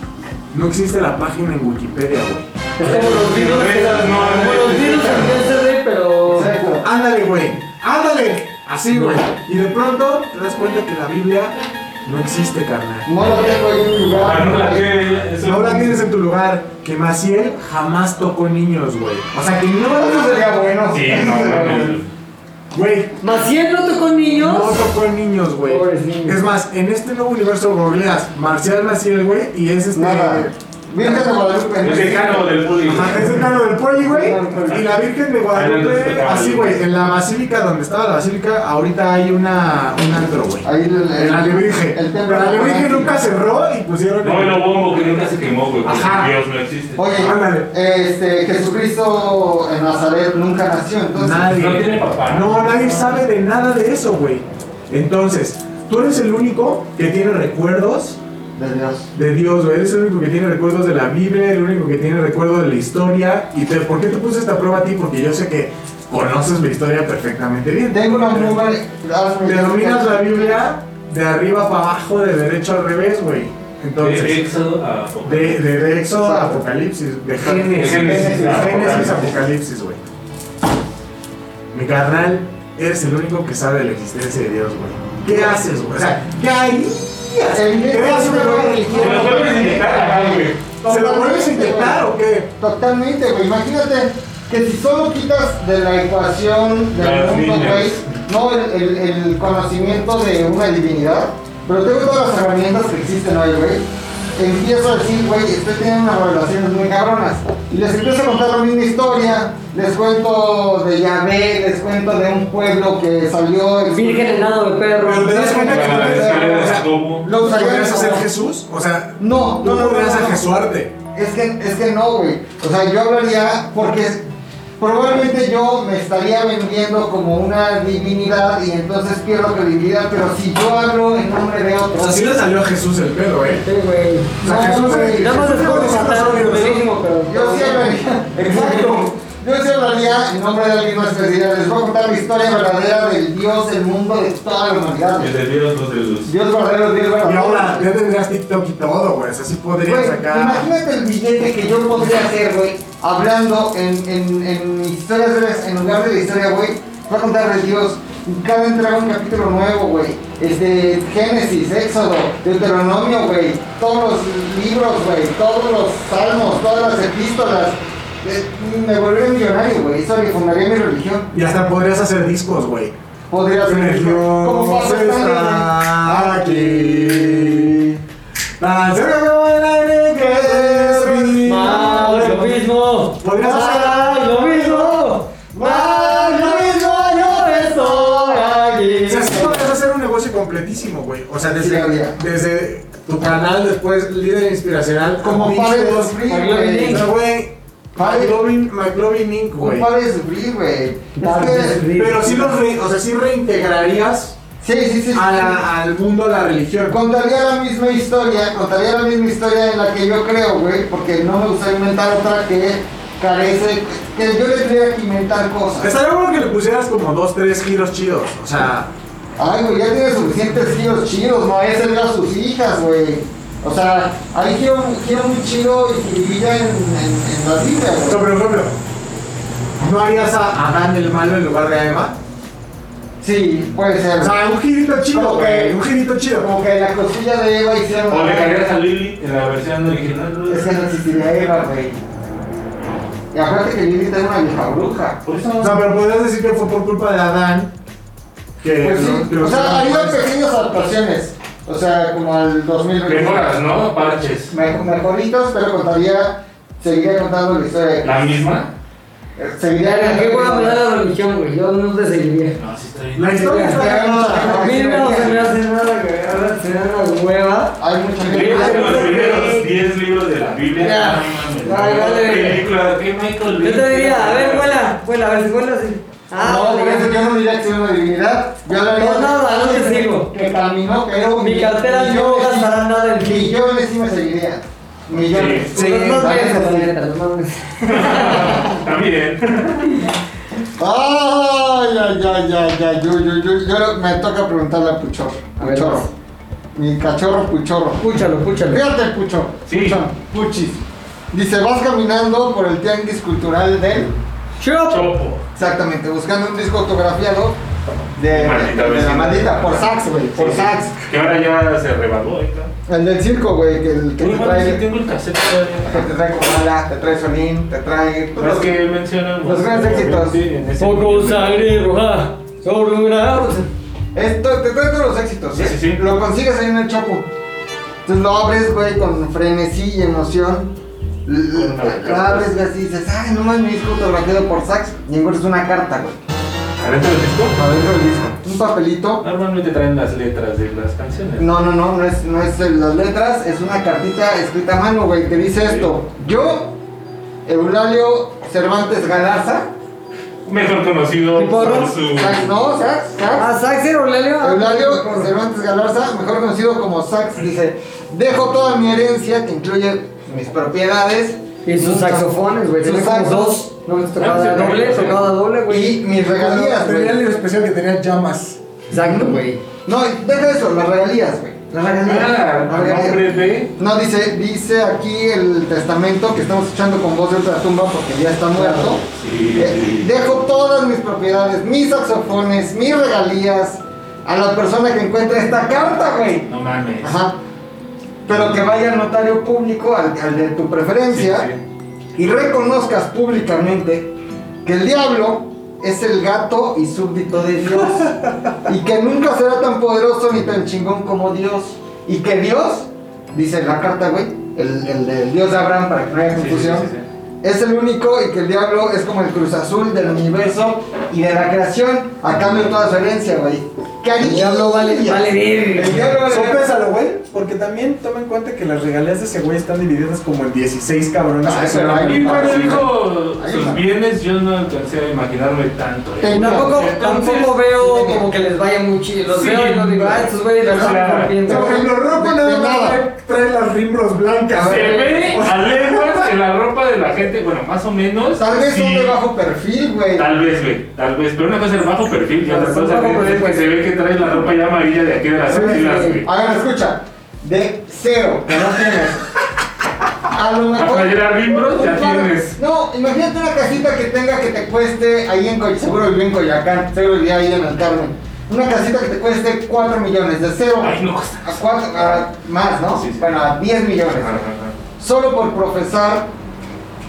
[SPEAKER 7] no existe la página en Wikipedia, güey.
[SPEAKER 5] Es como los virus que- como los virus en
[SPEAKER 7] de pero. Exacto. Ándale, güey. Ándale. Así, güey. Y de pronto te das cuenta que la Biblia no existe, carnal.
[SPEAKER 2] No la tengo en mi lugar.
[SPEAKER 7] Ah, No la
[SPEAKER 2] tienes.
[SPEAKER 7] No la tienes en tu lugar. Que Maciel jamás tocó niños, güey. O sea, que no.
[SPEAKER 2] Eso sería bueno.
[SPEAKER 7] Sí, no, güey. Güey.
[SPEAKER 5] ¿Maciel no tocó niños?
[SPEAKER 7] No tocó niños, güey. Es más, en este nuevo universo googleas Marcial Maciel, güey, y es este.
[SPEAKER 2] Virgen de Guadalupe.
[SPEAKER 7] Es
[SPEAKER 2] El decano del poli.
[SPEAKER 7] Ajá, Es el decano del poli, güey. Y la Virgen de Guadalupe, así, güey, en la basílica donde estaba la basílica, ahorita hay una, un antro, güey. Ahí el alebrije. El
[SPEAKER 2] templo.
[SPEAKER 7] alebrije nunca cerró y pusieron.
[SPEAKER 17] No,
[SPEAKER 7] el-
[SPEAKER 17] el obombo que nunca se quemó, güey, porque
[SPEAKER 7] Ajá.
[SPEAKER 17] Dios no existe.
[SPEAKER 2] Oye, este, Jesucristo en Nazaret nunca nació, entonces.
[SPEAKER 7] Nadie. No, nadie sabe de nada de eso, güey. Entonces, tú eres el único que tiene recuerdos. De Dios. De Dios, güey. Eres el único que tiene recuerdos de la Biblia, el único que tiene recuerdos de la historia. ¿Y te- por qué te puse esta prueba a ti? Porque yo sé que conoces la historia perfectamente bien. Tengo una prueba.
[SPEAKER 2] Ah,
[SPEAKER 7] Te dominas la Biblia de arriba para abajo, de derecho al revés, güey. Entonces,
[SPEAKER 17] De Éxodo a
[SPEAKER 7] de, de, de Éxodo a Apocalipsis, de Génesis,
[SPEAKER 17] De Génesis a
[SPEAKER 7] Génesis a
[SPEAKER 17] Apocalipsis.
[SPEAKER 7] Apocalipsis, güey. Mi carnal, eres el único que sabe de la existencia de Dios, güey. ¿Qué haces, güey? O sea, ¿qué harías? ¿Creas una nueva religión?
[SPEAKER 2] Se lo vuelves a inyectar, ajá,
[SPEAKER 7] ¿Se lo vuelves a inyectar o qué?
[SPEAKER 2] Totalmente, güey. Imagínate que si solo quitas de la ecuación del
[SPEAKER 7] Las
[SPEAKER 2] mundo,
[SPEAKER 7] líneas.
[SPEAKER 2] güey, no el, el- el conocimiento de una divinidad, pero tengo todas las herramientas que existen hoy, güey. Empiezo a decir, güey, estoy teniendo unas revelaciones muy cabronas. Y les empiezo a contar la misma historia. Les cuento de Yahvé, les cuento de un pueblo que salió.
[SPEAKER 5] Virgen enano de perro.
[SPEAKER 7] Pero te das cuenta que tú
[SPEAKER 2] Enano de perro.
[SPEAKER 7] o sea,
[SPEAKER 2] Lo usaría
[SPEAKER 7] podrías
[SPEAKER 2] como-
[SPEAKER 7] hacer Jesús? O sea,
[SPEAKER 2] no, no,
[SPEAKER 7] tú
[SPEAKER 2] no,
[SPEAKER 7] podrías
[SPEAKER 2] no, no.
[SPEAKER 7] a Jesuarte.
[SPEAKER 2] Es que, es que no, güey. O sea, yo hablaría porque probablemente yo me estaría vendiendo como una divinidad y entonces pierdo credibilidad, pero si yo hablo en nombre de otro.
[SPEAKER 7] O sea, sí le salió a Jesús el pedo, ¿eh?
[SPEAKER 5] Sí, güey.
[SPEAKER 7] O sea, Jesús es-
[SPEAKER 5] Nada más
[SPEAKER 7] Jesús
[SPEAKER 5] es por
[SPEAKER 7] es
[SPEAKER 5] matar
[SPEAKER 7] Jesús,
[SPEAKER 5] un
[SPEAKER 7] Jesús.
[SPEAKER 5] mismo, pero.
[SPEAKER 2] Yo sí hablaría. Exacto. Yo sí hablaría en nombre de alguien más que diría, les voy a contar la historia verdadera del Dios, del mundo, de toda la humanidad. güey.
[SPEAKER 17] El de Dios, los de luz.
[SPEAKER 2] Dios verdadero, Dios verdadero.
[SPEAKER 7] Y ahora, ya tendrías TikTok y todo, güey. O sea, sí podrías
[SPEAKER 2] Güey,
[SPEAKER 7] sacar.
[SPEAKER 2] Imagínate el billete que yo podría hacer, güey, hablando en, en, en historias breves, en lugar de la historia, güey. Voy a contar de Dios. Cada entrada un capítulo nuevo, güey. Este, Génesis, Éxodo, Deuteronomio, güey. Todos los libros, güey. Todos los salmos, todas las epístolas. Eh, me volvería millonario, güey. Eso le fundaría mi religión.
[SPEAKER 7] Y hasta podrías hacer discos, güey.
[SPEAKER 2] Podría ser. Como
[SPEAKER 7] Como
[SPEAKER 2] Pablo Stanley,
[SPEAKER 7] está aquí. Tan cerca como el aire que es mi
[SPEAKER 5] Ah,
[SPEAKER 18] Mal, lo mismo.
[SPEAKER 7] Podrías hacer
[SPEAKER 18] Mal, lo mismo.
[SPEAKER 7] Mal,
[SPEAKER 18] lo mismo, yo estoy aquí.
[SPEAKER 7] O sea, sí podrías hacer un negocio completísimo, güey. O sea,
[SPEAKER 2] Sí,
[SPEAKER 7] desde,
[SPEAKER 2] habría.
[SPEAKER 7] desde tu canal, después líder inspiracional.
[SPEAKER 2] Como
[SPEAKER 7] discos,
[SPEAKER 2] Padre Free, güey.
[SPEAKER 7] O sea, güey.
[SPEAKER 2] Padre-
[SPEAKER 7] McLovin, McLovin Inc,
[SPEAKER 2] Un
[SPEAKER 7] güey.
[SPEAKER 2] padre de sufrir, güey. Es que-
[SPEAKER 7] Pero sí los re- o sea, sí reintegrarías
[SPEAKER 2] Sí, sí, sí.
[SPEAKER 7] a
[SPEAKER 2] sí.
[SPEAKER 7] la- al mundo la religión.
[SPEAKER 2] Contaría la misma historia, contaría la misma historia en la que yo creo, güey, porque no me gusta inventar otra que carece, que yo le tendría que inventar cosas.
[SPEAKER 7] Estaría bueno que le pusieras como dos, tres giros chidos. O sea,
[SPEAKER 2] Ay, güey, ya tiene suficientes giros chidos, no es el a sus hijas, güey. O sea, ahí quiero, quiero un chido y vivía en, en, en la Biblia,
[SPEAKER 7] no,
[SPEAKER 2] güey.
[SPEAKER 7] por ejemplo, ¿no harías a Adán el malo en lugar de Eva?
[SPEAKER 2] Sí, puede ser.
[SPEAKER 7] O sea, un girito chido,
[SPEAKER 2] Como
[SPEAKER 7] güey.
[SPEAKER 2] que-
[SPEAKER 7] Un girito chido.
[SPEAKER 2] Como que la costilla de Eva hicieron...
[SPEAKER 17] O le cargas a Lily en la versión original, ¿no?
[SPEAKER 2] Es que no existiría Eva, güey. Y aparte que Lili era una vieja bruja.
[SPEAKER 17] Por
[SPEAKER 7] O
[SPEAKER 17] eso
[SPEAKER 7] sea, pero podrías decir que fue por culpa de Adán. Que
[SPEAKER 2] Pues
[SPEAKER 7] lo- que
[SPEAKER 2] sí,
[SPEAKER 7] lo-
[SPEAKER 2] o sea, haría pequeñas adaptaciones. O sea, como al 2020.
[SPEAKER 17] Mejoras, ¿no? Parches.
[SPEAKER 2] Me- mejoritos, pero contaría, seguiría contando la historia. de-
[SPEAKER 17] ¿La misma?
[SPEAKER 2] eh,
[SPEAKER 5] Ya,
[SPEAKER 2] Seguiría
[SPEAKER 5] ¿Qué voy a hablar de la religión, güey? Yo no te seguiría.
[SPEAKER 17] No, sí está bien.
[SPEAKER 7] La historia está
[SPEAKER 5] A
[SPEAKER 7] cagada.
[SPEAKER 5] mí no se me hace nada, güey. Ahora se me da una hueva.
[SPEAKER 2] Hay mucha
[SPEAKER 17] Léete
[SPEAKER 2] gente.
[SPEAKER 17] los videos, 10 libros de la Biblia.
[SPEAKER 5] Ya.
[SPEAKER 17] No mames,
[SPEAKER 5] Ay, vale.
[SPEAKER 17] película, ¿qué Michael
[SPEAKER 5] Yo te
[SPEAKER 17] Bay?
[SPEAKER 5] diría, a ver, vuela, vuela, a ver si vuelas. Ah,
[SPEAKER 2] no,
[SPEAKER 5] vale,
[SPEAKER 2] por eso yo no diría que soy una divinidad. Yo la
[SPEAKER 5] No, nada, no te sigo.
[SPEAKER 2] Que caminó, pero.
[SPEAKER 5] Mi
[SPEAKER 2] mi-
[SPEAKER 5] cartera
[SPEAKER 2] mi
[SPEAKER 5] no
[SPEAKER 2] yo-
[SPEAKER 5] gastará nada en ti.
[SPEAKER 2] Millones sí me seguiría. Millones. Pues
[SPEAKER 5] Sí, Los más
[SPEAKER 2] ¿sabes?
[SPEAKER 5] verdes, la neta, los más verdes.
[SPEAKER 17] También.
[SPEAKER 2] Ay, ay, ay, ay, ay, yo, yo, yo, yo- me toca preguntarle a Puchorro.
[SPEAKER 5] ver,
[SPEAKER 2] Puchorro.
[SPEAKER 5] vas.
[SPEAKER 2] Mi cachorro Puchorro.
[SPEAKER 5] Púchalo, púchalo.
[SPEAKER 2] Fíjate, Pucho.
[SPEAKER 17] Sí.
[SPEAKER 2] Pucho, Puchis. Dice, vas caminando por el tianguis cultural del...
[SPEAKER 17] Chopo.
[SPEAKER 2] Exactamente, buscando un disco autografiado de,
[SPEAKER 17] Maldita
[SPEAKER 2] de la
[SPEAKER 17] vecindad.
[SPEAKER 2] maldita, por Sax, güey, por
[SPEAKER 17] Sí, sí.
[SPEAKER 2] Sax.
[SPEAKER 17] Que ahora ya se revaluó ahorita.
[SPEAKER 2] El del circo, güey, que, el que
[SPEAKER 17] Uy,
[SPEAKER 2] te
[SPEAKER 17] bueno, sí
[SPEAKER 2] trae...
[SPEAKER 17] tengo el cassette todavía.
[SPEAKER 2] Que te trae Comala, te trae Sonín, te trae...
[SPEAKER 17] Pero es que mencionan
[SPEAKER 2] Los grandes éxitos.
[SPEAKER 17] Poco
[SPEAKER 2] sangre roja sobre un Esto, te trae todos los éxitos.
[SPEAKER 17] Sí,
[SPEAKER 2] ¿eh?
[SPEAKER 17] sí, sí.
[SPEAKER 2] Lo consigues ahí en el Chopo. Entonces lo abres, güey, con frenesí y emoción. L-
[SPEAKER 17] Con una
[SPEAKER 2] Lo abres, güey, así y dices, ay, no mames, mi disco autografiado por sax. Y encuentras una carta, güey.
[SPEAKER 17] ¿Adentro del disco?
[SPEAKER 2] Adentro del disco. Un papelito.
[SPEAKER 17] Normalmente traen las letras de las canciones.
[SPEAKER 2] No, no, no, no es, no es el- las letras, es una cartita escrita a mano, güey, que dice esto. Yo, Eulalio Cervantes Galarza.
[SPEAKER 17] Mejor conocido por su.
[SPEAKER 2] Sax, no, Sax, Sax.
[SPEAKER 5] Ah, Sax era Eulalio. Ah,
[SPEAKER 2] Eulalio Cervantes Galarza, mejor conocido como Sax, dice: Dejo toda mi herencia, que incluye mis propiedades.
[SPEAKER 5] Y sus
[SPEAKER 2] Nunca-
[SPEAKER 5] saxofones, güey.
[SPEAKER 2] Sus
[SPEAKER 5] Tenía como
[SPEAKER 2] saxos.
[SPEAKER 5] dos. No me
[SPEAKER 17] Ah,
[SPEAKER 5] tocaba
[SPEAKER 17] sí,
[SPEAKER 5] doble,
[SPEAKER 17] sí.
[SPEAKER 5] tocaba doble, güey.
[SPEAKER 2] Y mis regalías,
[SPEAKER 7] Tenía
[SPEAKER 2] güey.
[SPEAKER 7] el especial que tenía llamas.
[SPEAKER 5] Exacto, güey.
[SPEAKER 2] No, deja eso, las regalías, güey. Las regalías.
[SPEAKER 17] Ah,
[SPEAKER 2] Las regalías.
[SPEAKER 17] nombre de.
[SPEAKER 2] No, dice, dice aquí el testamento que estamos escuchando con voz de otra tumba porque ya está muerto.
[SPEAKER 17] Sí,
[SPEAKER 2] Eh,
[SPEAKER 17] sí.
[SPEAKER 2] Dejo todas mis propiedades, mis saxofones, mis regalías a la persona que encuentre esta carta, güey.
[SPEAKER 17] No mames.
[SPEAKER 2] Ajá. Pero que vaya al notario público, al, al de tu preferencia,
[SPEAKER 17] Sí,
[SPEAKER 2] y reconozcas públicamente que el diablo es el gato y súbdito de Dios. y que nunca será tan poderoso ni tan chingón como Dios. Y que Dios, dice la carta, güey, el, el del Dios de Abraham, para que no haya
[SPEAKER 17] Sí, sí,
[SPEAKER 2] confusión.
[SPEAKER 17] sí, sí, sí.
[SPEAKER 2] Es el único y que el diablo es como el cruz azul del universo y de la creación a cambio de toda su herencia, güey.
[SPEAKER 5] El diablo vale- vale verga.
[SPEAKER 2] El diablo vale verga.
[SPEAKER 7] Sopésalo, güey. Porque también toma en cuenta que las regalías de ese güey están divididas como en 16 cabrones.
[SPEAKER 2] Ah,
[SPEAKER 7] que
[SPEAKER 2] eso
[SPEAKER 7] son la
[SPEAKER 2] no hay.
[SPEAKER 17] Y
[SPEAKER 7] mitad.
[SPEAKER 17] cuando
[SPEAKER 2] sí,
[SPEAKER 17] dijo
[SPEAKER 2] Ahí
[SPEAKER 17] sus
[SPEAKER 2] está.
[SPEAKER 17] bienes, yo no alcancé a imaginarme tanto. eh.
[SPEAKER 2] Te-
[SPEAKER 5] Tampoco,
[SPEAKER 17] Entonces-
[SPEAKER 5] tampoco veo como que les vaya muy chido. Los
[SPEAKER 17] Sí.
[SPEAKER 5] veo y no digo, ah, estos güeyes la
[SPEAKER 17] Claro.
[SPEAKER 5] están rompiendo.
[SPEAKER 7] Por ejemplo, Rocco
[SPEAKER 2] De
[SPEAKER 7] nada
[SPEAKER 2] nada.
[SPEAKER 7] más trae- trae las rimbros blancas. ¿eh?
[SPEAKER 17] Se
[SPEAKER 7] güey.
[SPEAKER 17] ve a leguas que la ropa de la gente, bueno, más o menos.
[SPEAKER 2] Tal vez
[SPEAKER 17] sí,
[SPEAKER 2] son de bajo perfil, güey.
[SPEAKER 17] Tal vez, güey, tal vez. Pero una cosa es el bajo perfil y otra
[SPEAKER 5] Claro,
[SPEAKER 17] cosa
[SPEAKER 5] bajo perfil,
[SPEAKER 17] es que
[SPEAKER 5] pues.
[SPEAKER 17] se ve que trae la ropa ya amarilla de aquí de las
[SPEAKER 2] Sí,
[SPEAKER 17] axilas,
[SPEAKER 2] sí.
[SPEAKER 17] güey.
[SPEAKER 2] A ver, escucha. De cero, que no tienes. A lo
[SPEAKER 17] La
[SPEAKER 2] mejor.
[SPEAKER 17] playera Rimbros ya
[SPEAKER 2] Un par-
[SPEAKER 17] tienes.
[SPEAKER 2] No, imagínate una casita que tenga que te cueste ahí en Coyoacán. Seguro viví en Coyoacán, seguro viví ahí en el Carmen. Una casita que te cueste 4 millones, de cero
[SPEAKER 17] Ay, no cuesta.
[SPEAKER 2] a 4, a más, ¿no?
[SPEAKER 17] Sí, sí.
[SPEAKER 2] Bueno, a 10 millones.
[SPEAKER 17] Ajá, ajá.
[SPEAKER 2] Solo por profesar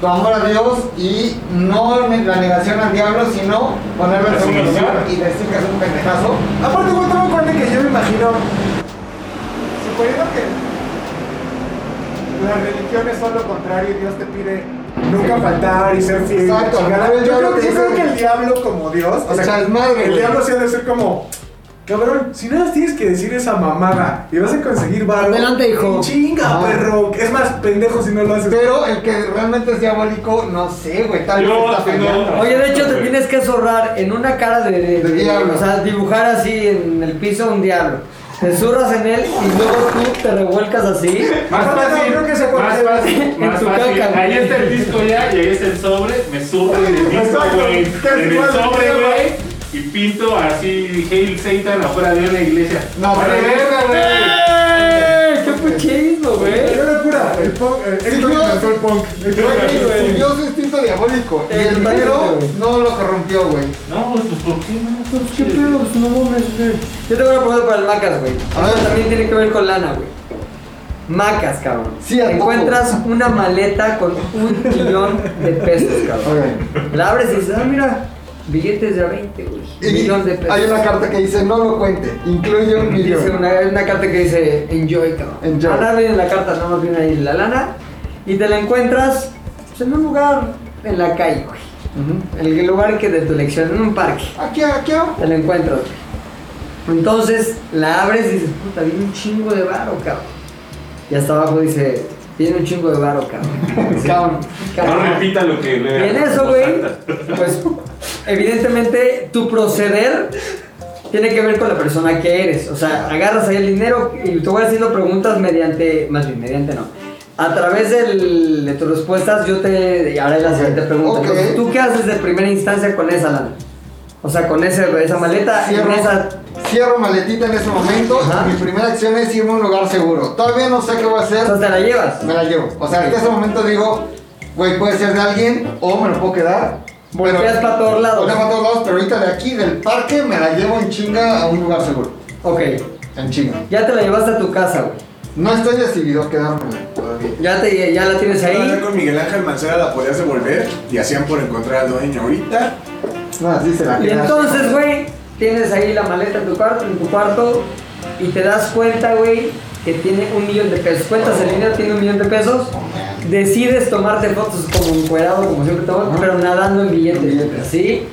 [SPEAKER 2] tu amor a Dios y no ne- la negación al diablo, sino ponerlo en
[SPEAKER 17] La
[SPEAKER 2] segundo
[SPEAKER 17] sumisión.
[SPEAKER 2] lugar y decir que es un pendejazo.
[SPEAKER 7] Aparte, güey, toma en cuenta que yo me imagino. Suponiendo que las religiones son lo contrario y Dios te pide nunca faltar y ser fiel. y la
[SPEAKER 2] Exacto.
[SPEAKER 7] chingada.
[SPEAKER 2] A ver,
[SPEAKER 7] Yo,
[SPEAKER 2] yo
[SPEAKER 7] creo,
[SPEAKER 2] lo que
[SPEAKER 7] yo creo
[SPEAKER 2] dice-
[SPEAKER 7] que el diablo, como Dios, o sea,
[SPEAKER 2] Echas madre,
[SPEAKER 7] el
[SPEAKER 2] güey.
[SPEAKER 7] diablo sí ha de ser como. Cabrón, si nada más tienes que decir esa mamada y vas a conseguir varo.
[SPEAKER 5] Adelante, hijo.
[SPEAKER 7] Chinga,
[SPEAKER 2] Ah.
[SPEAKER 7] perro. Es más pendejo si no lo haces.
[SPEAKER 2] Pero el que realmente es diabólico, no sé, güey, tal vez
[SPEAKER 17] Yo
[SPEAKER 2] está
[SPEAKER 17] tengo-
[SPEAKER 2] fallando.
[SPEAKER 5] Oye, de hecho te tienes que zorrar en una cara de, de-
[SPEAKER 2] De
[SPEAKER 5] de-
[SPEAKER 2] diablo.
[SPEAKER 5] O sea, dibujar así en el piso un diablo. Te zurras en él y luego tú te revuelcas así.
[SPEAKER 17] Más
[SPEAKER 7] No, no,
[SPEAKER 17] fácil,
[SPEAKER 7] creo que se
[SPEAKER 17] más
[SPEAKER 7] acuerde.
[SPEAKER 17] fácil,
[SPEAKER 5] En
[SPEAKER 17] más
[SPEAKER 5] su
[SPEAKER 17] fácil.
[SPEAKER 5] caca,
[SPEAKER 17] Ahí
[SPEAKER 5] güey.
[SPEAKER 17] está el disco ya y ahí está el sobre. Me surto en el disco,
[SPEAKER 7] Exacto,
[SPEAKER 17] güey.
[SPEAKER 7] casi
[SPEAKER 17] En el
[SPEAKER 7] igual,
[SPEAKER 17] sobre,
[SPEAKER 7] güey.
[SPEAKER 17] güey. Y pinto así Hail Satan afuera de una iglesia.
[SPEAKER 2] No,
[SPEAKER 17] Vale,
[SPEAKER 2] pero-
[SPEAKER 17] verga, güey.
[SPEAKER 5] ¡Ey! ¡Qué puchismo, güey!
[SPEAKER 7] Qué locura. El punk. eh,
[SPEAKER 2] Sí,
[SPEAKER 7] El punk
[SPEAKER 2] yo-
[SPEAKER 7] lanzó el punk. El
[SPEAKER 2] Güey,
[SPEAKER 7] punk lanzó el-
[SPEAKER 2] su Dios es instinto diabólico. Y el
[SPEAKER 5] Totalmente,
[SPEAKER 2] dinero
[SPEAKER 5] güey.
[SPEAKER 2] no lo corrompió, güey.
[SPEAKER 17] No, pues ¿por qué no?
[SPEAKER 5] ¿Qué pedo? Pues no mames, güey. Yo tengo una pregunta para el Macas, güey.
[SPEAKER 2] A ver.
[SPEAKER 5] Esto también tiene que ver con lana, güey. Macas, cabrón.
[SPEAKER 2] Sí, ¿a poco?
[SPEAKER 5] Encuentras una maleta con un millón de pesos, cabrón. La abres y dices, ah, mira, billetes de a 20, güey.
[SPEAKER 2] Y
[SPEAKER 5] millón de pesos.
[SPEAKER 2] hay una carta que dice, no lo cuente, incluye un
[SPEAKER 5] Dice
[SPEAKER 2] millón.
[SPEAKER 5] una, hay una carta que dice enjoy, cabrón.
[SPEAKER 2] Enjoy.
[SPEAKER 5] Ah, no viene la carta, nada más viene ahí la lana. Y te la encuentras pues, en un lugar en la calle, güey. El lugar que de tu elección, en un parque.
[SPEAKER 2] Aquí, aquí, abajo.
[SPEAKER 5] Te la encuentras, güey. Entonces la abres y dices, puta, viene un chingo de varo, cabrón. Y hasta abajo dice, Tiene un chingo de varo, cabrón. Cabrón.
[SPEAKER 17] No
[SPEAKER 5] cabrón.
[SPEAKER 17] repita lo que
[SPEAKER 5] Y
[SPEAKER 17] le
[SPEAKER 5] en eso, güey, pues evidentemente tu proceder tiene que ver con la persona que eres. O sea, agarras ahí el dinero y te voy haciendo preguntas mediante, más bien, mediante no. A través del- de tus respuestas yo te haré la siguiente pregunta.
[SPEAKER 2] Ok.
[SPEAKER 5] Entonces, ¿Tú qué haces de primera instancia con esa lana? O sea, con ese, esa maleta y
[SPEAKER 2] Cierro-
[SPEAKER 5] con esa...
[SPEAKER 2] Cierro maletita en ese momento. Mi primera acción es irme a un lugar seguro. Todavía no sé qué voy a hacer.
[SPEAKER 5] Entonces te la llevas.
[SPEAKER 2] Me la llevo. O sea, hasta ese momento digo, güey, puede ser de alguien o me lo puedo quedar. Bueno,
[SPEAKER 5] Volteas para todos lados.
[SPEAKER 2] para todos lados, pero ahorita de aquí, del parque, me la llevo en chinga a un lugar seguro.
[SPEAKER 5] Ok.
[SPEAKER 2] En chinga.
[SPEAKER 5] Ya te la llevaste a tu casa, güey.
[SPEAKER 2] No estoy decidido a quedarme todavía.
[SPEAKER 5] Ya, te, ya la tienes ahí.
[SPEAKER 7] Con Miguel Ángel Mancera la podías devolver y hacían por encontrar al dueño ahorita.
[SPEAKER 2] No, así se la
[SPEAKER 5] Y entonces, güey, tienes ahí la maleta en tu cuarto, en tu cuarto y te das cuenta, güey, que tiene un millón de pesos. Cuentas el dinero, tiene un millón de pesos. Decides tomarte fotos como encuerado, como siempre tomas, pero nadando en billetes, así.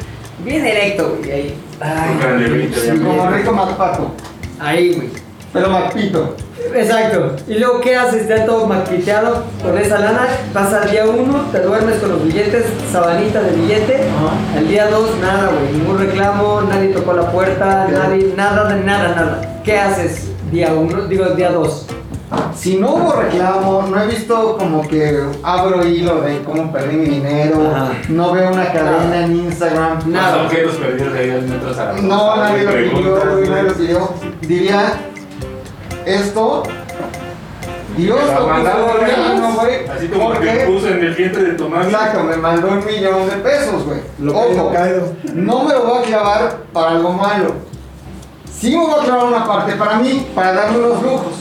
[SPEAKER 5] Bien erecto, güey, ahí. Ay,
[SPEAKER 2] Sí, como rico malpato.
[SPEAKER 5] ahí, güey.
[SPEAKER 2] Pero malpito.
[SPEAKER 5] Exacto. Y luego, ¿qué haces? Ya todo maquiteado con esa lana. Vas al día 1, te duermes con los billetes, sabanita de billete. Al día 2, nada, güey. Ningún reclamo, nadie tocó la puerta, nadie, nada, de nada, nada. ¿Qué haces día 1? Digo, día 2.
[SPEAKER 2] Si no hubo reclamo, no he visto como que abro hilo de cómo perdí mi dinero, no veo una cadena en Instagram,
[SPEAKER 17] Los
[SPEAKER 2] nada.
[SPEAKER 17] objetos perdidos ahí al metro Zaragoza.
[SPEAKER 2] No, nadie lo pidió,
[SPEAKER 17] Preguntas,
[SPEAKER 2] nadie lo pidió. Diría, esto, Dios
[SPEAKER 17] La
[SPEAKER 2] lo
[SPEAKER 17] mandaba,
[SPEAKER 2] mandó
[SPEAKER 17] güey.
[SPEAKER 2] no, güey.
[SPEAKER 17] Así como
[SPEAKER 2] ¿Por
[SPEAKER 17] que
[SPEAKER 2] qué?
[SPEAKER 17] puso en el vientre de Tomás.
[SPEAKER 2] Exacto, me mandó un millón de pesos, güey. Ojo, no me lo voy a clavar para algo malo. Sí me voy a clavar una parte para mí, para darme unos lujos.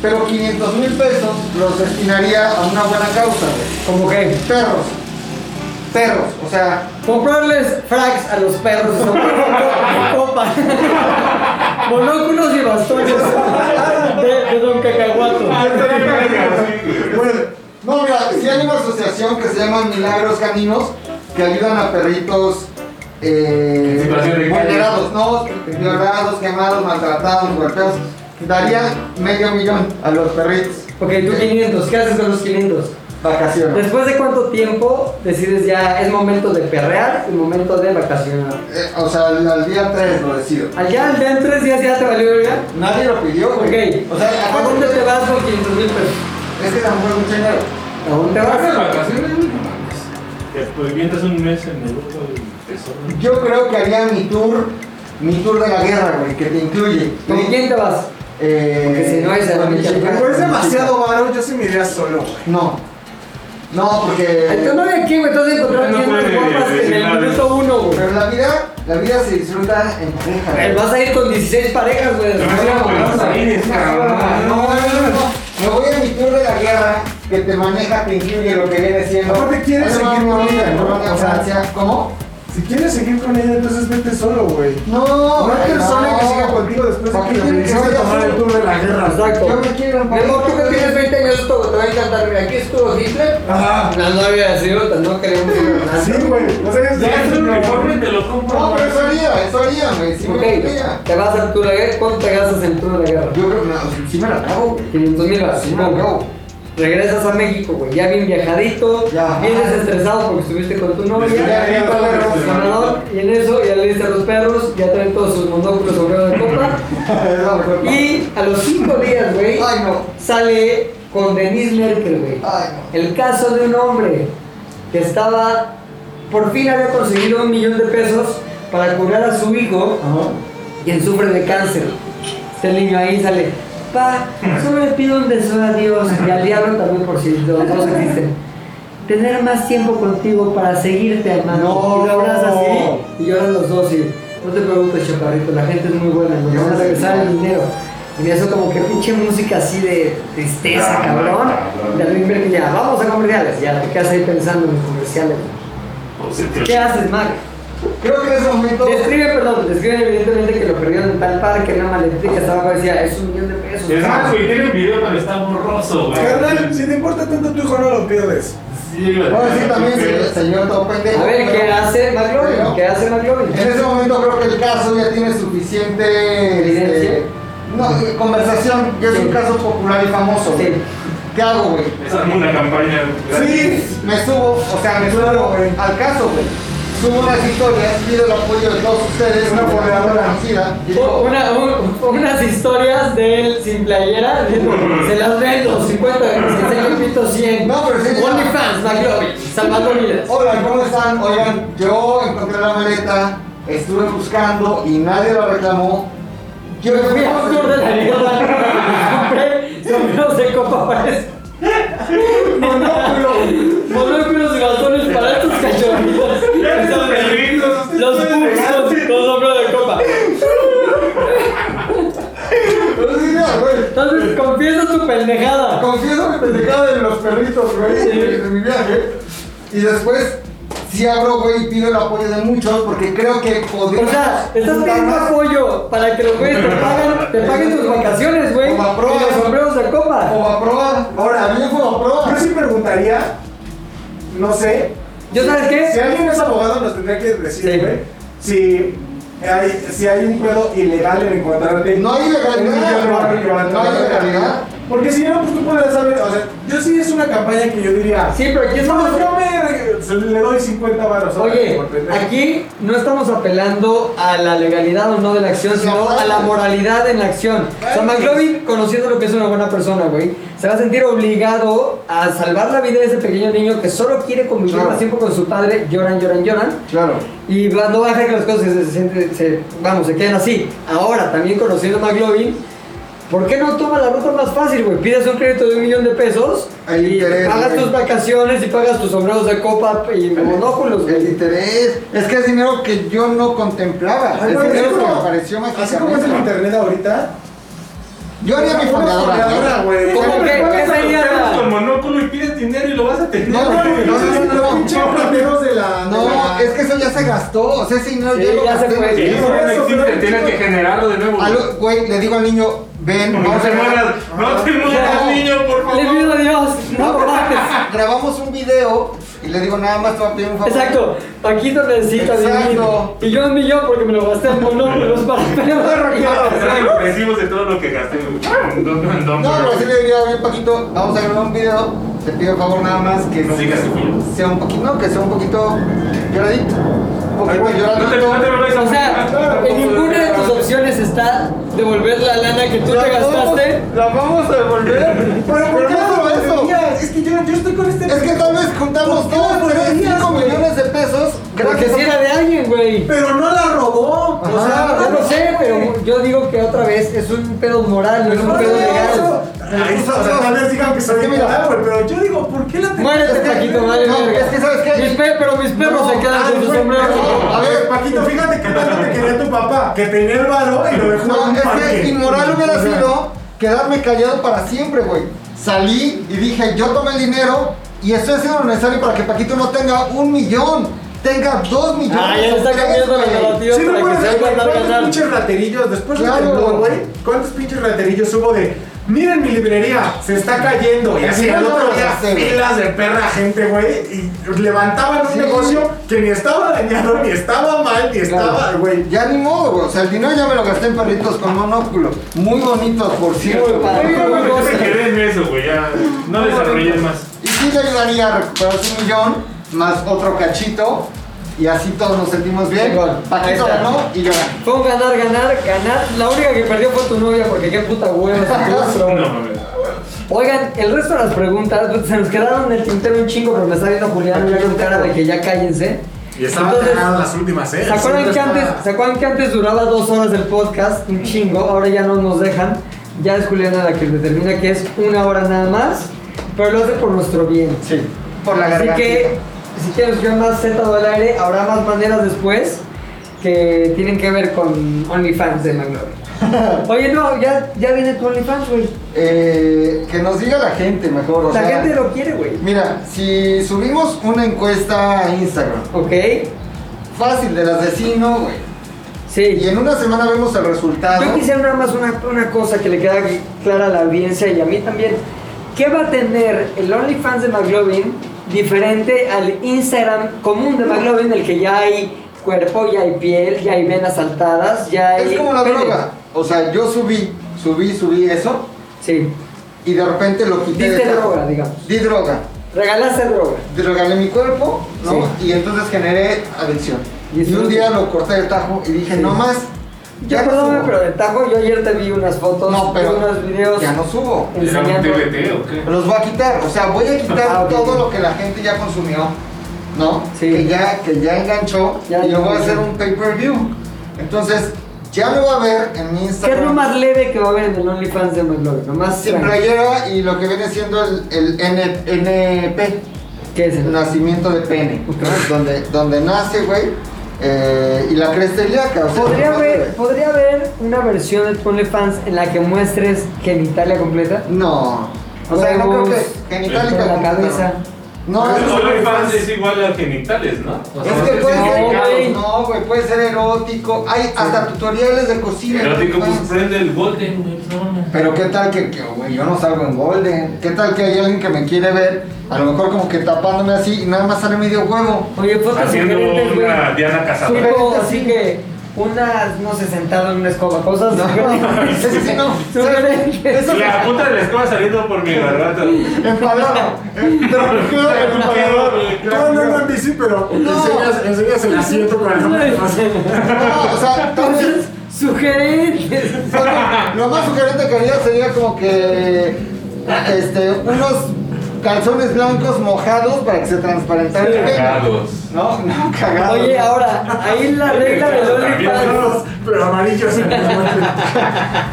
[SPEAKER 2] Pero 500 mil pesos los destinaría a una buena causa, güey.
[SPEAKER 5] ¿Cómo qué?
[SPEAKER 2] Perros. Perros, o sea...
[SPEAKER 5] Comprarles frags a los perros. o sea, Copa. Monóculos y bastones de, de Don Cacahuato.
[SPEAKER 2] Bueno, no, mira, sí hay una asociación que se llama Milagros Caninos que ayudan a perritos eh,
[SPEAKER 17] situación de calle.
[SPEAKER 2] vulnerados, no, violados, quemados, maltratados, golpeados. Daría medio millón a los perritos.
[SPEAKER 5] Ok, tú 500, ¿qué haces con los 500?
[SPEAKER 2] Vacaciones.
[SPEAKER 5] Después de cuánto tiempo decides ya es momento de perrear y momento de vacacionar.
[SPEAKER 2] Eh, o sea, al, al día 3 lo decido.
[SPEAKER 5] Allá al día en tres días ya te valió verga.
[SPEAKER 2] Nadie lo pidió,
[SPEAKER 5] Ok,
[SPEAKER 2] güey.
[SPEAKER 5] o sea, ¿a dónde te vas con 500 mil pesos?
[SPEAKER 2] Es que tampoco es mucho dinero.
[SPEAKER 5] ¿A dónde
[SPEAKER 17] ¿Vas a
[SPEAKER 5] vas?
[SPEAKER 17] vacaciones? Pues vienes un mes en Europa y te sobra.
[SPEAKER 2] Yo creo que haría mi tour, mi tour de la guerra, güey, que te incluye.
[SPEAKER 5] ¿Con quién te vas?
[SPEAKER 2] Eh,
[SPEAKER 5] Porque si no, esa
[SPEAKER 2] con
[SPEAKER 5] es la
[SPEAKER 2] mi
[SPEAKER 5] mitad.
[SPEAKER 2] chica,
[SPEAKER 5] Pero
[SPEAKER 2] con
[SPEAKER 5] es
[SPEAKER 2] mi
[SPEAKER 5] demasiado
[SPEAKER 2] chica.
[SPEAKER 7] Bueno, yo sí me iría solo.
[SPEAKER 2] No. No, porque.
[SPEAKER 5] Entonces no de aquí, güey, estás encontrando
[SPEAKER 2] No
[SPEAKER 5] quién
[SPEAKER 2] puede
[SPEAKER 5] te guapas en
[SPEAKER 2] decir
[SPEAKER 5] el
[SPEAKER 2] nada.
[SPEAKER 5] minuto uno, güey.
[SPEAKER 2] Pero la vida, la vida se disfruta en pareja.
[SPEAKER 5] Eh,
[SPEAKER 2] güey.
[SPEAKER 5] Vas a ir con 16 parejas, güey.
[SPEAKER 17] Yo me fui a Buenos Aires, cabrón.
[SPEAKER 2] No, no, no, no. Me voy a mi tour de la guerra que te maneja, te incluye lo que viene siendo.
[SPEAKER 7] Aparte, ¿quieres
[SPEAKER 2] Además,
[SPEAKER 7] seguir con
[SPEAKER 2] bonita,
[SPEAKER 7] ella, no?
[SPEAKER 2] ¿no?
[SPEAKER 7] O sea,
[SPEAKER 2] Francia. ¿Cómo?
[SPEAKER 7] Si quieres seguir con ella, entonces vete solo, güey.
[SPEAKER 2] No,
[SPEAKER 7] No hay
[SPEAKER 2] ay,
[SPEAKER 7] persona
[SPEAKER 2] no.
[SPEAKER 7] que siga contigo después de
[SPEAKER 2] ¿Para
[SPEAKER 7] que
[SPEAKER 2] qué
[SPEAKER 7] le
[SPEAKER 2] quieres que
[SPEAKER 7] hiciste
[SPEAKER 2] vaya
[SPEAKER 7] tomar el
[SPEAKER 2] solo?
[SPEAKER 7] tour de la guerra.
[SPEAKER 5] Exacto.
[SPEAKER 2] Yo me quiero ir a un
[SPEAKER 5] Memo, tú que
[SPEAKER 2] país.
[SPEAKER 5] tienes 20 años, esto te va a encantar. Mira, aquí estuvo Hitler.
[SPEAKER 7] Ajá.
[SPEAKER 5] La novia de Ciro, no queremos ir a
[SPEAKER 7] Sí, güey. O sea, es-
[SPEAKER 17] Ya es un uniforme, te lo compro.
[SPEAKER 2] No, pero eso haría, eso haría, güey. Si me gustaría.
[SPEAKER 5] Ok, te vas al tour de guerra. ¿Cuánto te gastas en tour de guerra?
[SPEAKER 2] Yo creo que no, si me la cago, güey.
[SPEAKER 5] 500 mil vas,
[SPEAKER 2] Sí me la cago.
[SPEAKER 5] Regresas a México, güey. Ya bien viajadito,
[SPEAKER 2] Ya.
[SPEAKER 5] bien desestresado porque estuviste con tu novia.
[SPEAKER 2] Ya, ya,
[SPEAKER 5] bien
[SPEAKER 2] ya,
[SPEAKER 5] padre,
[SPEAKER 2] ya, ya.
[SPEAKER 5] ganador, Y en eso ya le diste a los perros, ya traen todos sus monóculos sombreros de copa. Y a los 5 días, güey,
[SPEAKER 2] Ay, no.
[SPEAKER 5] sale con Denise Merkel, güey.
[SPEAKER 2] Ay, no.
[SPEAKER 5] El caso de un hombre que estaba, por fin había conseguido un millón de pesos para curar a su hijo, quien sufre de cáncer. Este niño ahí sale, pa, solo le pido un deseo a Dios y al diablo también por si los dos existen. Tener más tiempo contigo para seguirte, hermano.
[SPEAKER 2] No.
[SPEAKER 5] Y lo abrazas así y lloran los dos y no te preocupes, chaparrito, la gente es muy buena, nos van a regresar el dinero. Y eso como que pinche música así de tristeza,
[SPEAKER 17] Ah,
[SPEAKER 5] cabrón.
[SPEAKER 17] cabrón.
[SPEAKER 5] De Luis Miguel, ya, vamos a comerciales. Ya te quedas ahí pensando en los comerciales. ¿Qué haces, Mac?
[SPEAKER 2] Creo que en ese momento.
[SPEAKER 5] Describe, perdón, describe evidentemente que lo perdieron en tal parque, en una maletita que estaba abajo decía, es un millón de pesos.
[SPEAKER 17] Exacto, y tiene el video, pero está borroso, güey.
[SPEAKER 7] Carnal, si te importa tanto tu hijo, no lo pierdes.
[SPEAKER 17] Sí, güey.
[SPEAKER 2] Ahora sí también, señor- señor todo pendejo.
[SPEAKER 5] A ver, ¿qué
[SPEAKER 2] pero-
[SPEAKER 5] hace
[SPEAKER 2] Pero-
[SPEAKER 5] McLovin? ¿Qué hace McLovin?
[SPEAKER 2] En ese momento creo que el caso ya tiene suficiente
[SPEAKER 5] Evidencia.
[SPEAKER 2] este, no, eh, conversación, ya es
[SPEAKER 5] Sí.
[SPEAKER 2] un caso popular y famoso.
[SPEAKER 5] Sí.
[SPEAKER 2] ¿Qué hago, güey?
[SPEAKER 17] Es como una campaña.
[SPEAKER 2] Sí, me subo, o sea, me subo al caso, güey. Subo unas historias, pido el apoyo de todos ustedes. Una apoyadora conocida. y digo,
[SPEAKER 5] Una- un- unas historias de él sin playera, de- se las vendo, 50 veces, se le invito 100.
[SPEAKER 2] No, pero sí, ya.
[SPEAKER 5] OnlyFans, McLovin, salvando vidas.
[SPEAKER 2] Hola, ¿cómo están? Oigan, yo encontré la maleta, estuve buscando y nadie la reclamó.
[SPEAKER 5] Yo me fui a un tour de la vida, compré sombreros de copa para eso. Monóculo, monóculos y bastones para estos cachorritos. Los pulsos con sombrero de copa. Entonces confiesa tu pendejada.
[SPEAKER 2] Confieso mi pendejada de los perritos, güey, de, de mi viaje. Y después, sí abro, güey, y pido el apoyo de muchos porque creo que podría.
[SPEAKER 5] O sea, estás pidiendo apoyo para que los güeyes te paguen, te paguen tus vacaciones, güey.
[SPEAKER 2] Como a
[SPEAKER 5] Y los sombreros de copa.
[SPEAKER 2] O a probar.
[SPEAKER 7] Ahora, bien como pro, yo sí preguntaría, no sé.
[SPEAKER 5] ¿Yo sabes qué?
[SPEAKER 7] Si alguien es abogado nos tendría que decir, güey, si, hay, si hay un pedo ilegal en encontrarte.
[SPEAKER 2] No hay ilegalidad,
[SPEAKER 7] un millón de barras que van a
[SPEAKER 2] no hay
[SPEAKER 7] tomar.
[SPEAKER 2] ilegalidad.
[SPEAKER 7] Porque si no, pues tú podrías saber, o sea, yo sí es una campaña que yo diría.
[SPEAKER 5] Sí, pero aquí estamos-
[SPEAKER 7] No, yo me, se- le doy 50 baros.
[SPEAKER 5] Oye, aquí no estamos apelando a la legalidad o no de la acción, sino a la moralidad en la acción. O sea, McLovin, conociendo lo que es una buena persona, güey, se va a sentir obligado a salvar la vida de ese pequeño niño que solo quiere convivir más tiempo con su padre, lloran, lloran, lloran.
[SPEAKER 2] Claro.
[SPEAKER 5] Y va- no va a dejar que las cosas se, se sienten- se- vamos, se queden así. Ahora, también conociendo a McLovin, ¿por qué no toma la ruta más fácil, güey? Pides un crédito de un millón de pesos,
[SPEAKER 2] El interés.
[SPEAKER 5] pagas
[SPEAKER 2] güey.
[SPEAKER 5] tus vacaciones y pagas tus sombreros de copa y monóculos, güey.
[SPEAKER 2] El interés. Es que es dinero que yo no contemplaba.
[SPEAKER 7] Ay,
[SPEAKER 2] es
[SPEAKER 7] no,
[SPEAKER 2] dinero
[SPEAKER 7] así
[SPEAKER 2] que me
[SPEAKER 7] como-
[SPEAKER 2] apareció
[SPEAKER 7] Así como es el
[SPEAKER 2] mágicamente.
[SPEAKER 7] internet ahorita.
[SPEAKER 2] Yo haría mi
[SPEAKER 7] Una
[SPEAKER 2] fundadora.
[SPEAKER 7] fondeadora, güey.
[SPEAKER 5] ¿Cómo que- qué sería?
[SPEAKER 17] con monóculo y pides dinero y lo vas a tener.
[SPEAKER 2] No, no, no, no, no, no.
[SPEAKER 7] Pinche rateros de la. de
[SPEAKER 2] No,
[SPEAKER 7] la-
[SPEAKER 2] es que eso ya se gastó. O sea, ese dinero
[SPEAKER 5] Sí,
[SPEAKER 2] ya lo
[SPEAKER 5] ya se
[SPEAKER 2] gasté.
[SPEAKER 5] fue.
[SPEAKER 2] güey.
[SPEAKER 17] Sí,
[SPEAKER 7] Eso,
[SPEAKER 17] eso no
[SPEAKER 7] eso,
[SPEAKER 17] existe,
[SPEAKER 7] pero-
[SPEAKER 17] tienes que generarlo de nuevo. güey.
[SPEAKER 2] Algo- Güey, le digo al niño, ven,
[SPEAKER 17] No
[SPEAKER 2] vamos a
[SPEAKER 17] te
[SPEAKER 2] grabar-
[SPEAKER 17] mueras, no te mueras, niño, por favor.
[SPEAKER 5] Le pido a Dios, no lo mates.
[SPEAKER 2] Grabamos un video y le digo, nada más te voy a pedir un favor.
[SPEAKER 5] Exacto, Paquito necesita vivir.
[SPEAKER 2] Exacto.
[SPEAKER 5] Y yo un millón porque me lo gasté en monóculos para
[SPEAKER 17] Están impresivos de todo lo que gasté. güey. No, no, no,
[SPEAKER 2] No,
[SPEAKER 17] pero-
[SPEAKER 2] pero sí le diría, bien Paquito, vamos a grabar un video. Te pido el favor nada más que
[SPEAKER 17] No digas que fui yo.
[SPEAKER 2] sea un poquito, no, que sea un poquito lloradito. Un
[SPEAKER 17] Ay,
[SPEAKER 2] poquito
[SPEAKER 17] güey, no te- no te
[SPEAKER 2] lloradito.
[SPEAKER 17] vuelvas a-
[SPEAKER 5] O sea, en ninguna de tus opciones está devolver la lana que tú te gastaste.
[SPEAKER 2] La vamos a devolver.
[SPEAKER 7] Pero ¿por qué
[SPEAKER 2] no solo
[SPEAKER 7] no
[SPEAKER 2] eso?
[SPEAKER 7] lo decías? Es que yo, yo estoy con este.
[SPEAKER 2] Es que tal vez juntamos
[SPEAKER 7] ¿Por qué no
[SPEAKER 2] 2,
[SPEAKER 7] lo
[SPEAKER 2] 3,
[SPEAKER 7] decías,
[SPEAKER 2] 5
[SPEAKER 7] güey?
[SPEAKER 2] millones de pesos.
[SPEAKER 5] Porque
[SPEAKER 2] gracias
[SPEAKER 5] si
[SPEAKER 2] a-
[SPEAKER 5] era de alguien, güey. Ah,
[SPEAKER 7] Pero no la robó.
[SPEAKER 2] Ajá,
[SPEAKER 7] o sea,
[SPEAKER 5] Yo no sé, pero yo digo que otra vez es un pedo moral, no es un pedo legal.
[SPEAKER 7] Ahí está, o sea, tal vez digan que soy
[SPEAKER 2] Mira.
[SPEAKER 7] ilegal, güey, pero yo digo, ¿por qué la te-
[SPEAKER 5] Muérete, Paquito, madre
[SPEAKER 2] No,
[SPEAKER 5] verga.
[SPEAKER 2] es que, ¿sabes qué?
[SPEAKER 5] Mis pe- pero mis perros se quedan
[SPEAKER 7] Ah,
[SPEAKER 5] con sus
[SPEAKER 7] güey,
[SPEAKER 5] sombreros.
[SPEAKER 7] pero- A ver, Paquito, fíjate que tanto te quería tu papá, que tenía el varo y lo dejó en
[SPEAKER 2] No,
[SPEAKER 7] un
[SPEAKER 2] es
[SPEAKER 7] parque.
[SPEAKER 2] que inmoral hubiera
[SPEAKER 7] O sea,
[SPEAKER 2] sido quedarme callado para siempre, güey. Salí y dije, yo tomé el dinero y estoy haciendo lo necesario para que Paquito no tenga un millón, tenga dos millones.
[SPEAKER 5] Ah, ya le está
[SPEAKER 2] tres,
[SPEAKER 5] cambiando la
[SPEAKER 2] güey.
[SPEAKER 5] narrativa
[SPEAKER 7] Sí, no
[SPEAKER 5] para que
[SPEAKER 7] puedes
[SPEAKER 5] se
[SPEAKER 7] güey,
[SPEAKER 5] vuelva a
[SPEAKER 7] ¿Cuántos
[SPEAKER 5] ganar.
[SPEAKER 7] pinches raterillos? Después del
[SPEAKER 2] Claro.
[SPEAKER 7] temblor, güey, ¿cuántos pinches raterillos hubo de miren mi librería, se está cayendo? Y así
[SPEAKER 2] Sí,
[SPEAKER 7] al
[SPEAKER 2] no,
[SPEAKER 7] otro
[SPEAKER 2] no,
[SPEAKER 7] día
[SPEAKER 2] ya sé, güey.
[SPEAKER 7] filas de perra gente, güey, y levantaban un
[SPEAKER 2] Sí.
[SPEAKER 7] negocio que ni estaba dañado, ni estaba mal, ni estaba,
[SPEAKER 2] Claro.
[SPEAKER 7] güey.
[SPEAKER 2] Ya ni modo, güey. O sea, el dinero ya me lo gasté en perritos con monóculo. Muy bonitos, por cierto. güey.
[SPEAKER 5] padre.
[SPEAKER 17] No, güey, me quedé en eso, güey. Ya no desarrolles más.
[SPEAKER 2] Y sí le ayudaría a recuperar su millón, más otro cachito. Y así todos nos sentimos bien.
[SPEAKER 5] Chingón. Ahí
[SPEAKER 2] Paquito
[SPEAKER 5] está.
[SPEAKER 2] ganó y yo gané.
[SPEAKER 5] Fue un ganar, ganar, ganar. La única que perdió fue tu novia porque qué puta hueva.
[SPEAKER 17] No, mames.
[SPEAKER 5] Oigan, el resto de las preguntas pues, se nos quedaron en el tintero un chingo, pero me está viendo Julián ya con cara de que ya cállense.
[SPEAKER 7] Y estaban
[SPEAKER 5] Entonces,
[SPEAKER 7] cagadas las últimas, ¿eh?
[SPEAKER 5] ¿Se acuerdan,
[SPEAKER 7] Siempre
[SPEAKER 5] que antes,
[SPEAKER 7] está-
[SPEAKER 5] ¿Se acuerdan que antes duraba dos horas el podcast? Un chingo, ahora ya no nos dejan. Ya es Juliana la que determina que es una hora nada más, pero lo hace por nuestro bien.
[SPEAKER 2] Sí. Por la
[SPEAKER 5] Así
[SPEAKER 2] garganta.
[SPEAKER 5] que, si quieren escuchar más Z del aire, habrá más maneras después que tienen que ver con OnlyFans de McLovin. Oye, no, ya, ya viene tu OnlyFans, güey.
[SPEAKER 2] Eh, que nos diga la gente mejor. o
[SPEAKER 5] La
[SPEAKER 2] sea,
[SPEAKER 5] gente lo quiere, güey.
[SPEAKER 2] Mira, si subimos una encuesta a Instagram,
[SPEAKER 5] Ok,
[SPEAKER 2] fácil de las de sí, no, güey.
[SPEAKER 5] sí.
[SPEAKER 2] Y en una semana vemos el resultado.
[SPEAKER 5] Yo quisiera nada más una, una cosa que le queda clara a la audiencia y a mí también. ¿Qué va a tener el OnlyFans de McLovin diferente al Instagram común de McLovin, el que ya hay cuerpo, ya hay piel, ya hay venas saltadas, ya hay...
[SPEAKER 2] Es como la
[SPEAKER 5] pene?
[SPEAKER 2] droga. O sea, yo subí, subí, subí eso.
[SPEAKER 5] Sí.
[SPEAKER 2] y de repente lo quité
[SPEAKER 5] Diste
[SPEAKER 2] del carro.
[SPEAKER 5] droga, digamos.
[SPEAKER 2] Di droga.
[SPEAKER 5] Regalaste droga.
[SPEAKER 2] Regalé mi cuerpo, ¿no? Y entonces generé adicción. Y, un día lo corté del tajo y dije, no más.
[SPEAKER 5] Ya perdóname, pero de tajo yo ayer te vi unas fotos,
[SPEAKER 2] No, pero
[SPEAKER 5] unos videos.
[SPEAKER 2] ya no subo.
[SPEAKER 5] Enseñando.
[SPEAKER 2] Los voy a quitar, o sea, voy a quitar todo lo que la gente ya consumió, ¿no? Que ya, que ya enganchó y yo voy a hacer un pay-per-view. Entonces, ya lo va a ver en mi
[SPEAKER 5] ¿Qué es lo
[SPEAKER 2] Instagram.
[SPEAKER 5] más leve que va a haber en el OnlyFans de McLovin? Lo más
[SPEAKER 2] Sin
[SPEAKER 5] tranqui.
[SPEAKER 2] playera y lo que viene siendo el, el N- NP.
[SPEAKER 5] ¿Qué es
[SPEAKER 2] Nacimiento de pene. ¿no? Donde, donde nace, güey. eh, y la cresta ilíaca. O sea,
[SPEAKER 5] ¿Podría
[SPEAKER 2] lo más leve.
[SPEAKER 5] haber, ¿Podría haber una versión de OnlyFans en la que muestres genitalia completa?
[SPEAKER 2] No. O sea, no creo
[SPEAKER 5] Huevos,
[SPEAKER 2] que genitalia
[SPEAKER 5] de la
[SPEAKER 2] completa,
[SPEAKER 5] cabeza.
[SPEAKER 2] No,
[SPEAKER 17] Pero
[SPEAKER 2] no,
[SPEAKER 17] solo
[SPEAKER 2] no,
[SPEAKER 17] infancia
[SPEAKER 2] no.
[SPEAKER 17] Pues, es igual a genitales, ¿no? O
[SPEAKER 2] Es
[SPEAKER 17] sea,
[SPEAKER 2] que puede ser
[SPEAKER 17] significado.
[SPEAKER 2] güey, no, güey, puede ser erótico. Hay hasta tutoriales de cocina.
[SPEAKER 17] Pero digo, pues
[SPEAKER 2] güey.
[SPEAKER 17] prende el golden, güey. no, no.
[SPEAKER 2] Pero qué tal que, que, güey, yo no salgo en Golden. ¿Qué tal que hay alguien que me quiere ver? A lo mejor como que tapándome así y nada más sale medio huevo.
[SPEAKER 5] Oye, fotos
[SPEAKER 17] Haciendo
[SPEAKER 5] sugerentes, güey.
[SPEAKER 17] una Diana Casablanca.
[SPEAKER 5] Tipo, así que unas, no sé, sentado en una escoba, cosas.
[SPEAKER 2] No, eso sí no.
[SPEAKER 5] Sugerentes.
[SPEAKER 17] La punta de la escoba saliendo por mi garganta.
[SPEAKER 2] Empalado.
[SPEAKER 7] No, no, no, en bici, pero enseñas, enseñas el asiento con el
[SPEAKER 2] No, o sea, entonces.
[SPEAKER 5] Sugerentes.
[SPEAKER 2] Lo más sugerente que haría sería como que. Este, unos calzones blancos mojados para que se transparentara el pene.
[SPEAKER 17] Cagados.
[SPEAKER 2] No, no, cagados.
[SPEAKER 5] Oye, ahora, ahí la regla del OnlyFans.
[SPEAKER 7] Pero amarillos en el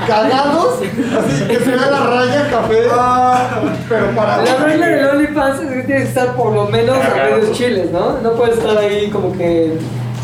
[SPEAKER 2] Cagados, así que se vea la raya café. Ah. pero para.
[SPEAKER 5] La regla del OnlyFans es que tienes que estar por lo menos a
[SPEAKER 2] Cagados.
[SPEAKER 5] medios chiles, ¿no? No puedes estar ahí como que.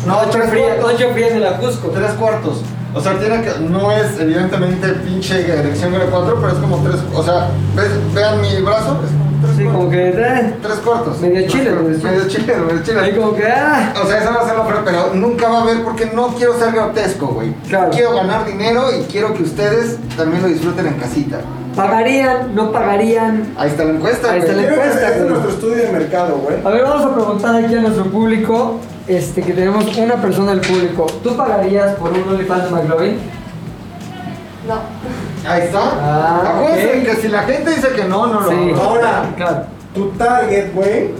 [SPEAKER 2] No,
[SPEAKER 5] ocho
[SPEAKER 2] tres
[SPEAKER 5] frías,
[SPEAKER 2] cuartos.
[SPEAKER 5] ocho frías en la Cusco.
[SPEAKER 2] Tres cuartos. O sea, tiene que, no es evidentemente pinche erección grado 4, pero es como tres. O sea, ¿ves? vean mi brazo. Es como tres
[SPEAKER 5] Sí, como que. eh,
[SPEAKER 2] Tres cuartos.
[SPEAKER 5] Medio chile, medio chile.
[SPEAKER 2] Medio chile, medio chile.
[SPEAKER 5] Ahí como que, ah.
[SPEAKER 2] O sea, esa va a ser la oferta, pero nunca va a haber porque no quiero ser grotesco, güey. Quiero ganar dinero y quiero que ustedes también lo disfruten en casita.
[SPEAKER 5] ¿Pagarían? ¿No pagarían?
[SPEAKER 2] Ahí está la encuesta,
[SPEAKER 5] Ahí está
[SPEAKER 2] güey.
[SPEAKER 5] la encuesta,
[SPEAKER 7] Este es
[SPEAKER 5] güey.
[SPEAKER 7] nuestro estudio de mercado, güey.
[SPEAKER 5] A ver, vamos a preguntar aquí a nuestro público, este, que tenemos una persona del público. ¿Tú pagarías por un OnlyFans de McLovin?
[SPEAKER 19] No.
[SPEAKER 2] Ahí está.
[SPEAKER 5] Ah,
[SPEAKER 2] Acuérdense
[SPEAKER 5] ok.
[SPEAKER 2] que si la gente dice que no, no lo
[SPEAKER 5] Sí.
[SPEAKER 2] hago.
[SPEAKER 7] Ahora,
[SPEAKER 5] Claro.
[SPEAKER 7] tu target, güey.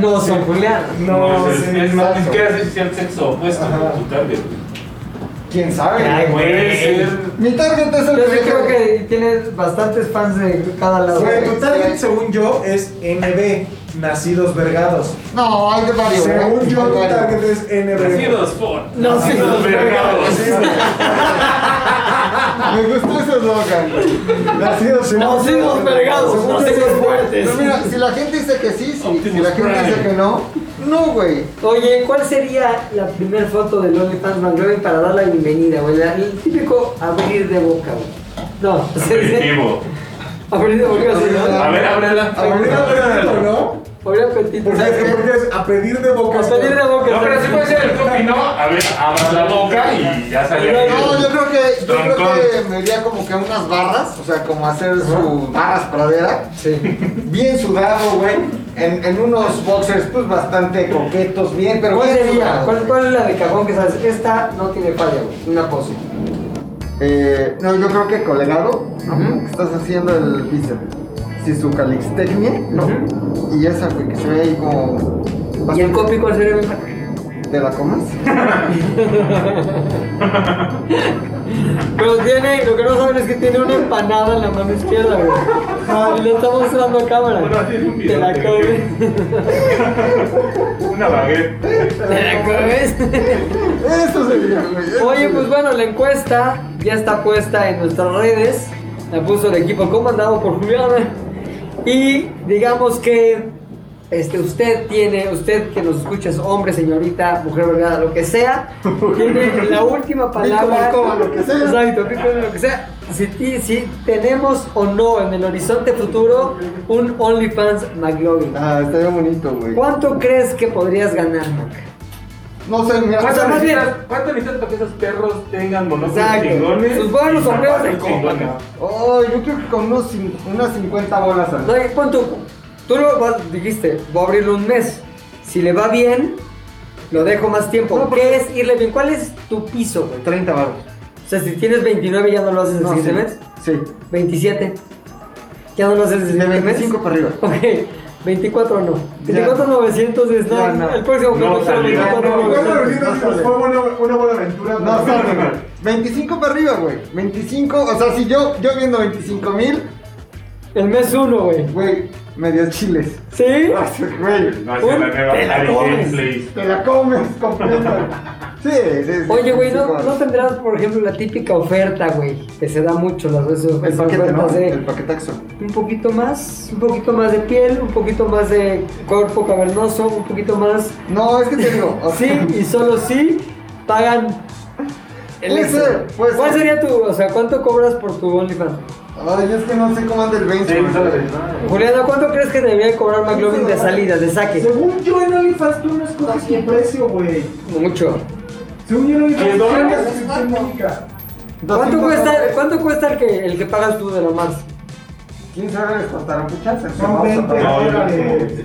[SPEAKER 5] No, son Julián.
[SPEAKER 7] No,
[SPEAKER 17] es,
[SPEAKER 7] sí,
[SPEAKER 17] es más, ni
[SPEAKER 7] exacto.
[SPEAKER 17] siquiera sé si sea el sexo opuesto, tu target.
[SPEAKER 2] ¿Quién sabe?
[SPEAKER 5] Ay,
[SPEAKER 17] Puede
[SPEAKER 5] güey.
[SPEAKER 17] ser.
[SPEAKER 2] Mi target es el
[SPEAKER 5] Yo sí
[SPEAKER 2] que-
[SPEAKER 5] creo que tienes bastantes fans de cada lado.
[SPEAKER 7] Güey, tu target, según yo, es NB, nacidos vergados.
[SPEAKER 2] No, hay de varios. ¿eh?
[SPEAKER 7] Según yo,
[SPEAKER 2] Hay
[SPEAKER 7] tu
[SPEAKER 2] varios.
[SPEAKER 7] target es NB.
[SPEAKER 17] Nacidos por.
[SPEAKER 5] No,
[SPEAKER 17] Nacidos
[SPEAKER 5] sí.
[SPEAKER 17] vergados.
[SPEAKER 2] Me gustó ese eslogan, güey. Nacidos
[SPEAKER 5] Nacidos
[SPEAKER 2] vergados.
[SPEAKER 5] vergados,
[SPEAKER 2] Según yo,
[SPEAKER 5] nacidos
[SPEAKER 2] sí.
[SPEAKER 5] fuertes.
[SPEAKER 2] Pero mira, si la gente dice que sí, sí. Si la gente
[SPEAKER 17] Prime.
[SPEAKER 2] dice que no, no, güey.
[SPEAKER 5] Oye, ¿cuál sería la primera foto del OnlyFans McLovin para dar la bienvenida, güey? La- El típico abrir de boca, güey. No,
[SPEAKER 17] Primitivo.
[SPEAKER 5] abrir de boca, sí, ¿no?
[SPEAKER 17] A ver, ábrela.
[SPEAKER 7] Abrir apetito, ¿no?
[SPEAKER 5] Abrir apetito.
[SPEAKER 7] Porque, porque es a pedir de boca.
[SPEAKER 5] A pedir de boca.
[SPEAKER 17] No, pero sí puede ser el copy, ¿no? A ver, abra la boca y ya sale.
[SPEAKER 2] No, yo creo que, yo creo
[SPEAKER 17] Troncón.
[SPEAKER 2] que me iría como que a unas barras, o sea, como hacer su barras pradera. Bien sudado, güey. En, en unos boxers, pues bastante coquetos, bien, pero
[SPEAKER 5] ¿Cuál
[SPEAKER 2] bien
[SPEAKER 5] sería?
[SPEAKER 2] sudado,
[SPEAKER 5] ¿Cuál,
[SPEAKER 2] güey.
[SPEAKER 5] cuál es la de cajón que sabes? Esta no tiene falla, güey. Una pose.
[SPEAKER 2] Eh, no, yo creo que colegado, ¿no? Que estás haciendo el bíceps. Si su calistecnia, no. Y esa, güey, que se ve ahí como.
[SPEAKER 5] ¿Y el copy cuál sería? güey?
[SPEAKER 2] ¿Te la comas?
[SPEAKER 5] Pero tiene, lo que no saben es que tiene una empanada en la mano izquierda, güey. Ah, Y le está mostrando a cámara. Te la comes.
[SPEAKER 17] Una baguette.
[SPEAKER 5] Te la comes.
[SPEAKER 2] Eso sería, güey. eso
[SPEAKER 5] Oye,
[SPEAKER 2] sería.
[SPEAKER 5] pues bueno, la encuesta ya está puesta en nuestras redes. La puso el equipo comandado por Juliana. Y digamos que este, usted tiene, usted que nos escucha, es hombre, señorita, mujer vergada, lo que sea, tiene la última palabra.
[SPEAKER 2] Pico, balcoba, lo que sea.
[SPEAKER 5] Exacto, pico, lo que sea. Si, ti- si tenemos o no en el horizonte futuro un OnlyFans McLovin.
[SPEAKER 2] Ah, estaría bonito, güey.
[SPEAKER 5] ¿Cuánto crees que podrías ganar, Mac?
[SPEAKER 2] No sé, mira.
[SPEAKER 5] O sea, más bien-
[SPEAKER 17] ¿Cuánto necesitas para que esos perros tengan monóculos
[SPEAKER 5] Exacto.
[SPEAKER 17] chingones?
[SPEAKER 5] Sus buenos
[SPEAKER 17] y
[SPEAKER 5] sombreros de
[SPEAKER 17] zapatos
[SPEAKER 5] copa,
[SPEAKER 17] chingones?
[SPEAKER 5] cabrón.
[SPEAKER 2] Oh, yo creo que con unos cin- unas 50 bolas al
[SPEAKER 5] No, y pon tú, tú lo vas- dijiste, voy a abrirlo un mes. Si le va bien, lo dejo más tiempo.
[SPEAKER 2] No, porque-
[SPEAKER 5] ¿Qué es irle bien? ¿Cuál es tu piso, güey?
[SPEAKER 2] 30 baros.
[SPEAKER 5] O sea, si tienes 29 ya no lo haces el
[SPEAKER 2] No,
[SPEAKER 5] siguiente
[SPEAKER 2] sí.
[SPEAKER 5] mes.
[SPEAKER 2] Sí.
[SPEAKER 5] 27. Ya no nos el siguiente mes.
[SPEAKER 2] 25 para arriba.
[SPEAKER 5] Ok, 24 no. 24900 está el próximo
[SPEAKER 2] No
[SPEAKER 5] capítulo,
[SPEAKER 2] salió.
[SPEAKER 5] 24,900.
[SPEAKER 2] Fue una, buena aventura. No, no, no, no. 25 para arriba, güey. 25, o sea, si yo, yo viendo 25 mil.
[SPEAKER 5] El mes 1, güey.
[SPEAKER 2] Güey, medio chiles.
[SPEAKER 5] ¿Sí?
[SPEAKER 8] Ah,
[SPEAKER 2] Güey,
[SPEAKER 17] No, se la
[SPEAKER 2] te la comes. Te la comes completa. Sí, sí, sí.
[SPEAKER 5] Oye, güey,
[SPEAKER 2] Sí,
[SPEAKER 5] ¿no, no tendrás, por ejemplo, la típica oferta, güey? Que se da mucho las veces.
[SPEAKER 2] El
[SPEAKER 5] esas
[SPEAKER 2] paquete, ¿no?
[SPEAKER 5] ofertas de
[SPEAKER 2] El paquetaxo.
[SPEAKER 5] Un poquito más, un poquito más de piel, un poquito más de cuerpo cavernoso, un poquito más.
[SPEAKER 2] No, es que te digo, o
[SPEAKER 5] sí,
[SPEAKER 2] sea-
[SPEAKER 5] y solo sí pagan.
[SPEAKER 2] Puede
[SPEAKER 5] extra.
[SPEAKER 2] ser, puede
[SPEAKER 5] ¿Cuál
[SPEAKER 2] ser.
[SPEAKER 5] sería tu, o sea, cuánto cobras por tu OnlyFans?
[SPEAKER 2] Ay, es que no sé cómo anda el benchmark.
[SPEAKER 5] Juliana, ¿cuánto crees que debería cobrar McLovin de salida, de saque?
[SPEAKER 7] Según yo en OnlyFans tú no escoges tu precio, güey.
[SPEAKER 5] Mucho.
[SPEAKER 7] Según yo en OnlyFans
[SPEAKER 5] ¿Quién
[SPEAKER 7] tú
[SPEAKER 5] dólares?
[SPEAKER 7] pagas suscripción única.
[SPEAKER 5] ¿Cuánto cuesta, ¿cuánto cuesta el, que, el que pagas tú de la Mars?
[SPEAKER 2] 15 dólares cortaron puchas.
[SPEAKER 7] Son 20 dólares.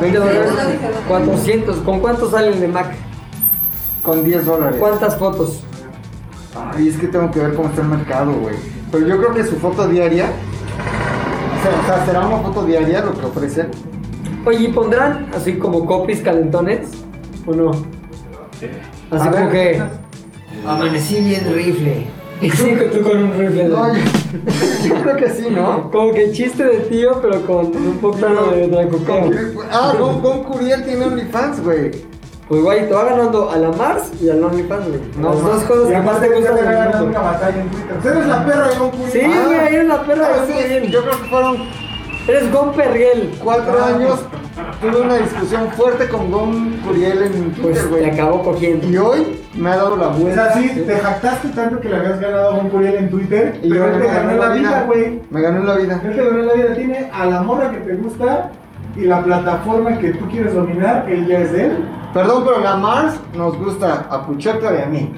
[SPEAKER 5] 20 dólares. 400. ¿Con cuánto salen de Mac?
[SPEAKER 2] Con 10 dólares.
[SPEAKER 5] ¿Cuántas fotos?
[SPEAKER 2] Ay, es que tengo que ver cómo está el mercado, güey. Pero yo creo que su foto diaria. O sea, o sea, será una foto diaria lo que ofrecen.
[SPEAKER 5] Oye, ¿y pondrán así como copies calentones? ¿O no? Así
[SPEAKER 2] A
[SPEAKER 5] como
[SPEAKER 2] ver. eh,
[SPEAKER 5] que. Amanecí bien rifle. Y sí, que tú con un rifle.
[SPEAKER 2] No, yo, yo creo que sí, ¿no?
[SPEAKER 5] Como que chiste de tío, pero con un poquito de dracocón.
[SPEAKER 2] Ah, Gon, Gon Curiel tiene OnlyFans, güey.
[SPEAKER 5] Pues guay, te va ganando a la Mars y al OnlyFans, güey.
[SPEAKER 2] No,
[SPEAKER 5] Las
[SPEAKER 2] ma.
[SPEAKER 5] dos cosas
[SPEAKER 7] Y
[SPEAKER 5] que más
[SPEAKER 7] aparte
[SPEAKER 5] te
[SPEAKER 7] ya
[SPEAKER 5] gustan
[SPEAKER 7] te
[SPEAKER 5] del
[SPEAKER 7] ganaron una
[SPEAKER 5] mundo.
[SPEAKER 7] batalla en Twitter. Eres la perra de Gon Curiel.
[SPEAKER 5] Sí,
[SPEAKER 2] Ah.
[SPEAKER 5] güey, eres la perra.
[SPEAKER 2] Ah,
[SPEAKER 5] Gon
[SPEAKER 2] sí,
[SPEAKER 5] Curiel.
[SPEAKER 2] yo creo que fueron
[SPEAKER 5] Eres Gon Perriel.
[SPEAKER 2] cuatro años. Tuve una discusión fuerte con Gon Curiel en Twitter,
[SPEAKER 5] Pues
[SPEAKER 2] güey.
[SPEAKER 5] te acabó cogiendo.
[SPEAKER 2] Y hoy me ha dado la
[SPEAKER 7] O
[SPEAKER 2] vuelta.
[SPEAKER 7] sea, sí, te jactaste tanto que le habías ganado a Gon Curiel en Twitter.
[SPEAKER 2] Y
[SPEAKER 7] pero
[SPEAKER 2] yo
[SPEAKER 7] él
[SPEAKER 2] me
[SPEAKER 7] te ganó la vida, güey.
[SPEAKER 2] Me ganó la vida.
[SPEAKER 7] Él te ganó la vida. Tiene a la morra que te gusta y la plataforma que tú quieres dominar, él ya es de él.
[SPEAKER 2] Perdón, pero la Mars nos gusta a Puchecla y a mí.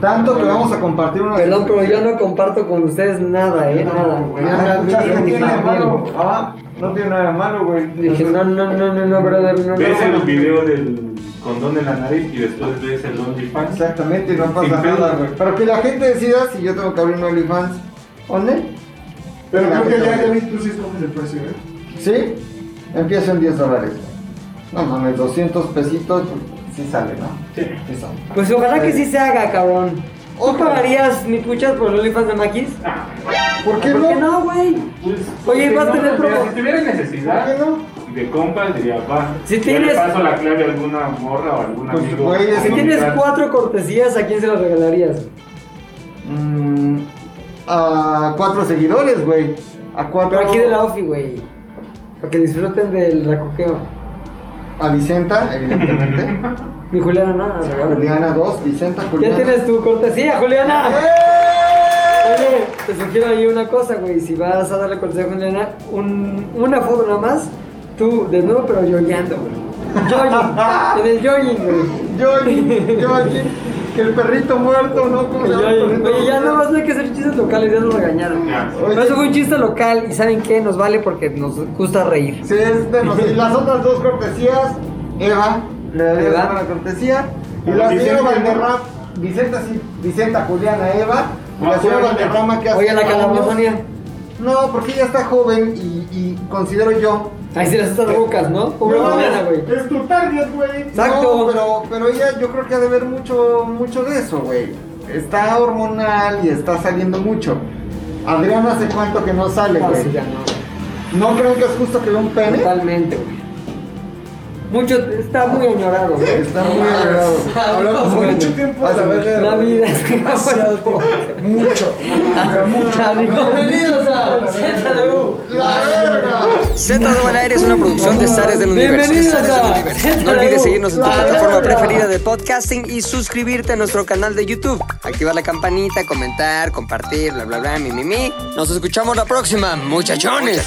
[SPEAKER 2] Tanto que vamos a compartir una.
[SPEAKER 5] Perdón, pero yo no comparto con ustedes nada, eh, nada.
[SPEAKER 2] Ah,
[SPEAKER 5] Nada, ni-
[SPEAKER 2] Puchecla
[SPEAKER 5] ni
[SPEAKER 2] tiene nada de malo.
[SPEAKER 5] familia.
[SPEAKER 2] Ah, no tiene nada de malo, güey.
[SPEAKER 5] Dije, no, no, no, no, no, brother, no,
[SPEAKER 17] Ves
[SPEAKER 5] no.
[SPEAKER 17] el video del condón en la nariz y después ves el OnlyFans.
[SPEAKER 2] Exactamente, no
[SPEAKER 17] Sin
[SPEAKER 2] pasa
[SPEAKER 17] pedo.
[SPEAKER 2] nada, güey. Pero que la gente decida si yo tengo que abrir un OnlyFans o no.
[SPEAKER 7] Pero
[SPEAKER 2] La
[SPEAKER 7] creo que ya,
[SPEAKER 2] neta,
[SPEAKER 7] ya
[SPEAKER 2] güey.
[SPEAKER 7] vi, tú sí escoges el precio, ¿eh?
[SPEAKER 2] ¿Sí? Empieza en 10 dólares. No mames, 200 pesitos, pues, sí sale, ¿no? Sí. sale.
[SPEAKER 5] Pues ojalá que sí se haga, cabrón. ¿Tú pagarías mi puchas por el OnlyFans de Maquis?
[SPEAKER 2] ¿Por qué
[SPEAKER 5] ¿Por qué
[SPEAKER 2] no?
[SPEAKER 5] no, güey?
[SPEAKER 17] pues,
[SPEAKER 5] Oye, vas a tener
[SPEAKER 17] Mira,
[SPEAKER 5] promo.
[SPEAKER 17] Si tuviera
[SPEAKER 2] ¿Por
[SPEAKER 17] necesidad
[SPEAKER 2] qué no?
[SPEAKER 17] de compras, diría, va.
[SPEAKER 5] Si
[SPEAKER 17] yo
[SPEAKER 5] tienes-
[SPEAKER 17] le paso la clave a alguna morra o algún
[SPEAKER 2] Pues,
[SPEAKER 17] amigo.
[SPEAKER 2] güey, es
[SPEAKER 5] Si
[SPEAKER 2] que
[SPEAKER 5] tienes
[SPEAKER 17] Tal.
[SPEAKER 5] cuatro cortesías, ¿a quién se las regalarías?
[SPEAKER 2] Mm, a cuatro seguidores, güey. A cuatro.
[SPEAKER 5] Pero aquí de la ofi, güey. Para que disfruten del racoqueo.
[SPEAKER 2] A Vicenta, evidentemente.
[SPEAKER 5] Mi Juliana, nada, regálame.
[SPEAKER 2] Juliana 2, Vicenta, pues
[SPEAKER 5] Ya
[SPEAKER 2] Juliana.
[SPEAKER 5] tienes tu cortesía, Juliana. Oye, te sugiero ahí una cosa, güey. Si vas a darle cortesía a Juliana, un- una foto nada más, tú desnudo, pero yoyando, güey. Jogging, en el jogging, güey.
[SPEAKER 2] Johnny, Johnny, que el perrito muerto, ¿no? ¿Cómo
[SPEAKER 5] El
[SPEAKER 2] se llama el
[SPEAKER 5] jogging.
[SPEAKER 2] perrito
[SPEAKER 5] Oye, ya
[SPEAKER 2] muerto?
[SPEAKER 5] nada más no hay que hacer chistes locales, ya nos regañaron. Pero eso fue un chiste local y ¿saben qué? Nos vale porque nos gusta reír.
[SPEAKER 2] Sí, es de los- y las otras dos cortesías, Eva, le daría
[SPEAKER 5] Eva.
[SPEAKER 2] una cortesía. Y
[SPEAKER 7] A
[SPEAKER 2] la señora
[SPEAKER 7] Vicenta, ¿no?
[SPEAKER 2] Valderrama, Vicenta, sí, Vicenta, Juliana, Eva. Y la señora
[SPEAKER 7] Ah, Juliana.
[SPEAKER 2] Valderrama que hace.
[SPEAKER 5] Oye, la
[SPEAKER 2] años-
[SPEAKER 5] calamonia.
[SPEAKER 2] No, porque ella está joven y, y considero yo.
[SPEAKER 5] Ahí se las estas bocas, ¿no? Pobre
[SPEAKER 2] No,
[SPEAKER 5] Juliana, güey.
[SPEAKER 7] Es tu target, güey.
[SPEAKER 5] Exacto.
[SPEAKER 2] No, pero, pero ella yo creo que ha de ver mucho, mucho de eso, güey. Está hormonal y está saliendo mucho. Adriana hace cuánto que no sale,
[SPEAKER 5] Ah,
[SPEAKER 2] güey.
[SPEAKER 5] sí, ya no.
[SPEAKER 2] ¿No creen que es justo que vea un pene?
[SPEAKER 5] Totalmente, güey. Mucho, está muy añorado, güey.
[SPEAKER 2] Está muy agradable.
[SPEAKER 7] Hablamos
[SPEAKER 5] güey.
[SPEAKER 7] mucho tiempo de
[SPEAKER 2] Pásame.
[SPEAKER 7] la verga.
[SPEAKER 5] La vida es
[SPEAKER 7] Demasiado tiempo. Mucho.
[SPEAKER 5] Bienvenidos a ZDU.
[SPEAKER 20] Z2 al aire es una producción de Zares del Universo.
[SPEAKER 5] Bienvenidos
[SPEAKER 20] Zares del
[SPEAKER 5] a
[SPEAKER 20] Universo. No
[SPEAKER 5] ZDU.
[SPEAKER 20] olvides seguirnos en tu
[SPEAKER 5] La
[SPEAKER 20] plataforma
[SPEAKER 5] verga.
[SPEAKER 20] preferida de podcasting y suscribirte a nuestro canal de YouTube. Activar la campanita, comentar, compartir, bla, bla, bla, mi, mi, mi. Nos escuchamos la próxima, muchachones.